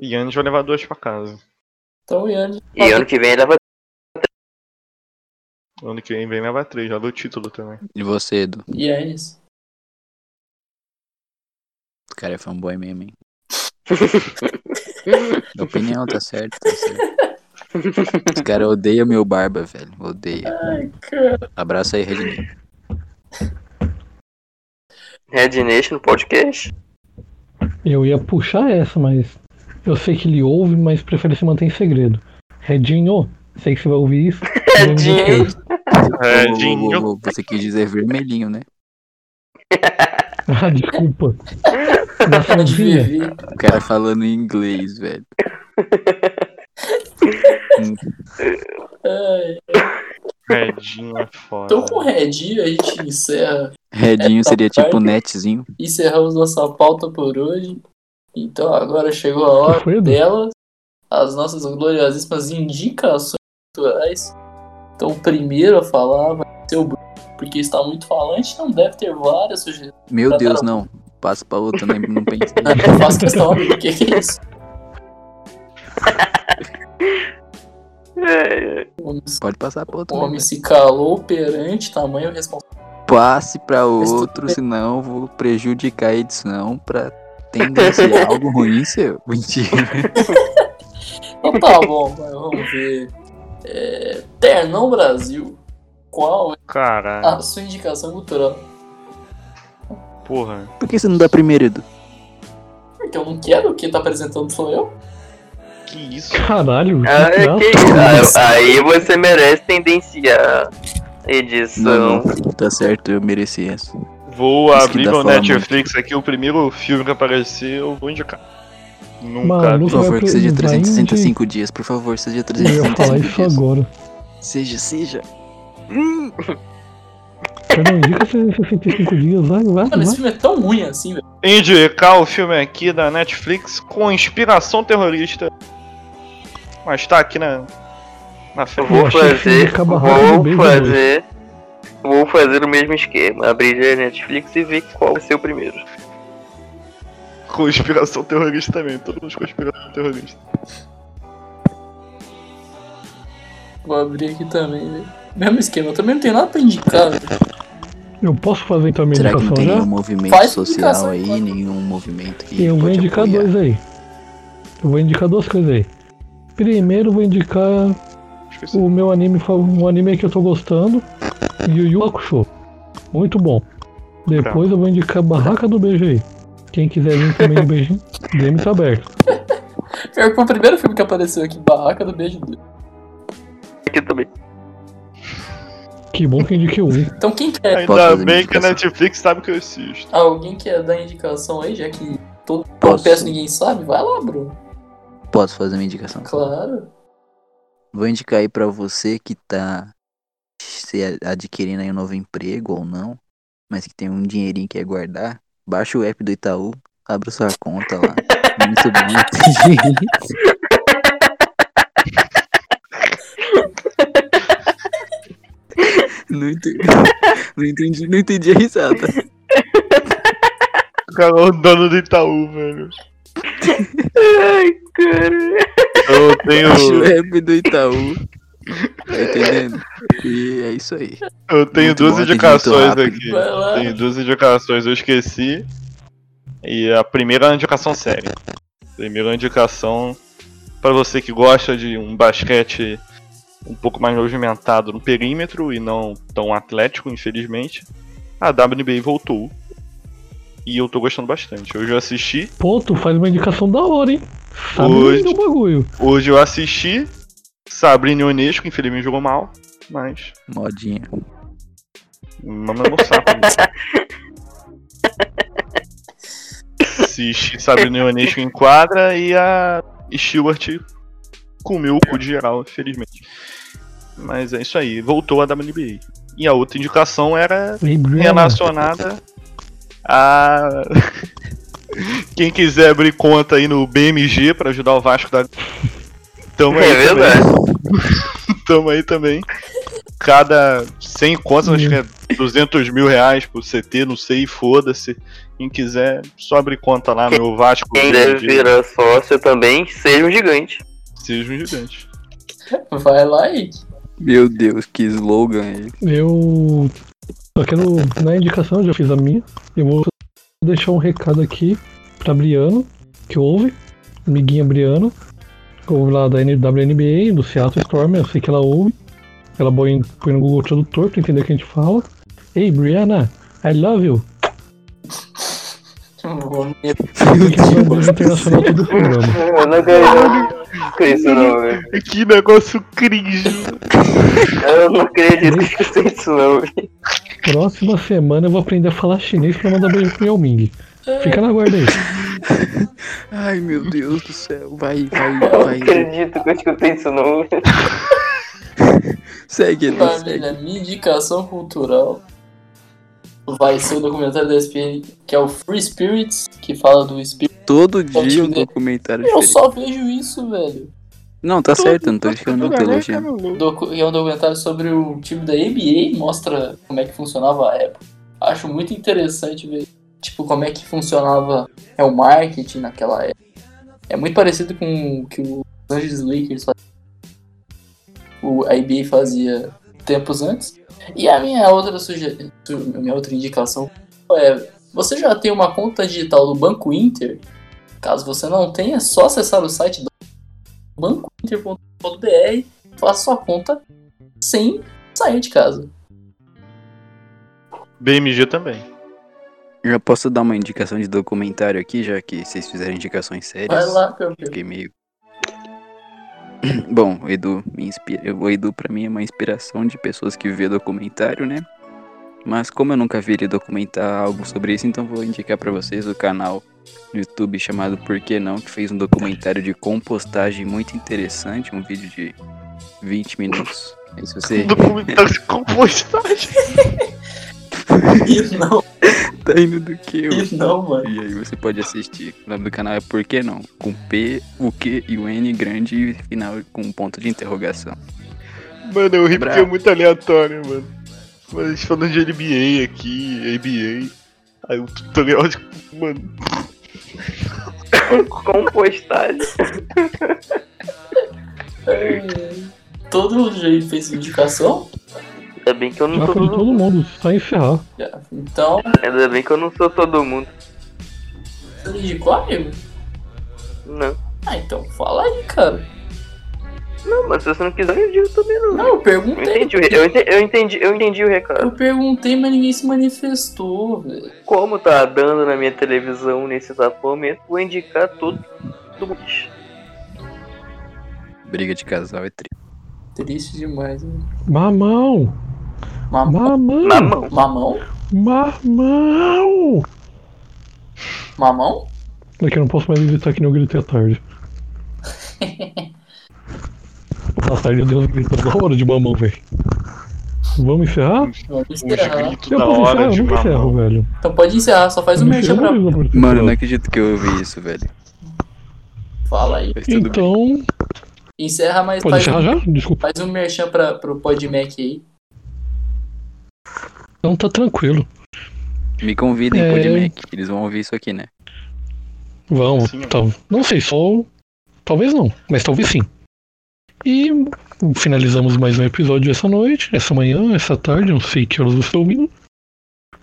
[SPEAKER 5] Yannis vai levar duas pra casa.
[SPEAKER 4] Então o Yannis.
[SPEAKER 2] E ano que vem ele leva.
[SPEAKER 5] Ano que vem vem levar três, já deu o título também.
[SPEAKER 3] Harden. E você, Edu?
[SPEAKER 4] Yannis.
[SPEAKER 3] O cara é fanboy mesmo, hein? Minha opinião, tá certo, tá certo. Os caras odeiam meu barba, velho. Odeia.
[SPEAKER 4] Ai, cara.
[SPEAKER 3] Abraço aí, Redney.
[SPEAKER 2] Red Nation podcast.
[SPEAKER 1] Eu ia puxar essa, mas. Eu sei que ele ouve, mas prefere se manter em segredo. Redinho, sei que você vai ouvir isso.
[SPEAKER 2] Redinho.
[SPEAKER 5] É,
[SPEAKER 3] Ô, ô,
[SPEAKER 5] Dinho.
[SPEAKER 3] ô, ô, Você quis dizer vermelhinho, né?
[SPEAKER 1] Ah, desculpa. Da Sandrinha.
[SPEAKER 4] MVP.
[SPEAKER 3] O cara falando em inglês, velho.
[SPEAKER 4] Ai,
[SPEAKER 5] Redinho é foda.
[SPEAKER 4] Então É, com o Redinho a gente encerra
[SPEAKER 3] Redinho
[SPEAKER 4] É, tá
[SPEAKER 3] seria tipo
[SPEAKER 4] certo.
[SPEAKER 3] netzinho.
[SPEAKER 4] encerramos nossa pauta por hoje. Então agora chegou a
[SPEAKER 1] Que foi,
[SPEAKER 4] hora
[SPEAKER 1] Edu?
[SPEAKER 4] delas, as nossas gloriosíssimas indicações culturais. Então o primeiro a falar vai ser o Bruno, porque está muito falante, não deve ter várias sugestões.
[SPEAKER 3] Meu Deus, não. Passa pra outra, nem não pensa.
[SPEAKER 4] Eu faço questão, amigo, o que, que é isso?
[SPEAKER 2] É, é.
[SPEAKER 4] O Um homem, se-
[SPEAKER 3] Pode passar pra outra.
[SPEAKER 4] o
[SPEAKER 3] né,
[SPEAKER 4] homem
[SPEAKER 3] velho?
[SPEAKER 4] se calou perante tamanho responsável.
[SPEAKER 3] Passe pra
[SPEAKER 4] Mas tu-
[SPEAKER 3] outro, senão eu vou prejudicar a edição pra tendenciar algo ruim seu. Mentira.
[SPEAKER 4] Então tá bom, mas vamos ver. É, Ternão Brasil, qual é
[SPEAKER 5] Caralho,
[SPEAKER 4] a sua indicação cultural?
[SPEAKER 5] porra.
[SPEAKER 3] Por que você não dá primeiro, Edu?
[SPEAKER 4] Porque eu não quero, quem tá apresentando sou eu.
[SPEAKER 5] Que isso?
[SPEAKER 1] Caralho, que
[SPEAKER 2] Ah, é
[SPEAKER 1] graça.
[SPEAKER 2] que- ah, aí você merece tendenciar a edição.
[SPEAKER 3] Não, não. Tá certo, eu mereci essa.
[SPEAKER 5] Vou
[SPEAKER 3] Isso que
[SPEAKER 5] abrir
[SPEAKER 3] dá
[SPEAKER 5] meu
[SPEAKER 3] falar
[SPEAKER 5] Netflix aqui, o primeiro filme que aparecer, eu vou indicar. Nunca
[SPEAKER 1] Mano,
[SPEAKER 5] vi.
[SPEAKER 3] Por
[SPEAKER 1] Você vai
[SPEAKER 3] favor, que
[SPEAKER 1] pro-
[SPEAKER 3] seja
[SPEAKER 1] vai
[SPEAKER 3] 365 dias. Por favor, seja
[SPEAKER 1] Eu ia falar
[SPEAKER 3] 365
[SPEAKER 1] isso
[SPEAKER 3] dias.
[SPEAKER 1] agora.
[SPEAKER 3] Seja, seja.
[SPEAKER 1] Fernando, indica 365 dias, vai, vai,
[SPEAKER 4] Mcara, esse
[SPEAKER 1] vai.
[SPEAKER 4] filme é tão ruim assim, velho.
[SPEAKER 5] Indicar o filme aqui da Netflix, Conspiração Terrorista. Mas tá aqui na, na
[SPEAKER 2] Eu
[SPEAKER 5] frente.
[SPEAKER 2] vou
[SPEAKER 1] achei que ele
[SPEAKER 2] fazer.
[SPEAKER 1] acaba rápido
[SPEAKER 2] Vou
[SPEAKER 1] mesmo,
[SPEAKER 2] fazer. Vou fazer o mesmo esquema. Abrir a Netflix e ver qual vai ser o primeiro.
[SPEAKER 5] Conspiração Terrorista também, todos Conspiração Terrorista.
[SPEAKER 4] Vou abrir aqui também, velho. Mesmo esquema, eu também não tenho nada pra indicar, velho.
[SPEAKER 1] Eu posso fazer então a minha
[SPEAKER 3] Será que não
[SPEAKER 1] indicação
[SPEAKER 3] tem nenhum
[SPEAKER 1] já?
[SPEAKER 3] movimento
[SPEAKER 4] Faz
[SPEAKER 3] social
[SPEAKER 4] indicação,
[SPEAKER 3] aí,
[SPEAKER 4] pode.
[SPEAKER 3] nenhum movimento que
[SPEAKER 1] Eu vou
[SPEAKER 3] pode
[SPEAKER 1] indicar
[SPEAKER 3] apoiar?
[SPEAKER 1] dois aí. Eu vou indicar duas coisas aí. Primeiro, eu vou indicar
[SPEAKER 5] Esqueci.
[SPEAKER 1] o meu anime, fa- um anime que eu tô gostando, Yu Yu Hakusho. Muito bom. Depois eu vou indicar a barraca do beijo aí. Quem quiser vir também um beijinho, DM tá aberto.
[SPEAKER 4] Pior que foi o primeiro filme que apareceu aqui, Barraca do Beijo Doido.
[SPEAKER 2] Aqui também.
[SPEAKER 1] Que bom que eu indiquei um.
[SPEAKER 4] Então quem quer?
[SPEAKER 3] Posso
[SPEAKER 5] Ainda
[SPEAKER 3] fazer
[SPEAKER 5] bem
[SPEAKER 3] indicação?
[SPEAKER 5] que a Netflix sabe que eu assisto.
[SPEAKER 4] Alguém quer dar indicação aí, já que todo
[SPEAKER 3] Posso.
[SPEAKER 4] peço ninguém sabe? Vai lá, Bruno.
[SPEAKER 3] Posso fazer uma indicação?
[SPEAKER 4] Claro.
[SPEAKER 3] Vou indicar aí pra você que tá se a- adquirindo aí um novo emprego ou não, mas que tem um dinheirinho que quer guardar, baixa o app do Itaú, abre sua conta lá. Muito bom. Não entendi, não entendi, não entendi a risada.
[SPEAKER 5] O cara é o dono do Itaú, velho.
[SPEAKER 2] Ai, cara.
[SPEAKER 5] Eu
[SPEAKER 3] Baixa o
[SPEAKER 5] tenho,
[SPEAKER 3] app do Itaú. Tá entendendo? E é isso aí.
[SPEAKER 5] eu tenho
[SPEAKER 3] Muito
[SPEAKER 5] duas
[SPEAKER 3] bom, atende
[SPEAKER 5] indicações
[SPEAKER 3] muito rápido.
[SPEAKER 5] aqui.
[SPEAKER 4] Vai lá.
[SPEAKER 5] Tenho duas indicações, eu esqueci. E a primeira é uma indicação séria. Primeira é uma indicação pra você que gosta de um basquete um pouco mais movimentado no perímetro e não tão atlético, infelizmente. A WNBA voltou. E eu tô gostando bastante. Hoje eu assisti,
[SPEAKER 1] Pô, tu faz uma indicação da hora, hein? Sabe
[SPEAKER 5] Hoje.
[SPEAKER 1] o bagulho.
[SPEAKER 5] hoje eu assisti. Sabrina Ionesco, infelizmente jogou mal, mas
[SPEAKER 3] Modinha.
[SPEAKER 5] Mama no saco. Assiste Sabrina Ionesco em quadra e a Stewart comeu o cu de geral, infelizmente. Mas é isso aí, voltou a WNBA. E a outra indicação era relacionada a. Quem quiser abrir conta aí no BMG pra ajudar o Vasco da. Então Tamo aí
[SPEAKER 2] É
[SPEAKER 5] também.
[SPEAKER 2] verdade.
[SPEAKER 5] Tamo aí também. Cada 100 contas, acho que é 200 mil reais pro CT, não sei, foda-se. Quem quiser, só abre conta lá, meu Vasco.
[SPEAKER 2] Quem deve
[SPEAKER 5] grande,
[SPEAKER 2] virar sócio também, seja um gigante.
[SPEAKER 5] Seja um gigante.
[SPEAKER 4] Vai lá, Ike.
[SPEAKER 3] Meu Deus, que slogan é esse?
[SPEAKER 1] Eu. Aqui no, na indicação eu já fiz a minha. Eu vou deixar um recado aqui pra Briano, que ouve. Amiguinha Briano. Ouve lá da WNBA, do Seattle Storm, eu sei que ela ouve. Ela põe põe no Google Tradutor pra entender o que a gente fala. Ei, Brianna, I love you.
[SPEAKER 4] Vamos.
[SPEAKER 1] Tem que mandar um beijo internacional todo o programa.
[SPEAKER 2] Eu não acredito com isso não, velho.
[SPEAKER 5] É Que negócio cringe.
[SPEAKER 2] Eu não acredito que isso é isso não, velho.
[SPEAKER 1] Próxima semana eu vou aprender a falar chinês pra mandar beijo pro Yao Ming. Fica na guarda aí.
[SPEAKER 3] Ai, meu Deus do céu. Vai, vai,
[SPEAKER 2] Eu não
[SPEAKER 3] vai.
[SPEAKER 2] acredito que eu escutei isso não, velho.
[SPEAKER 3] Segue, Edu, segue.
[SPEAKER 4] Família, minha indicação cultural vai ser o documentário da SPN, que é o Free Spirits, que fala do espírito.
[SPEAKER 3] Todo
[SPEAKER 4] Pode
[SPEAKER 3] dia um
[SPEAKER 4] ver.
[SPEAKER 3] documentário
[SPEAKER 4] Eu
[SPEAKER 3] diferente.
[SPEAKER 4] só vejo isso, velho.
[SPEAKER 3] Não, tá certo, eu não tô ficando não, tô
[SPEAKER 4] né,
[SPEAKER 3] elogiando.
[SPEAKER 4] Docu- é um documentário sobre o time da NBA, mostra como é que funcionava a época. Acho muito interessante ver, tipo, como é que funcionava é, o marketing naquela época. É muito parecido com o que o Los Angeles Lakers fazia. O a NBA fazia tempos antes. E a minha outra suge... su- minha outra indicação é: você já tem uma conta digital do Banco Inter? Caso você não tenha, é só acessar o site do bancointer.com.br, faça sua conta sem sair de casa.
[SPEAKER 5] BMG também.
[SPEAKER 3] Já posso dar uma indicação de documentário aqui, já que vocês fizeram indicações
[SPEAKER 4] Vai
[SPEAKER 3] sérias.
[SPEAKER 4] lá, campeão.
[SPEAKER 3] Fiquei meio. Bom, o Edu me inspira. O Edu pra mim é uma inspiração de pessoas que vê documentário, né? Mas como eu nunca vi ele documentar algo sobre isso, então vou indicar pra vocês o canal no YouTube chamado Por que não, que fez um documentário de compostagem muito interessante, um vídeo de 20 minutos. Aí se você
[SPEAKER 5] Documentário de compostagem.
[SPEAKER 4] E não,
[SPEAKER 3] tá indo do que eu
[SPEAKER 4] e não, mano.
[SPEAKER 3] E aí você pode assistir. O nome do canal é Por que não? Com P, o Q e o N grande e final com um ponto de interrogação.
[SPEAKER 5] Mano, eu ri porque é
[SPEAKER 3] Bravo.
[SPEAKER 5] muito aleatório, mano. Mas falando de NBA aqui, ABA. Aí o tutorial de. Mano,
[SPEAKER 2] Compostagem.
[SPEAKER 4] É, Todo jeito fez indicação?
[SPEAKER 2] Ainda bem que eu não
[SPEAKER 1] Já
[SPEAKER 2] sou
[SPEAKER 1] falei todo
[SPEAKER 2] todo mundo.
[SPEAKER 1] mundo, só encerrar.
[SPEAKER 4] Já. Então,
[SPEAKER 2] Ainda bem que eu não sou todo mundo.
[SPEAKER 4] você indicou, amigo?
[SPEAKER 2] Não.
[SPEAKER 4] Ah, então fala aí, cara.
[SPEAKER 2] Não, mas se você não quiser, eu digo também não.
[SPEAKER 4] Não, eu
[SPEAKER 2] Eu
[SPEAKER 4] perguntei.
[SPEAKER 2] entendi, o re- eu entendi, eu entendi, eu entendi o recado.
[SPEAKER 4] Eu perguntei, mas ninguém se manifestou, velho.
[SPEAKER 2] Como tá dando na minha televisão nesse exato momento, vou indicar todo mundo.
[SPEAKER 3] Briga de casal é triste.
[SPEAKER 4] Triste demais, velho.
[SPEAKER 1] Mamão!
[SPEAKER 4] Mamão?
[SPEAKER 1] Mamão!
[SPEAKER 2] na mão.
[SPEAKER 4] Mamão?
[SPEAKER 1] Mamão!
[SPEAKER 4] Mamão?
[SPEAKER 1] É que eu não posso mais gritar que nem eu gritei à tarde. à tarde eu dei uns gritos da hora de mamão, velho. Vamos encerrar?
[SPEAKER 4] Vamos
[SPEAKER 5] Uns
[SPEAKER 4] encerrar.
[SPEAKER 5] gritos
[SPEAKER 1] Eu um
[SPEAKER 5] da
[SPEAKER 1] posso encerrar,
[SPEAKER 5] hora
[SPEAKER 1] eu
[SPEAKER 5] de
[SPEAKER 1] nunca encerro,
[SPEAKER 5] mamão. é
[SPEAKER 1] velho.
[SPEAKER 4] Então pode encerrar, só faz um
[SPEAKER 1] Eu não
[SPEAKER 4] merchan pra.
[SPEAKER 1] encerro mesmo, porque-
[SPEAKER 3] Mano, eu não acredito que eu ouvi isso, velho.
[SPEAKER 4] Fala aí.
[SPEAKER 3] Mas tudo bem.
[SPEAKER 1] Então,
[SPEAKER 4] Encerra, mas
[SPEAKER 1] pode
[SPEAKER 4] faz, um
[SPEAKER 1] encerrar já? Desculpa.
[SPEAKER 4] faz um merchan pra, pro Podmac aí.
[SPEAKER 1] Então tá tranquilo.
[SPEAKER 3] Me convidem,
[SPEAKER 1] É.
[SPEAKER 3] Podmac. Eles vão ouvir isso aqui, né?
[SPEAKER 1] Vamos,
[SPEAKER 5] Sim.
[SPEAKER 1] tá. Não sei, só. Talvez não, mas talvez sim. E finalizamos mais um episódio essa noite, essa manhã, essa tarde, não sei que horas você está ouvindo.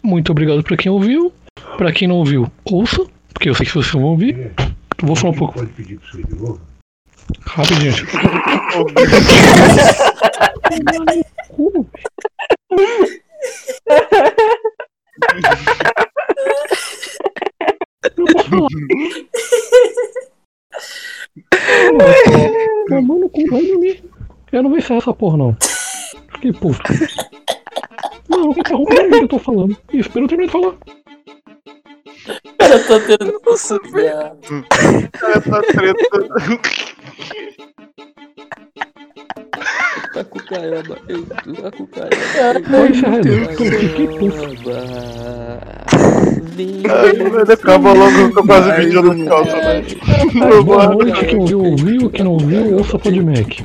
[SPEAKER 1] Muito obrigado pra quem ouviu. Pra quem não ouviu, ouça, porque eu sei que vocês vão ouvir. Eu Vou falar um pouco.
[SPEAKER 7] Pode pedir pra você de novo?
[SPEAKER 1] Rapidinho. gente. Eu posso falar. Tá, mano, cu, vai dormir. Eu não vou encerrar essa porra, não. Que puto. Não, tá roubando o que eu tô falando. Espera eu terminar de falar.
[SPEAKER 4] Eu tô tentando. Nossa,
[SPEAKER 5] Essa treta.
[SPEAKER 3] Tacucaiaba, eu tacucaiaba.
[SPEAKER 1] Vou encerrar, Edu. Que puto.
[SPEAKER 5] Ele acaba logo, eu tô quase mijando no calço, né? Eu vou-
[SPEAKER 1] Boa noite, quem ouviu, ouviu. Quem não ouviu, ouça o Podmac.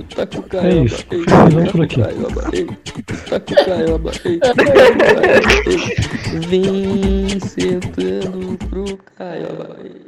[SPEAKER 1] É isso. Finalizamos por aqui.
[SPEAKER 8] Vem sentando pro Caioba.